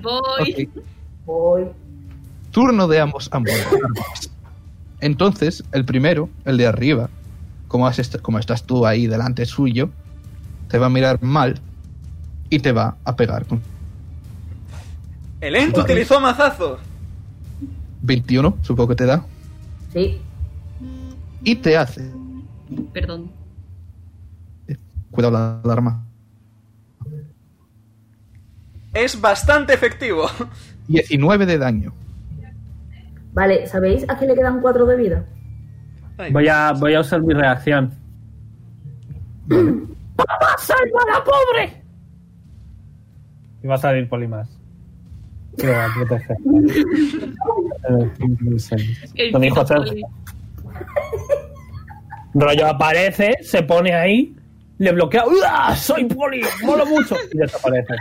Voy.
Ok.
Voy.
Turno de ambos, ambos árboles. Entonces, el primero, el de arriba, como, has est- como estás tú ahí delante suyo, te va a mirar mal y te va a pegar con
El Ent utilizó mazazo.
21, supongo que te da,
Sí.
y te hace.
Perdón.
Cuidado la alarma.
Es bastante efectivo.
19 de daño.
Vale, ¿sabéis a qué le quedan 4 de vida?
Ay,
Voy a, voy a usar mi reacción. ¡Papá, salva a la pobre! Y va a salir Polimas. Que lo va a proteger. Eh, Lo dijo Sergio. Rollo aparece, se pone ahí, le bloquea. ¡Uah! ¡Soy poli! ¡Molo mucho! Y desaparece.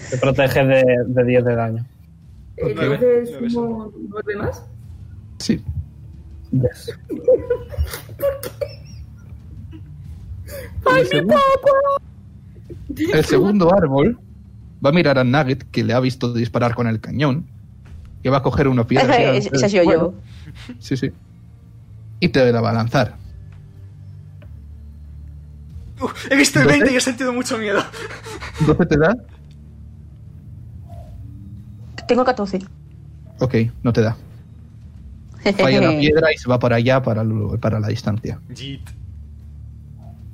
Se protege de, de 10 de daño.
Eh,
Nueve.
Entonces,
Nueve
sumo 9 más.
Sí.
Yes.
el, segundo, el segundo árbol va a mirar a Nugget, que le ha visto disparar con el cañón, y va a coger una piedra.
Ese, ese- ese ha sido yo.
Sí, sí. Y te la va a lanzar.
Uh, he visto el
¿Doce?
20 y he sentido mucho miedo.
12 te da.
Tengo 14.
Ok, no te da. Falla
Eh.
la piedra y se va para allá, para, lo- para la distancia.
Yeet.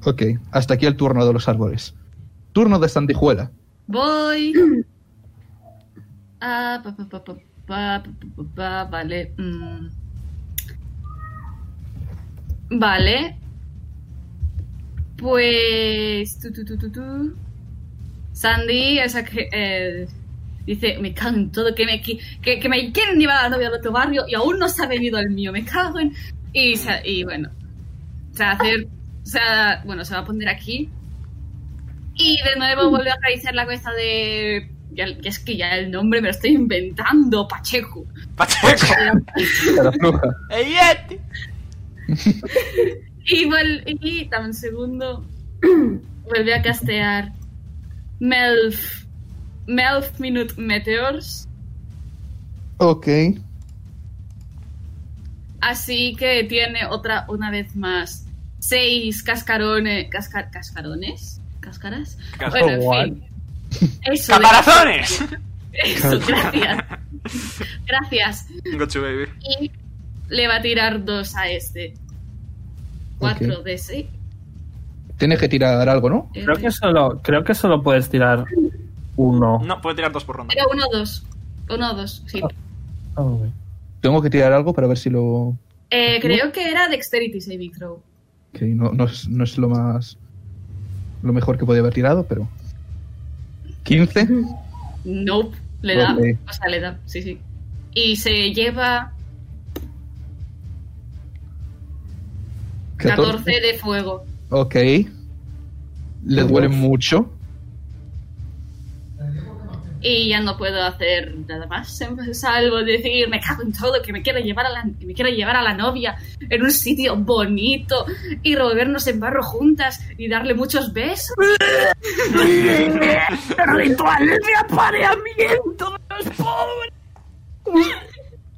Ok, hasta aquí el turno de los árboles. Turno de Sandijuela.
Voy. Ah, pa, pa, pa, pa, pa, pa, pa, pa, vale. mm. Vale. Pues. tu, tu, tu, tu, tu. Sandy esa que, eh, dice: Me cago en todo, que me, qui- que, que me quieren llevar a la novia de otro barrio y aún no se ha venido el mío, me cago en. Y, sa- y bueno. Se va a hacer. se va- bueno, se va a poner aquí y de nuevo vuelve a acariciar la cabeza de. Ya, ya es que ya el nombre me lo estoy inventando, Pacheco.
Pacheco.
A la bruja.
¡Ey, Yeti!
Y, vuel- y dame un segundo. vuelve a castear Melf. Melf Minute Meteors.
Ok.
Así que tiene otra, una vez más, seis cascarones. Cascar, ¿Cascarones? ¿Cáscaras?
Cas-
Bueno, en
What?
fin. Eso,
¡Caparazones!
eso, gracias. Gracias.
Gochu, baby.
Y le va a tirar dos a este. 4 de eh, 6.
Tienes que tirar algo, ¿no?
Creo que solo, creo que solo puedes tirar uno.
No, puede tirar dos por ronda.
Era 1 2. 1 2, sí.
Oh,
Tengo que tirar algo para ver si lo.
Eh, creo que era Dexterity Saving Throw.
Ok, no, no es, no es lo más. Lo mejor que podía haber tirado, pero. 15.
Nope. Le da.
Ok.
O sea, le da. Sí, sí. Y se lleva 14 de fuego.
Ok. Le duele mucho.
Y ya no puedo hacer nada más. Salvo decir, me cago en todo, que me quiero llevar a la, que me quiero llevar a la novia en un sitio bonito y revolvernos en barro juntas y darle muchos besos.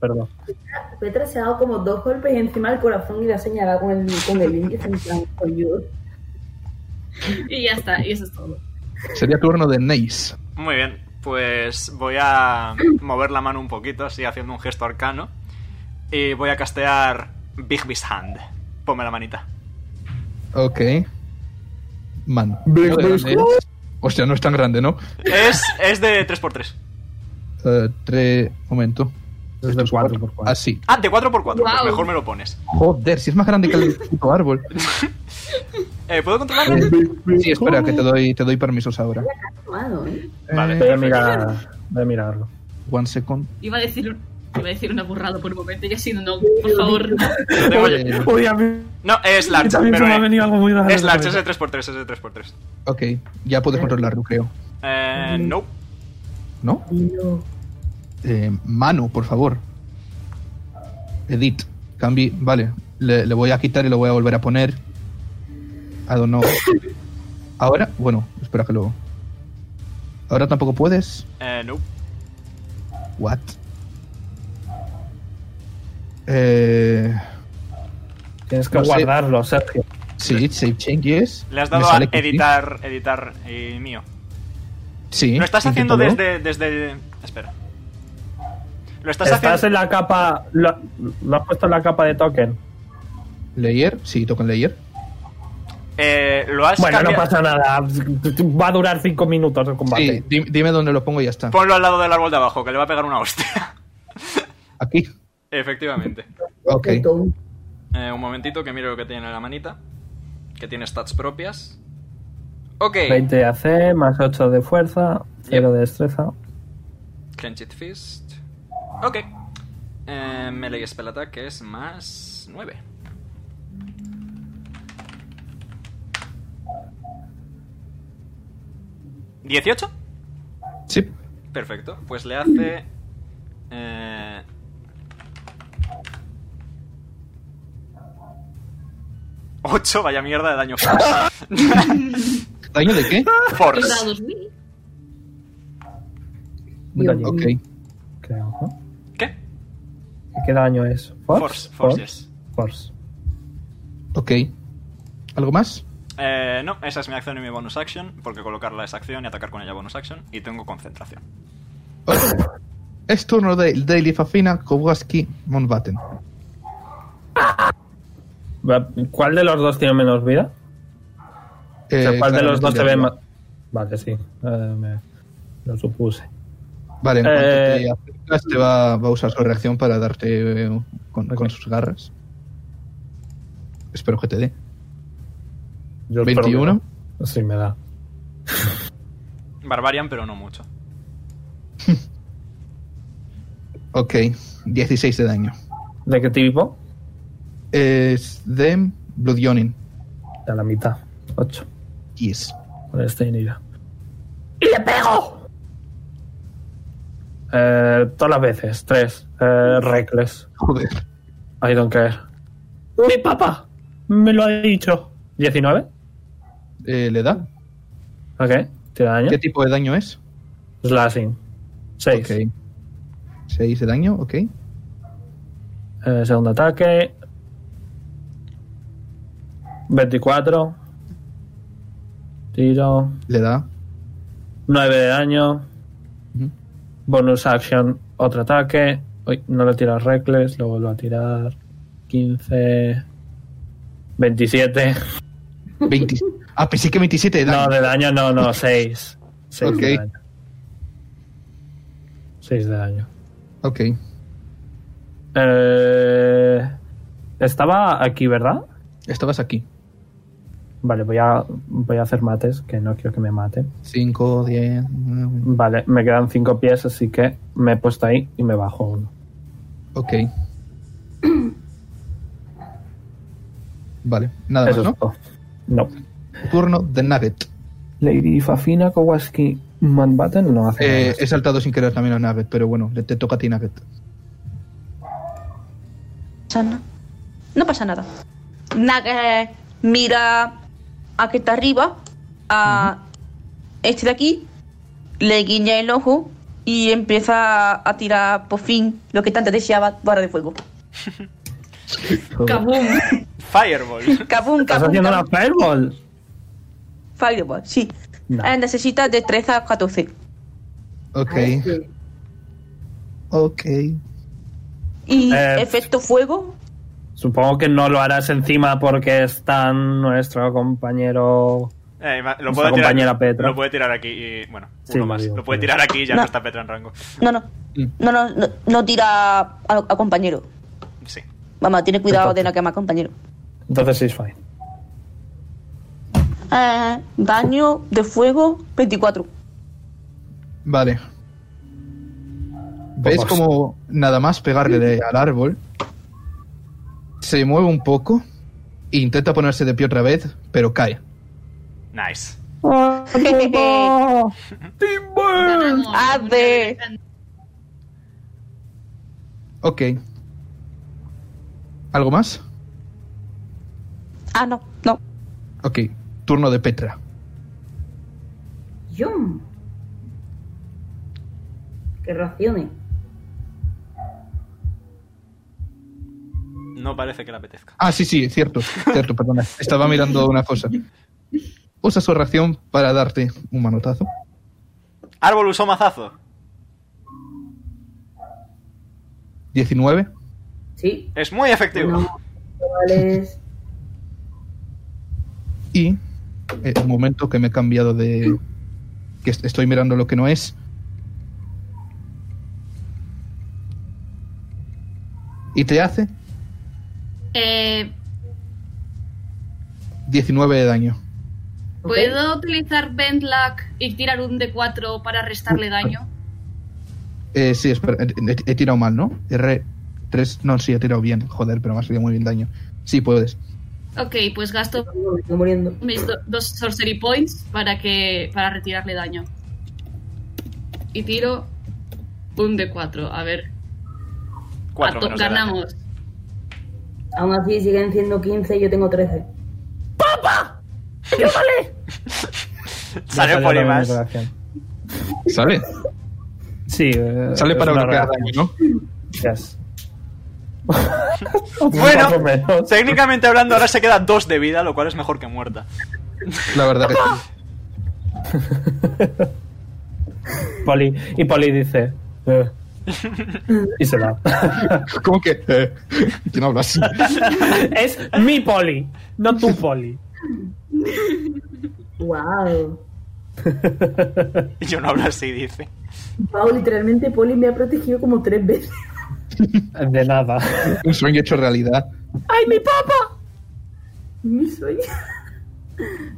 perdón.
Petra se ha dado como dos golpes encima del corazón y le ha señalado con el, con el índice en plan, coñudo.
Y ya está, y eso es todo.
Sería turno de Neis.
Muy bien, pues voy a mover la mano un poquito, así haciendo un gesto arcano. Y voy a castear Big Beast Hand. Ponme la manita.
Ok. Man.
Big
Modelo
Beast.
Nails. Hostia, no es tan grande, ¿no?
Es, es de 3x3.
Eh, tres. Momento.
Es de 4x4.
Así.
Ah, de 4x4. pues
Guau.
mejor me lo pones.
Joder, si es más grande que el puto árbol.
Eh, ¿Puedo controlarlo?
Sí, espera, que te doy, te doy permisos ahora.
Tomado, ¿eh?
Vale.
Voy a, mirar, voy a mirarlo.
One second.
Iba a decir, un- iba a decir una burrada por un momento y ha sido no, por favor.
Lo tengo yo.
Eh,
Uy, a mí
No, es large.
también se
Pero
me ha
eh,
venido algo muy raro.
es
en la
large, es
cabeza.
de 3x3, es de 3x3.
ok, ya puedes controlarlo, creo.
Eh, no.
¿No?
No.
Eh, Manu, por favor. Edit. Cambi. Vale. Le, le voy a quitar y lo voy a volver a poner. I don't know. Ahora, bueno, espera que lo. Ahora tampoco puedes.
Eh, no.
What? Eh,
Tienes que
No sé.
guardarlo, Sergio.
sí, save changes.
Le has
Me
dado a
sale que sí.
editar, editar eh, mío.
Sí.
Lo estás haciendo
inténtalo.
desde, desde... Espera. Lo estás,
Estás,
haciendo...
en la capa. Lo, lo has puesto en la capa de token.
Layer. Sí, toca en layer.
Eh, lo has
Bueno, no
cambiado-
pasa nada. Va a durar 5 minutos el
Sí,
combate.
di- dime dónde lo pongo y ya está.
Ponlo al lado del árbol de abajo, que le va a pegar una hostia.
Aquí.
Efectivamente.
Ok.
Qué tonto.
Eh, un momentito que miro lo que tiene en la manita. Que tiene stats propias. Ok.
20 de AC, más 8 de fuerza, 0 de destreza.
Clenched Fist. Ok. Eh, melee Spell Attack es más 9. ¿18?
Sí.
Perfecto. Pues le hace. eh, Ocho, vaya mierda de daño force.
¿Daño de qué?
Dos
force.
dados ¿eh? mil.
Un
Dios
daño,
Ok.
creo, ¿no?
¿Qué?
¿Qué daño es?
Force,
Force.
force, yes.
Force.
Ok. ¿Algo más?
Eh, no, esa es mi acción y mi bonus action, porque colocarla es acción y atacar con ella bonus action, y tengo concentración.
Ok. Es turno de Daily Fafina, Kowalski, Montbatten.
Va- ¿Cuál de los dos tiene menos vida? O sea,
Eh,
¿Cuál de
claramente
los dos
de
se ve más?
arriba.
Vale, sí. eh, me- lo supuse.
Vale, en cuanto
Eh,
te acercas, te va, va a usar su reacción para darte eh, con, con
Ok.
sus garras. Espero que te dé.
Yo espero que
21.
no. Sí, me da.
Barbarian, pero no mucho.
Ok, 16 de daño.
¿De qué tipo?
Es de Blood Yonin.
De la mitad. 8.
Yes.
Con este ira. ¡Y le pego! Eh, todas las veces. 3. Eh, reckless.
Joder.
I don't care. ¡Mi papá! Me lo ha dicho. 19.
Eh, ¿Le da?
Ok. Tira daño.
¿Qué tipo de daño es?
Slashing. 6.
Ok. 6 de daño, ok.
Eh, segundo ataque. 24. Tiro.
Le da.
9 de daño.
Ujú.
Bonus action. Otro ataque. Uy, no lo tiras Reckless. Lo vuelvo a tirar. 15. 27.
20. Ah, pensé que 27 de daño.
No, de daño no, no. 6. 6 de
Ok.
daño. 6 de daño.
Ok.
Eh, estaba aquí, ¿verdad?
Estabas aquí.
Vale, voy a, voy a hacer mates, que no quiero que me maten.
5, 10.
Vale, me quedan 5 pies, así que me he puesto ahí y me bajo uno.
Ok. Vale, nada
Eso
más,
es todo. No.
¿no? Turno de Nugget.
Lady Fafina Kowalski Manbatten no hace
Eh,
nada.
he saltado sin querer también a Nugget, pero bueno, le- te toca a ti Nugget.
pasa na- No pasa nada. Nugget mira a que está arriba, a este de aquí, le guiña el ojo y empieza a tirar por fin lo que tanto deseaba, barra de fuego.
Kabum.
Fireball.
Cabum,
¿Estás
cabum,
haciendo
cabum.
una fireball?
Fireball, pues, sí.
No.
Eh, necesita destreza 14.
Ok,
Ah, es que-
ok.
Y
Eh,
efecto fuego,
Supongo que no lo harás encima porque está nuestro compañero
Eh, va- lo,
Nuestra
puedo
compañera
tirar,
Petra.
lo puede tirar aquí y. Bueno,
Sí,
uno más.
digo,
Lo puede
pero-
tirar aquí ya no
No.
está Petra en rango.
No, no.
Mm.
No, no, no, no tira a, a compañero.
Sí.
Mamá, tiene cuidado de no quemar compañero.
Entonces sí es fine.
Eh, daño de fuego 24.
Vale. ¿Ves
Vamos.
como nada más pegarle de- al árbol? Se mueve un poco e intenta ponerse de pie otra vez, pero cae.
Nice.
Ganamos.
ah, Ade.
Ok. ¿Algo más?
ah, no, no.
Ok. Turno de Petra.
Yum. Que racione.
No parece que le apetezca.
Ah, sí, sí, cierto. Cierto, perdona. Estaba mirando una cosa. Usa su reacción para darte un manotazo.
Árbol usó mazazo.
19.
Sí.
Es muy efectivo.
No. Chavales.
Y eh, un momento que me he cambiado de. que est- estoy mirando lo que no es. Y te hace
Eh,
19 de daño.
Ok.
¿Puedo utilizar Bend Luck y tirar un D4 para restarle daño?
Eh, sí, espera, eh, eh, he, tirado mal, ¿no? R3. No, sí, he tirado bien. Joder, pero me ha salido muy bien daño. Sí, puedes.
Ok, pues gasto
No, me estoy muriendo.
mis do- dos sorcery points para que para retirarle daño. Y tiro un D4. A ver,
Cuatro
a to-
menos de daño.
ganamos.
Aún así siguen siendo 15 y yo tengo 13.
Sale
Ya
por
salió
ahí
la
más.
reacción.
¿Sale?
Sí. eh,
Sale
es
para
una
bloquear
reacción.
daño, ¿no?
Yes. Más o
Bueno,
menos.
técnicamente hablando, ahora se queda dos de vida, lo cual es mejor que muerta.
La verdad que sí.
Poli, y Poli dice. "Eh". y se va.
¿Cómo que? eh? Yo no hablo así.
es mi Poli, no tu Poli.
¡Wow!
Yo no hablo así, dice.
Pau, literalmente Poli me ha protegido como tres veces.
De nada.
Un sueño hecho realidad.
¡Ay, mi papá! Mi sueño.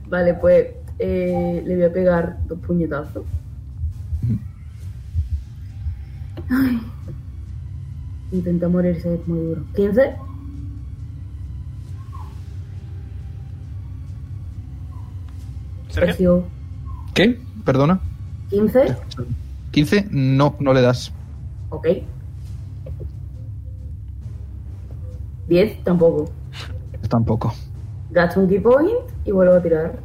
vale, pues eh, le voy a pegar dos puñetazos. Ay. Intenta morirse, es muy duro. ¿15?
Sergio,
Precio.
¿Qué? Perdona.
¿15?
15, no, no le das.
Ok. 10 tampoco.
Tampoco.
Gasto un key point y vuelvo a tirar.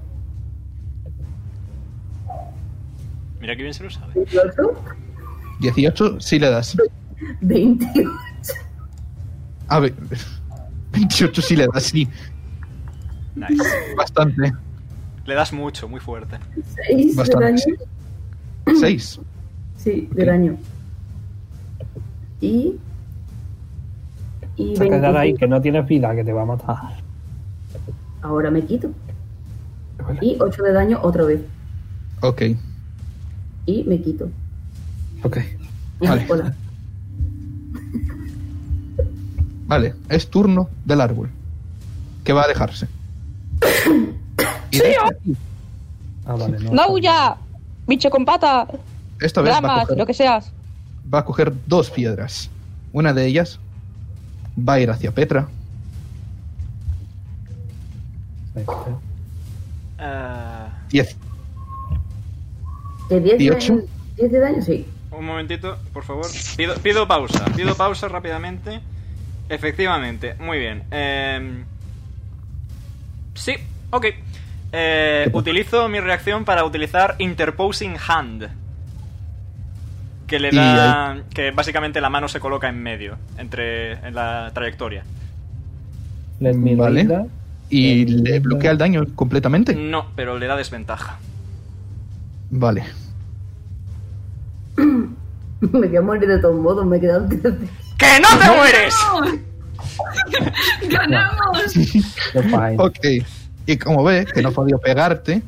mira que bien se lo sabe.
18,
18, sí le das.
28.
A ver. 28 sí le das, sí.
Nice.
Bastante.
Le das mucho, muy fuerte.
6 de
Bastante.
daño.
sí. 6.
Sí, de
Ok.
daño. Y. Y
Te quedas ahí
25.
que no tienes vida, que te va a matar.
Ahora me quito. Y 8 de daño otra vez.
Ok.
Y me quito.
Ok. Vale.
Hola.
Vale, es turno del árbol. Que va a alejarse. Y de esta,
Ah, vale, no.
¡No huya! Bicho con pata,
esta vez Pues va a,
ramas,
coger,
lo que seas.
va a coger dos piedras. Una de ellas va a ir hacia Petra.
Ah,
10.
Eh, ¿De 10 de,
18?
10 de daño? Sí.
un momentito, por favor. Pido, pido pausa, pido pausa rápidamente. Efectivamente, muy bien. Em, sí, ok. Eh,
¿Qué pasa?
utilizo mi reacción para utilizar Interposing Hand. Que le
Y
da. Que básicamente la mano se coloca en medio, entre. en la trayectoria.
Let me
Vale.
read that.
Y
Bien.
le bloquea el daño completamente.
No, pero le da desventaja.
Vale.
me voy a morir de todos modos, me quedan 3 de
¡Que no te mueres!
¡Ganamos!
You're fine.
Ok. Y como ve que no ha podido pegarte,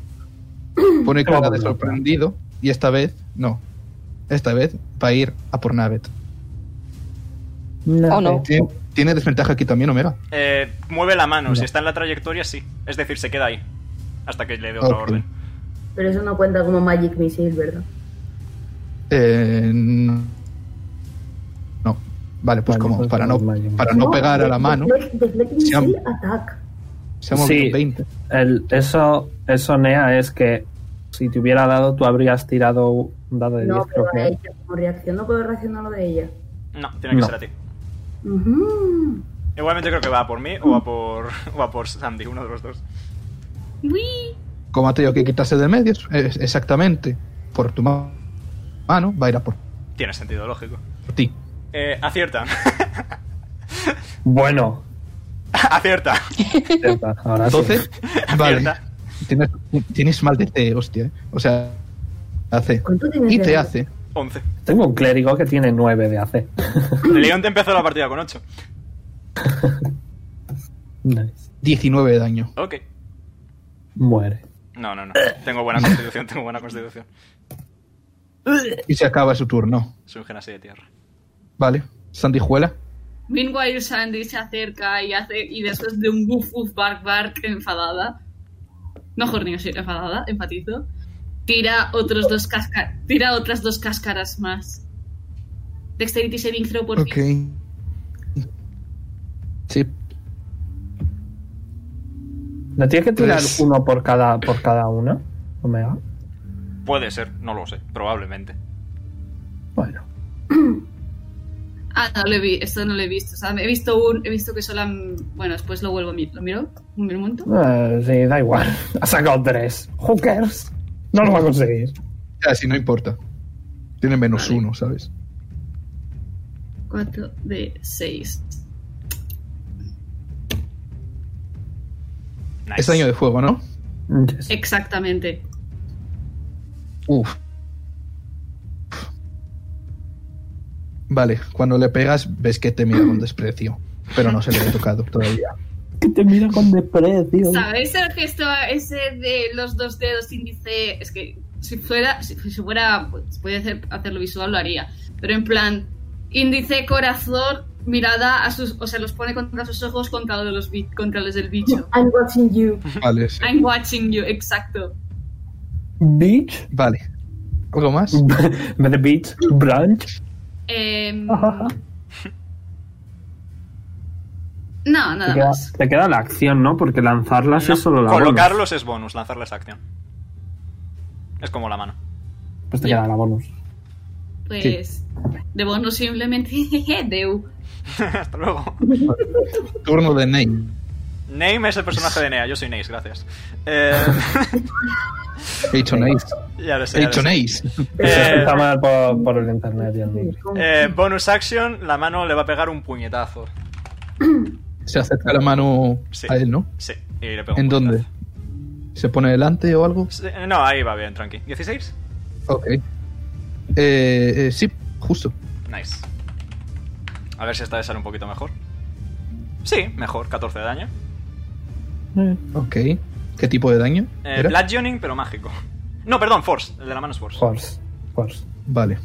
Pone cara de sorprendido y esta vez, no. Esta vez va a ir a por Navet.
Oh, no.
Tiene, tiene desventaja aquí también, Omega.
Eh, mueve la mano, si está en la trayectoria, sí. Es decir, se queda ahí. Hasta que le dé otra
Ok.
orden.
Pero eso no cuenta como Magic Missile, ¿verdad?
Eh, no. No. Vale, pues
Vale,
como
pues
para no,
como Magic.
para no pegar a la
de-
mano,
Deflect, deflect
Se llama-
Missile Attack.
se ha movido
Sí.
20.
El- eso, eso, Nea, es que si te hubiera dado, tú habrías tirado un dado de
No,
10,
pero
creo
a
que.
ella, como reacción no puedo reaccionar lo de ella.
No, tiene que
No.
ser a ti.
Ujú.
Igualmente creo que va a por mí o a por, o a por Sandy, uno de los dos.
¡Uy!
Como ha tenido que quitarse de medios, es- exactamente por tu ma- mano, va a ir a por
Tiene sentido lógico.
ti.
Eh, acierta.
Bueno,
acierta.
ya está, ahora sí.
Entonces, vale.
Acierta.
Tienes, tienes mal de té, hostia. eh. O sea, hace.
¿Cuánto tienes
Y
de
te
daño?
hace.
11.
Tengo un clérigo que tiene 9 de AC.
León te empezó la partida con 8.
Nice.
19 de daño.
Ok.
Muere.
No, no, no. Tengo buena constitución, tengo buena constitución.
Y se acaba su turno.
Surgen así de tierra.
Vale. Sandijuela.
Meanwhile, Sandy se acerca y hace y después de un goof goof bark bark enfadada. No jorneo, sí, enfadada, enfatizo. Tira otros dos casca tira otras dos cáscaras más. Dexterity saving throw por
Ok.
fin.
Sí.
¿No tienes que tirar
Tres.
uno por cada, por cada una? Omega.
Puede ser, no lo sé. Probablemente.
Bueno.
Ah, no lo he vi, esto no lo he visto. O sea, he visto un, he visto que solo han- bueno, después lo vuelvo a mirar. ¿Lo miro? ¿Un momento?
Eh, sí, da igual. Ha sacado 3. Hookers. No lo va a conseguir.
Así no importa. Tiene menos
Vale.
uno, ¿sabes?
4 de 6.
Nice.
Es daño de fuego, ¿no?
Yes.
Exactamente.
Uf. Vale, cuando le pegas ves que te mira con desprecio, pero no se le ha tocado todavía.
Que te mira con desprecio.
¿Sabéis el gesto ese de los dos dedos índice? Es que si fuera, si, si fuera, pues, puede hacer, hacerlo visual, lo haría. Pero en plan, índice, corazón, mirada a sus, o sea, los pone contra sus ojos contra los, bi- contra los del bicho.
I'm watching you.
Vale, sí.
I'm watching you, exacto.
Beach.
vale. ¿Algo más?
En vez de beach, brunch.
Em,
Te
no, nada
queda,
más.
te queda la acción, ¿no? Porque lanzarlas
No,
es solo la bonus.
Colocarlos es bonus, lanzarles acción. Es como la mano.
Pues te queda la bonus.
Pues, de bonus simplemente, jeje, Deu.
Hasta luego.
Turno de Ney.
Name es el personaje de Nea, yo soy Neis, gracias. Eh,
He dicho Ney.
ya lo sé.
He
ya lo
dicho
sé.
Ney.
Eso
Eh,
está mal por, por el internet y el micro.
eh, bonus action, la mano le va a pegar un puñetazo.
Se acerca la mano
Sí.
a él, ¿no?
Sí, y le pega un
¿En
puñetazo.
dónde? ¿Se pone delante o algo?
Sí, No, ahí va bien, tranqui. ¿16?
Ok. Eh, eh, sí, justo.
Nice. A ver si esta vez sale un poquito mejor. Sí, mejor, 14 de daño.
Ok. ¿Qué tipo de daño?
Eh,
era?
bludgeoning, pero mágico. No, perdón, Force. El de la mano es Force.
Force. Force.
Vale.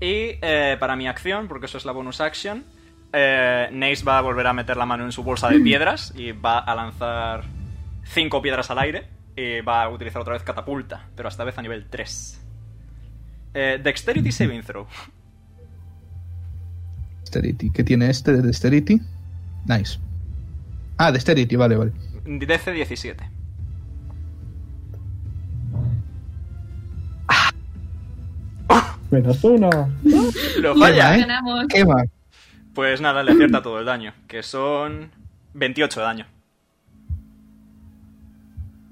Y eh, para mi acción, porque eso es la bonus action, eh, Neis va a volver a meter la mano en su bolsa de piedras y va a lanzar cinco piedras al aire y va a utilizar otra vez catapulta, pero esta vez a nivel 3. Eh, Dexterity Saving Throw.
Dexterity. ¿Qué tiene este de Dexterity? Nice. Ah, Dexterity, vale, vale.
DC 17.
Menos uno.
Lo
Vaya,
falla.
¿eh?
Ganamos.
¿Qué va?
Pues nada, le acierta todo el daño, que son 28 de daño.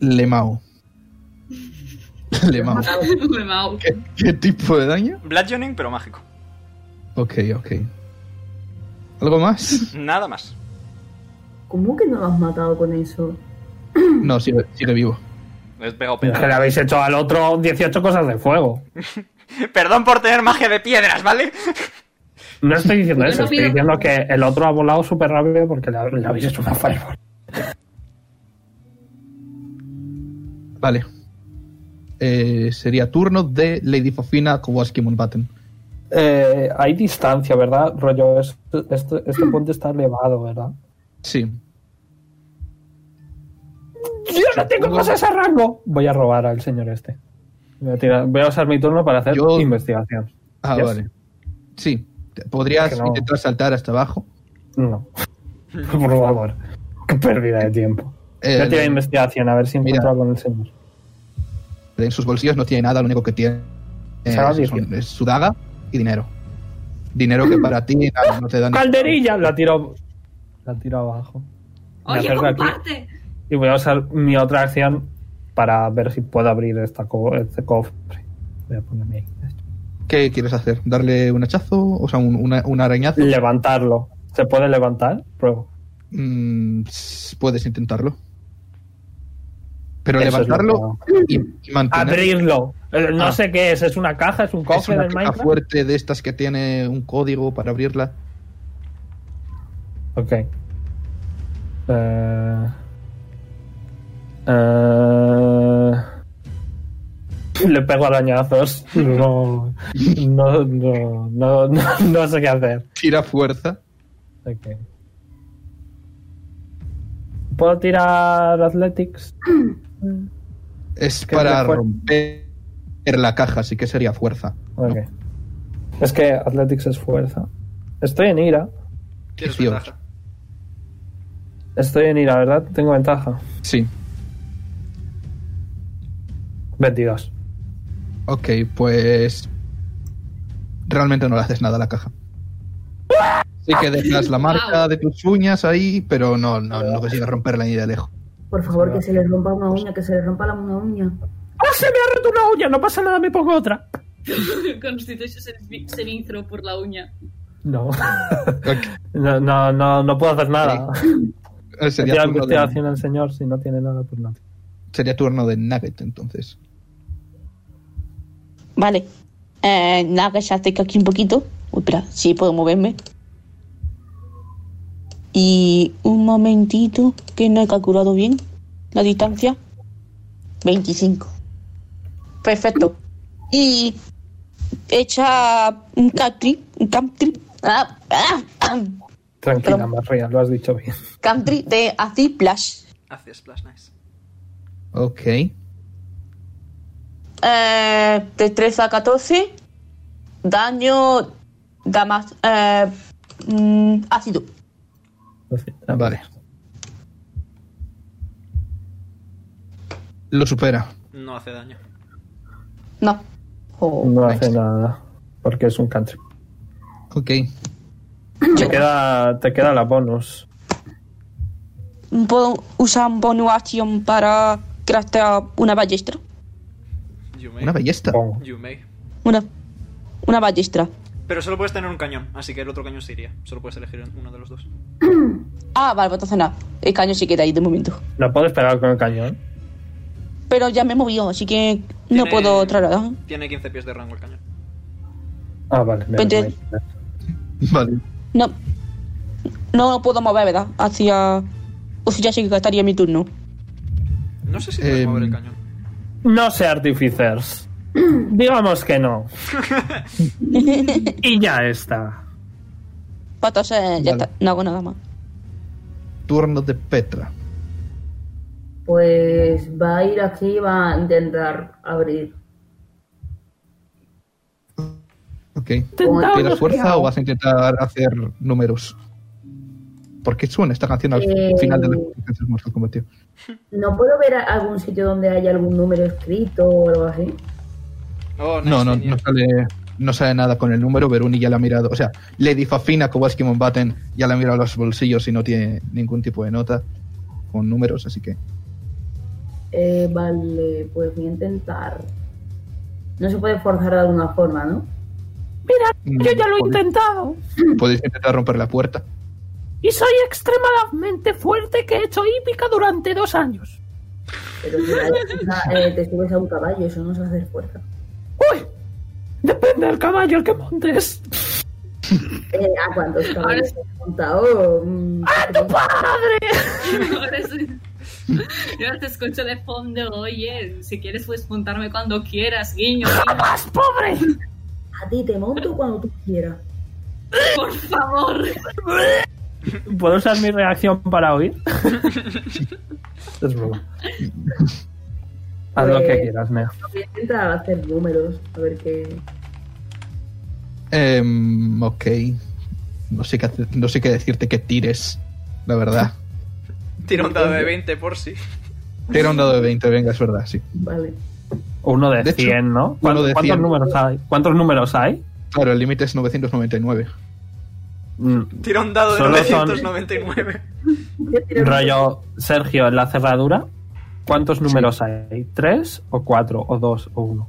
Lemao. Lemao.
Me mao.
¿Qué, ¿Qué tipo de daño?
Bludgeoning, pero mágico.
Ok, ok. ¿Algo más?
Nada más.
¿Cómo que no lo has matado con eso?
No, sigue, sigue vivo.
Les pego
Es que le
pedazos.
habéis hecho al otro 18 cosas de fuego.
Perdón por tener magia de piedras, ¿vale?
No estoy diciendo
Yo
eso,
no
estoy
pido-
diciendo que el otro ha volado súper rápido porque le, le habéis hecho una fireball.
Vale. Eh, sería turno de Lady Fofina Kowalski Mountbatten.
Eh, hay distancia, ¿verdad? Rollo, es- este, este puente está elevado, ¿verdad?
Sí.
¡Yo no tengo cosas a rango! Voy a robar al señor este. Voy a, tirar- voy a usar mi turno para hacer
Yo-
investigación.
Ah,
Yes.
vale. Sí. Podrías
Es que no.
intentar saltar hasta abajo.
No. Por favor. Qué pérdida de tiempo.
Eh,
Yo tiro investigación, a ver si
Mira.
encuentro algo en el señor.
en sus bolsillos no tiene nada, lo único que tiene eh,
Saca
es,
18.
es su daga y dinero. Dinero que para ti nada, no te dan.
¡Calderilla! La tiro. La tiro abajo. Me
Oye,
acerco aquí
comparte.
y voy a usar mi otra acción para ver si puedo abrir esta co- este cofre. Voy a ponerme ahí.
¿Qué quieres hacer? ¿Darle un hachazo? O sea, un, una, un arañazo.
Levantarlo. ¿Se puede levantar? Pruebo.
Mm, s- puedes intentarlo. Pero
Eso es
levantarlo
lo
y y mantener.
Abrirlo. Eh, No
Ah.
sé qué es. ¿Es una caja? ¿Es un
Es
cofre
una
del
caja
Minecraft?
fuerte de estas que tiene un código para abrirla.
Ok. Eh, eh, le pego arañazos. No, no, no, no, no, no sé qué hacer.
Tira fuerza.
Ok. ¿Puedo tirar Athletics?
Es
¿Qué
para
es la fuer-
romper la caja, así que sería fuerza.
Ok. Es que Athletics es fuerza. Estoy en ira.
Tienes
18.
ventaja.
Estoy en ira, ¿verdad? Tengo ventaja.
Sí.
22.
Ok, pues. Realmente no le haces nada a la caja. Sí que dejas la marca de tus uñas ahí, pero no, no, no consigues romperla ni de lejos.
Por favor, que se le rompa una uña, que se le rompa la una uña.
¡Ah, se me ha roto una uña! No pasa nada, me pongo otra.
Constitution saving- saving throw por la uña.
No. No, no, no, no puedo hacer nada.
Eh,
Sería
Sería turno, de,
investigación al señor si no tiene nada por nada.
sería turno de Nugget, entonces.
Vale. Eh, nada, que se acerca aquí un poquito. Uy, espera, sí puedo moverme. Y un momentito, que no he calculado bien la distancia. 25. Perfecto. Y echa un country, un country, ah, ah, ah,
Tranquila,
Pero-
María, lo has dicho bien.
country de acid Flash.
Hacia Splash Nice.
Ok.
Eh, destreza 14. Daño. Da más. Eh, mm, ácido.
Ah,
Vale. Lo supera.
No hace daño.
No. Oh.
No hace nada porque es un country.
Ok.
Te queda, te queda la bonus.
Puedo usar un bonus action para craftear una ballestra.
You may.
Una ballesta.
Supongo.
You may.
Una. Una ballestra.
Pero solo puedes tener un cañón, así que el otro cañón se iría. Solo puedes elegir uno de los dos.
Ah, vale, pues entonces nada. El caño se queda ahí de momento.
La puedo esperar con el cañón.
Pero ya me movió, así que no
Tiene-
puedo trasladar.
Tiene 15 pies de rango el cañón.
Ah, vale. me-
Vente.
me-
Vale.
No. No lo puedo mover, ¿verdad? Hacia. O sea, ya sé que gastaría mi turno.
No sé si puedes
Em,
mover el cañón.
No sé artificers. Digamos que no. y ya está.
Pues entonces ya
Vale.
está. No hago nada más.
Turno de Petra.
Pues va a ir aquí y va a intentar abrir.
Ok.
Intentamos
¿Tienes fuerza
crear.
o vas a intentar hacer números? ¿Por qué suena esta canción al
Eh.
final de la canción Mortal Kombat, tío?
¿No puedo ver a- algún sitio donde haya algún número escrito o algo así?
Oh, nice
No, no,
señor.
no sale, no sale nada con el número. Veruni ya la ha mirado. O sea, Lady Fafina Kowalski Mombaten ya la ha mirado a los bolsillos y no tiene ningún tipo de nota con números, así que.
Eh, vale, pues voy a intentar. No se puede forzar de alguna forma, ¿no?
Yo ya lo he intentado. Podéis intentar romper la puerta.
Pero si la chica, eh, te subes a un caballo, eso no se hace fuerza.
Depende del caballo el que montes.
Eh, ¿A cuántos
Ahora
caballos te has montado? Mm,
Ahora sí. Yo te escucho de fondo, oye, si quieres puedes puntarme cuando quieras, guiño, guiño,
¡Más pobre!
A ti te monto cuando tú quieras.
por favor.
¿Puedo usar mi reacción para oír? es broma. Haz lo que
Pues-
quieras, Neo.
Voy a intentar hacer números, a ver qué.
Em, ok. No sé, qué, hace- no sé qué decirte que tires, la verdad.
Tira un dado de 20 por sí.
Tira un dado de 20, venga, es verdad, sí.
Vale.
Uno de,
De hecho,
100, ¿no? ¿Cuán-
uno de
¿Cuántos
100.
números hay? ¿Cuántos números hay?
Claro, el límite es 999.
Mm,
Tira un dado de
Solo son-
999.
Yo tiro
Rollo, Sergio, en la cerradura, ¿cuántos números hay? ¿Tres o cuatro o dos o uno?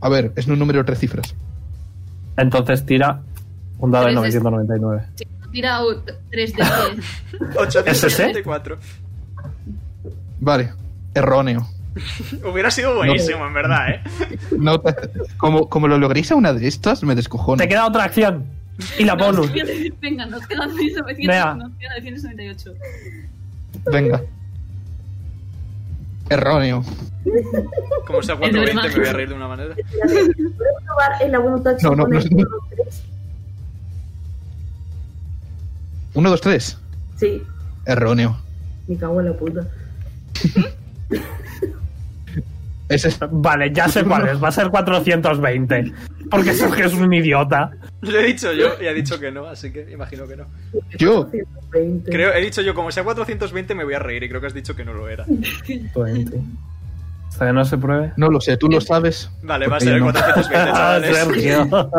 A ver, es un número de tres cifras.
Entonces tira un dado de
Tres de-
999.
Tira un 3 de 10.
874.
Vale, erróneo.
Hubiera sido buenísimo, en verdad, ¿eh?
No te- como, como lo logréis a una de estas, me descojono.
Te queda otra acción y la bonus.
Venga, nos quedan 900,
Vea.
nos quedan 998.
Venga. Erróneo.
Como sea 420 me voy a reír de una manera.
probar en la voluntad
No, no, no es-
tres.
1, 2, 3.
Sí,
Erróneo.
me cago en la puta.
Ese es
Vale, ya sé cuál es. Va a ser 420. Porque Sergio es un idiota.
Lo he dicho yo y ha dicho que no, así que imagino que no.
yo.
120.
Creo, he dicho yo, como sea 420 me voy a reír y creo que has dicho que no lo era.
20. Hasta que no se pruebe.
No lo sé, tú lo sabes.
Vale, va a
Porque
ser el
yo no.
420,
Ah,
chavales.
Sergio.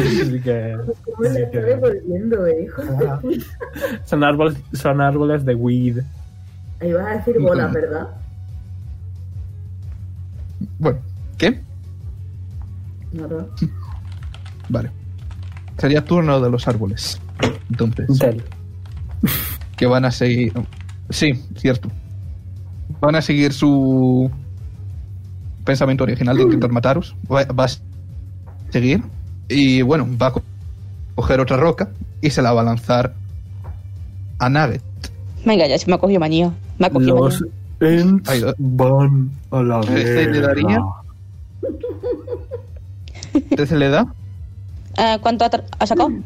Así que-
¿Cómo la estoy devolviendo, eh, hijo?
son, árboles, son árboles de weed.
Ahí vas a decir bola, ¿verdad?
Bueno, ¿qué?
Nada.
Vale. Sería turno de los árboles. Entonces,
Del.
que van a seguir. Sí, cierto. Van a seguir su pensamiento original de intentar mataros. Va va a seguir. Y bueno, va a co- coger otra roca y se la va a lanzar a Nugget.
Venga, ya se me ha cogido manía. Me ha cogido
Los
manía.
Ents
Ay, eh.
van a la
¿Este le daría?
verga.
¿13 le da?
Eh, ¿Cuánto ha, tra- ha sacado?
Mm.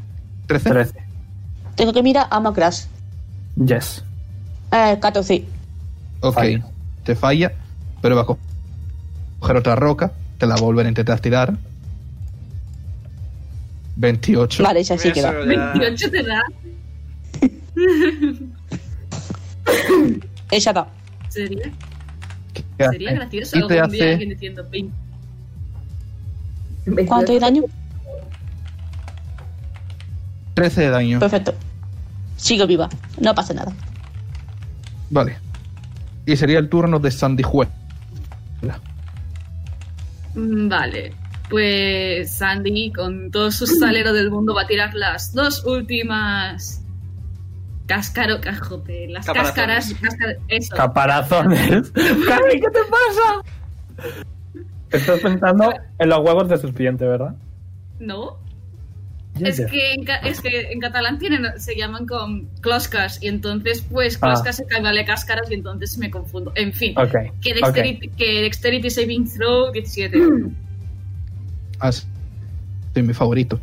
13.
13.
Tengo que mirar a Macrash.
Yes.
Eh, 14.
Ok,
Falla.
te falla, pero va a co- coger otra roca, te la va a volver a intentar tirar. 28.
Vale, esa sí
Eso
queda.
ya-
28 te da.
Esa da.
Sería,
¿Qué hace?
sería gracioso
Y te
algún día alguien
hace
diciendo 20.
¿Cuánto de daño?
13 de daño.
Perfecto. Sigo viva. No pasa nada.
Vale. Y sería el turno de Sandijuela.
Mm, Vale. Pues Sandy, con todo su salero del mundo, va a tirar las dos últimas. Cáscaro, cajote. Las
Caparazones.
cáscaras. cáscar- eso.
Caparazones. Cari, ¿qué te pasa? Estás pensando en los huevos de serpiente, ¿verdad?
¿No? Es que, en, ca- es que en catalán tienen, se llaman con closcas y entonces pues
Ah.
closcas se vale cáscaras y entonces me confundo. En fin,
Ok.
que,
ok.
dexterity, que dexterity saving throw 17.
Ah, sí, sí, mi favorito.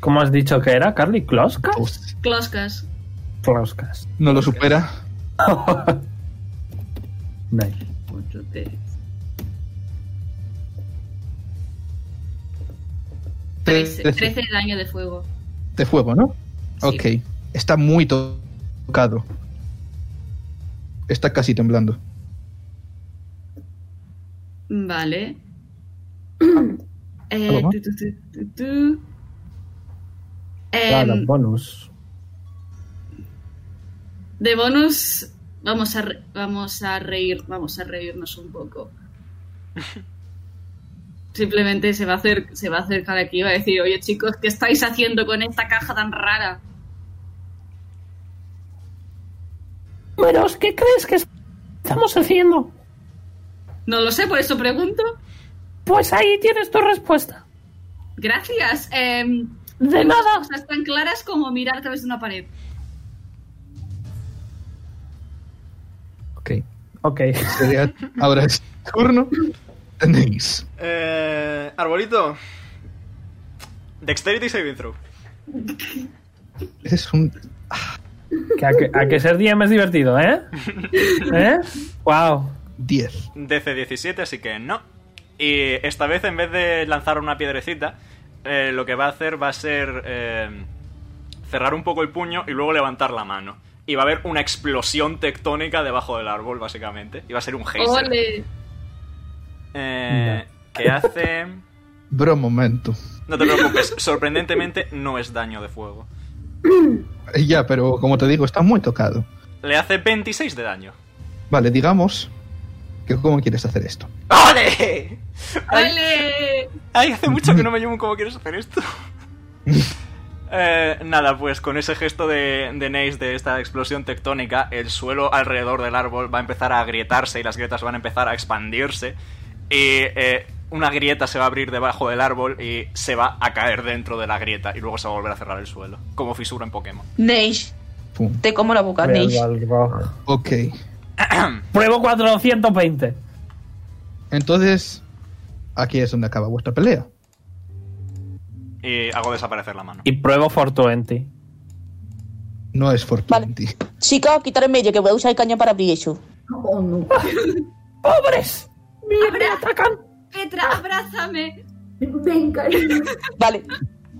¿Cómo has dicho que era, Carly? ¿Closcas?
Hostia,
Closcas.
Closcas.
No lo supera.
Nice.
Ocho, tres. 13,
13
de daño de fuego.
de fuego, ¿no?
Sí.
Ok. Está muy to- tocado. Está casi temblando.
Vale.
Ah.
¿Algo
Eh,
más?
tu, tu, tu, tu, tu.
Claro,
Em,
bonus.
de bonus vamos a, re- vamos a reír, vamos a reírnos un poco. Simplemente se va a hacer, se va a acercar aquí y va a decir, oye chicos, ¿qué estáis haciendo con esta caja tan rara?
Números, ¿qué crees que estamos haciendo?
No lo sé, por eso pregunto.
Pues ahí tienes tu respuesta.
Gracias. em,
De nada.
cosas tan claras como mirar a través de una pared.
Ok.
Ok.
Sería- ahora es turno. Tenéis.
Eh, Arbolito. Dexterity Saving Throw.
Es un.
Que a, que, a que ser DM es divertido, ¿eh? ¿Eh? ¡Wow!
10.
DC 17, así que no. Y esta vez, en vez de lanzar una piedrecita, eh, lo que va a hacer va a ser eh, cerrar un poco el puño y luego levantar la mano. Y va a haber una explosión tectónica debajo del árbol, básicamente. Y va a ser un geyser.
Ole.
Eh, que hace...
Bro, momento.
No te preocupes, sorprendentemente no es daño de fuego.
Eh, Ya, pero como te digo, está muy tocado.
Le hace 26 de daño.
Vale, digamos. Que ¿Cómo quieres hacer esto?
¡Ole! Ay,
Ole.
ay, hace mucho que no me llamo como quieres hacer esto. Eh, nada, pues con ese gesto de, de Neis de esta explosión tectónica, el suelo alrededor del árbol va a empezar a agrietarse y las grietas van a empezar a expandirse. Y eh, una grieta se va a abrir debajo del árbol y se va a caer dentro de la grieta y luego se va a volver a cerrar el suelo, como fisura en Pokémon.
Neish,
Pum.
te como la boca, Neish.
Pruebo
Ok.
420.
Entonces. Aquí es donde acaba vuestra pelea.
Y hago desaparecer la mano.
Y pruebo 420.
No es Fortunity.
Chica, quitar el medio, que voy a usar el cañón para abrir eso.
Oh, no.
¡Pobres!
Abra- Petra, abrázame.
Ven, cariño.
Vale,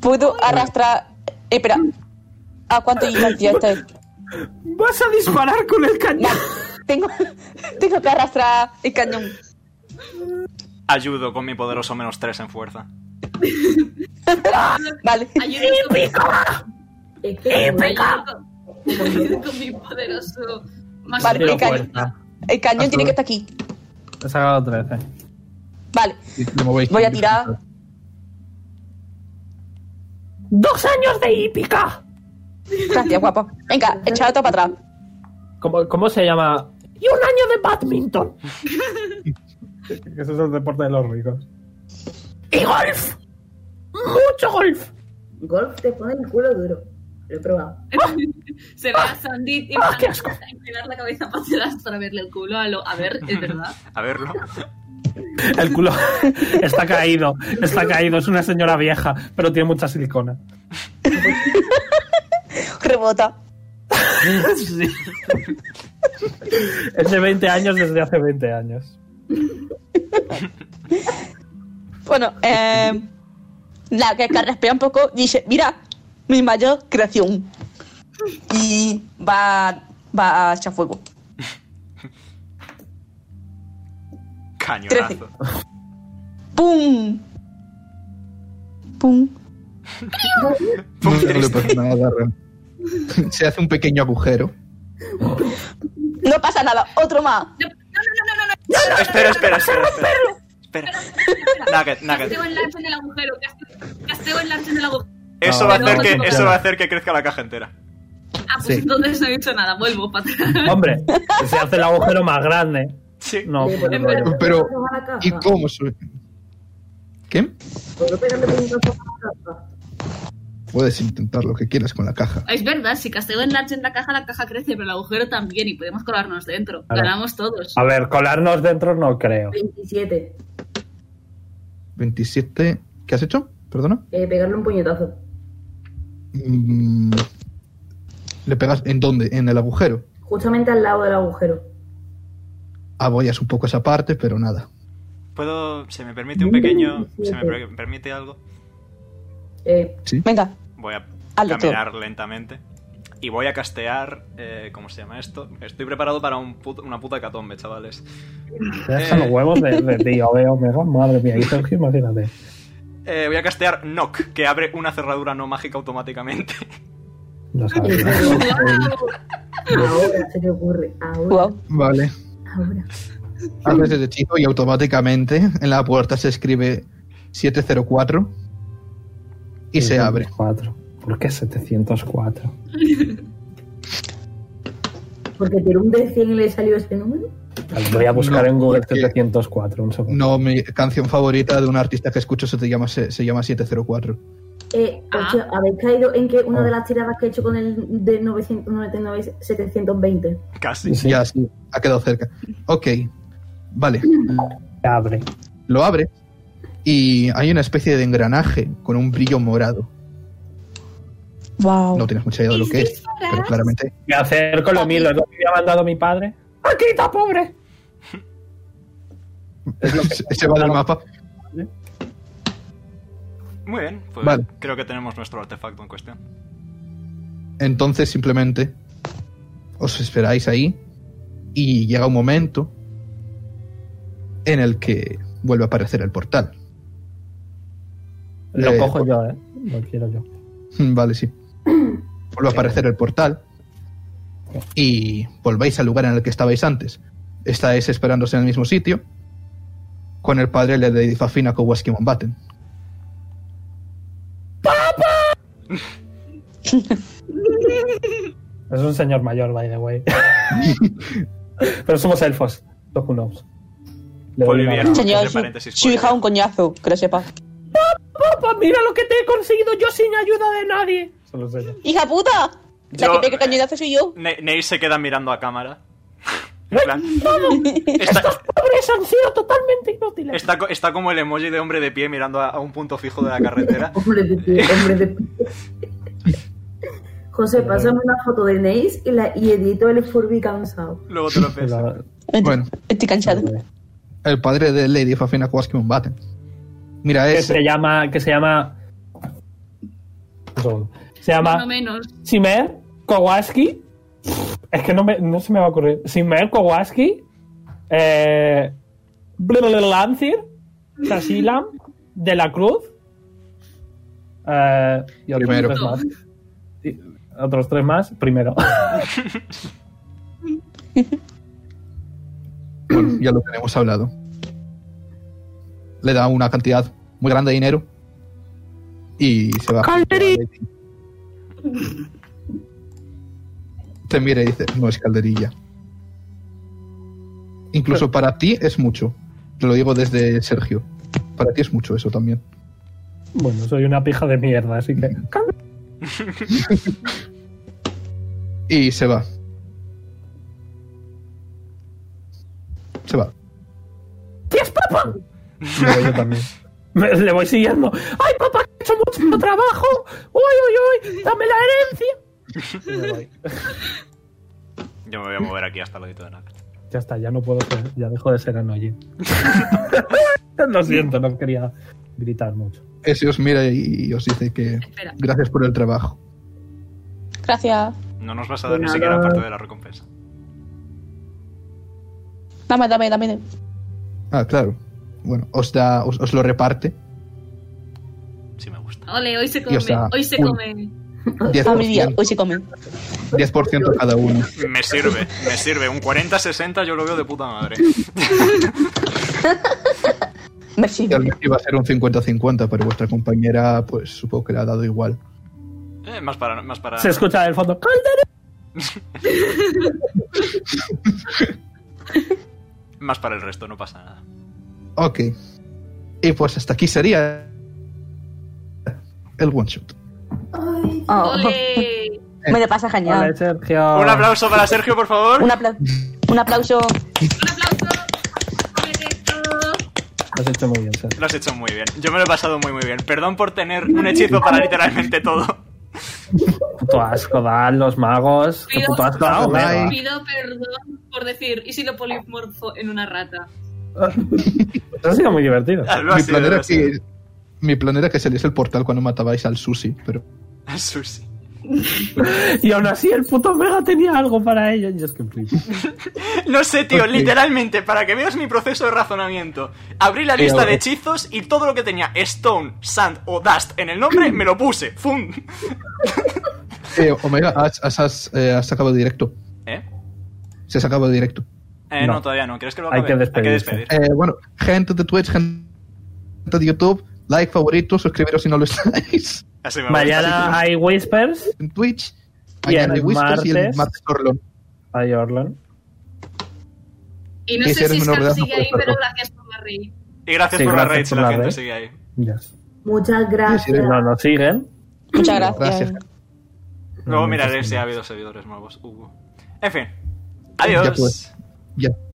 puedo arrastrar. eh, Espera, ¿a cuánto llega el tío este?
¡Vas a disparar con el cañón!
Vale, tengo, tengo que arrastrar el cañón.
Ayudo con mi poderoso menos 3 en fuerza.
Vale,
Ayúdame con,
Es que no,
ayúdame con- con mi poderoso. Más
Vale,
fuerte.
el cañón, el cañón tiene que estar aquí.
He sacado eh. 13.
Vale,
Y lo movéis.
voy a tirar.
¡Dos años de hípica!
Gracias, guapa. Venga, echar otro para atrás.
¿Cómo, cómo se llama? ¡Y un año de badminton!
Ese es el deporte de los ricos.
¡Y golf! ¡Mucho golf!
Golf te pone el culo duro. Lo he probado.
Se ve a Sandy y
¡Ah, qué asco!
a inclinar la cabeza para atrás para verle el culo a lo. A ver, es verdad.
A verlo.
El culo está caído, está caído, es una señora vieja, pero tiene mucha silicona.
Rebota.
Sí. Es de 20 años desde hace 20 años.
Bueno, eh, la que carraspea un poco dice, mira, mi mayor creación. Y va, va a echar fuego.
Cañonazo.
¡Pum! ¡Pum!
No, no le pasa nada, Ram. Se hace un pequeño agujero.
No pasa nada, otro más.
No, no, no, no, no.
espera, espera, espera, espera. Espera. Nugget, Nugget.
Casteo el lanza en el agujero. casteo- Casteo el lanza en el agujero.
Eso va a hacer
No,
que,
no,
eso
no.
va a hacer que crezca la caja entera.
Ah, pues
Sí.
entonces no he dicho nada. Vuelvo para atrás.
Hombre, si se hace el agujero más grande.
Sí.
No, pues,
Le
no,
vuelvo
no, no.
Pero.
a la caja.
¿Y cómo sube? ¿Qué?
Puedo pegarle con un tazo a la caja.
Puedes intentar lo que quieras con la caja.
Es verdad, si casteo en large en la caja, la caja crece, pero el agujero también y podemos colarnos dentro.
Claro. Ah,
Ganamos todos.
A ver, colarnos dentro no creo.
Eh. 27.
27. ¿Qué has hecho? Perdona.
Eh, pegarle un puñetazo.
Mm, ¿Le pegas en dónde? En el agujero.
Justamente al lado del agujero.
Abollas un poco esa parte, pero nada.
¿Puedo, se me permite un pequeño, se me
siete.
per- permite algo?
Eh,
Venga,
Voy a
Hazlo tú.
caminar lentamente y voy a castear, eh, ¿cómo se llama esto? Estoy preparado para un put- una puta catombe, chavales.
Ya están los huevos de, de tío, veo, mega, madre mía, y Sergio, imagínate.
Eh, voy a castear Knock, que abre una cerradura no mágica automáticamente.
No sabes nada.
ahora se te ocurre. Ahora,
wow.
Vale.
ahora.
Haces ese hechizo y automáticamente en la puerta se escribe 704 y se abre.
704. ¿Por qué 704?
Porque tiró un de 100 y le salió ese número.
Vale, Voy a buscar
No,
en Google
porque-
704, un segundo.
No, mi canción favorita de un artista que escucho se, te llama, se, se llama 704.
Eh,
Ah.
ocho, habéis caído en que una
Ah.
de las tiradas que he hecho con el de 999 es 720.
Casi.
Sí.
Ya, sí, ha quedado cerca. Ok, vale.
Abre.
Lo abre y hay una especie de engranaje con un brillo morado.
Wow.
No tienes mucha idea de lo que es, pero claramente
Me acerco, lo miro, es lo que me ha mandado mi padre. ¡Aquí está, pobre!
se se va del mapa.
Muy bien, pues
Vale.
creo que tenemos nuestro artefacto en cuestión.
Entonces simplemente os esperáis ahí y llega un momento en el que vuelve a aparecer el portal.
Lo
Eh,
cojo yo, ¿eh? Lo quiero yo.
Mm, Vale, sí. Vuelve a aparecer el portal y volvéis al lugar en el que estabais antes. Estáis esperándose en el mismo sitio con el padre de Fafina Kowaski Mombaten.
Es un señor mayor, by the way. Pero somos elfos. So who knows. Le doy una
Polivier.
mano.
Señor,
Entre
su,
paréntesis,
su hija un coñazo, que lo sepa.
¡Papá, mira lo que te he conseguido yo sin ayuda de nadie! Solo sé yo.
¡Hija puta! La
Yo-
que pega cañonazo soy yo.
Ne- Ney se queda mirando a cámara. En plan, está,
¡Pobres han sido totalmente inútiles!
está co- está como el emoji de hombre de pie mirando a, a un punto fijo de la carretera.
Hombre de pie, hombre de pie. José, pásame una foto de Neis y, la, y edito el Furby cansado.
Luego te lo
Se
ves.
la-
Bueno.
Estoy
se la
cansado.
doy.
El padre de Lady Fafina Kowaski Mombaten. Mira,
Que
es
se llama... Que se llama... Un segundo. Se
Más o
llama...
menos.
Simer Kowaski. Es que no, me, no se me va a ocurrir. Simer Kowaski. Eh, Lancir. Tasilam. De la Cruz. eh, y otros
Primero.
tres más. Y otros tres más. Primero.
Bueno, ya lo tenemos hablado. Le da una cantidad muy grande de dinero y se va. Te mira y dice, no es calderilla. Incluso para ti es mucho. Te lo digo desde Sergio. Para ti es mucho eso también.
bueno, soy una pija de mierda, así que.
Y se va. Se va.
¡Dios, papá!
Me voy yo también.
Me- le voy siguiendo. ¡Ay, papá, que he hecho mucho trabajo! ¡Uy, uy, uy! ¡Dame la herencia! Y me voy.
Yo me voy a mover aquí hasta el ladito de Nakat.
Ya está, ya no puedo ser, ya dejo de ser anoye. Lo siento, no quería gritar mucho.
Ese os mira y os dice que
Espera.
gracias por el trabajo.
Gracias.
No nos vas a dar ni
Nada.
siquiera parte de la recompensa.
Dame, dame, dame.
Ah, claro. Bueno, os da, os, os lo reparte.
Sí me gusta.
Ole, hoy se come.
sea,
hoy se
uy.
come.
Abre día,
10%,
hoy se come.
10% cada uno.
Me sirve, me sirve. Un 40-60 yo lo veo de puta madre.
Me sirve.
Realmente iba a ser un 50-50, pero vuestra compañera, pues supongo que le ha dado igual.
Eh, más para... Más para...
Se escucha del fondo. "Calderón".
Más para el resto, no pasa nada.
Ok. Y pues hasta aquí sería el one shot.
Ah,
Ole.
me lo pasa
Vale,
genial.
Sergio.
Un aplauso para Sergio, por favor.
Un, apla- un aplauso.
Un aplauso. Correcto.
Lo has hecho muy bien, Sergio.
Lo has hecho muy bien. Yo me lo he pasado muy, muy bien. Perdón por tener un hechizo para literalmente todo.
Puto asco dan los magos. Qué
Cuidado.
puto asco dan,
Like.
Omega.
Pido perdón por decir, ¿y si lo polimorfo en una rata?
Eso ha sido muy divertido.
Lo ha
mi,
sido,
plan
lo
era
ha sido.
que, mi plan era que saliese el portal cuando matabais al sushi, pero
Sushi.
Y aún así, el puto Omega tenía algo para ello. Y es que flipo.
No sé, tío,
Ok.
literalmente, para que veas mi proceso de razonamiento, abrí la
Pero-
lista de hechizos y todo lo que tenía Stone, Sand o Dust en el nombre me lo puse. ¡Fum!
Eh, Omega, has, has- has, eh, has sacado directo.
¿Eh?
Se ha sacado directo.
Eh, no.
No.
todavía no. ¿Quieres que lo
Hay
acabe?
que despedirse.
despedir.
Eh, bueno, gente de Twitch, gente de YouTube, like, favorito, suscribiros si no lo estáis.
Así me
Mañana hay Whispers.
En Twitch.
Y el
Mañana hay Whispers y el
martes-
martes Orlon.
Ay, Orlan.
Y no
Y si
sé
eres
si
menor de
Scar
edad,
sigue
no puedes
ahí, pero
verlo.
gracias por la reír.
gusta. Y gracias
Sí,
por la
gracias
raid, si
por
la
la
gente
raid.
sigue ahí.
Yes.
Muchas gracias.
No nos siguen.
Muchas gracias.
Gracias.
Luego
No,
miraré
muchas
si ha habido servidores nuevos, Hugo. En fin.
Ya
Adiós.
puedes. Ya.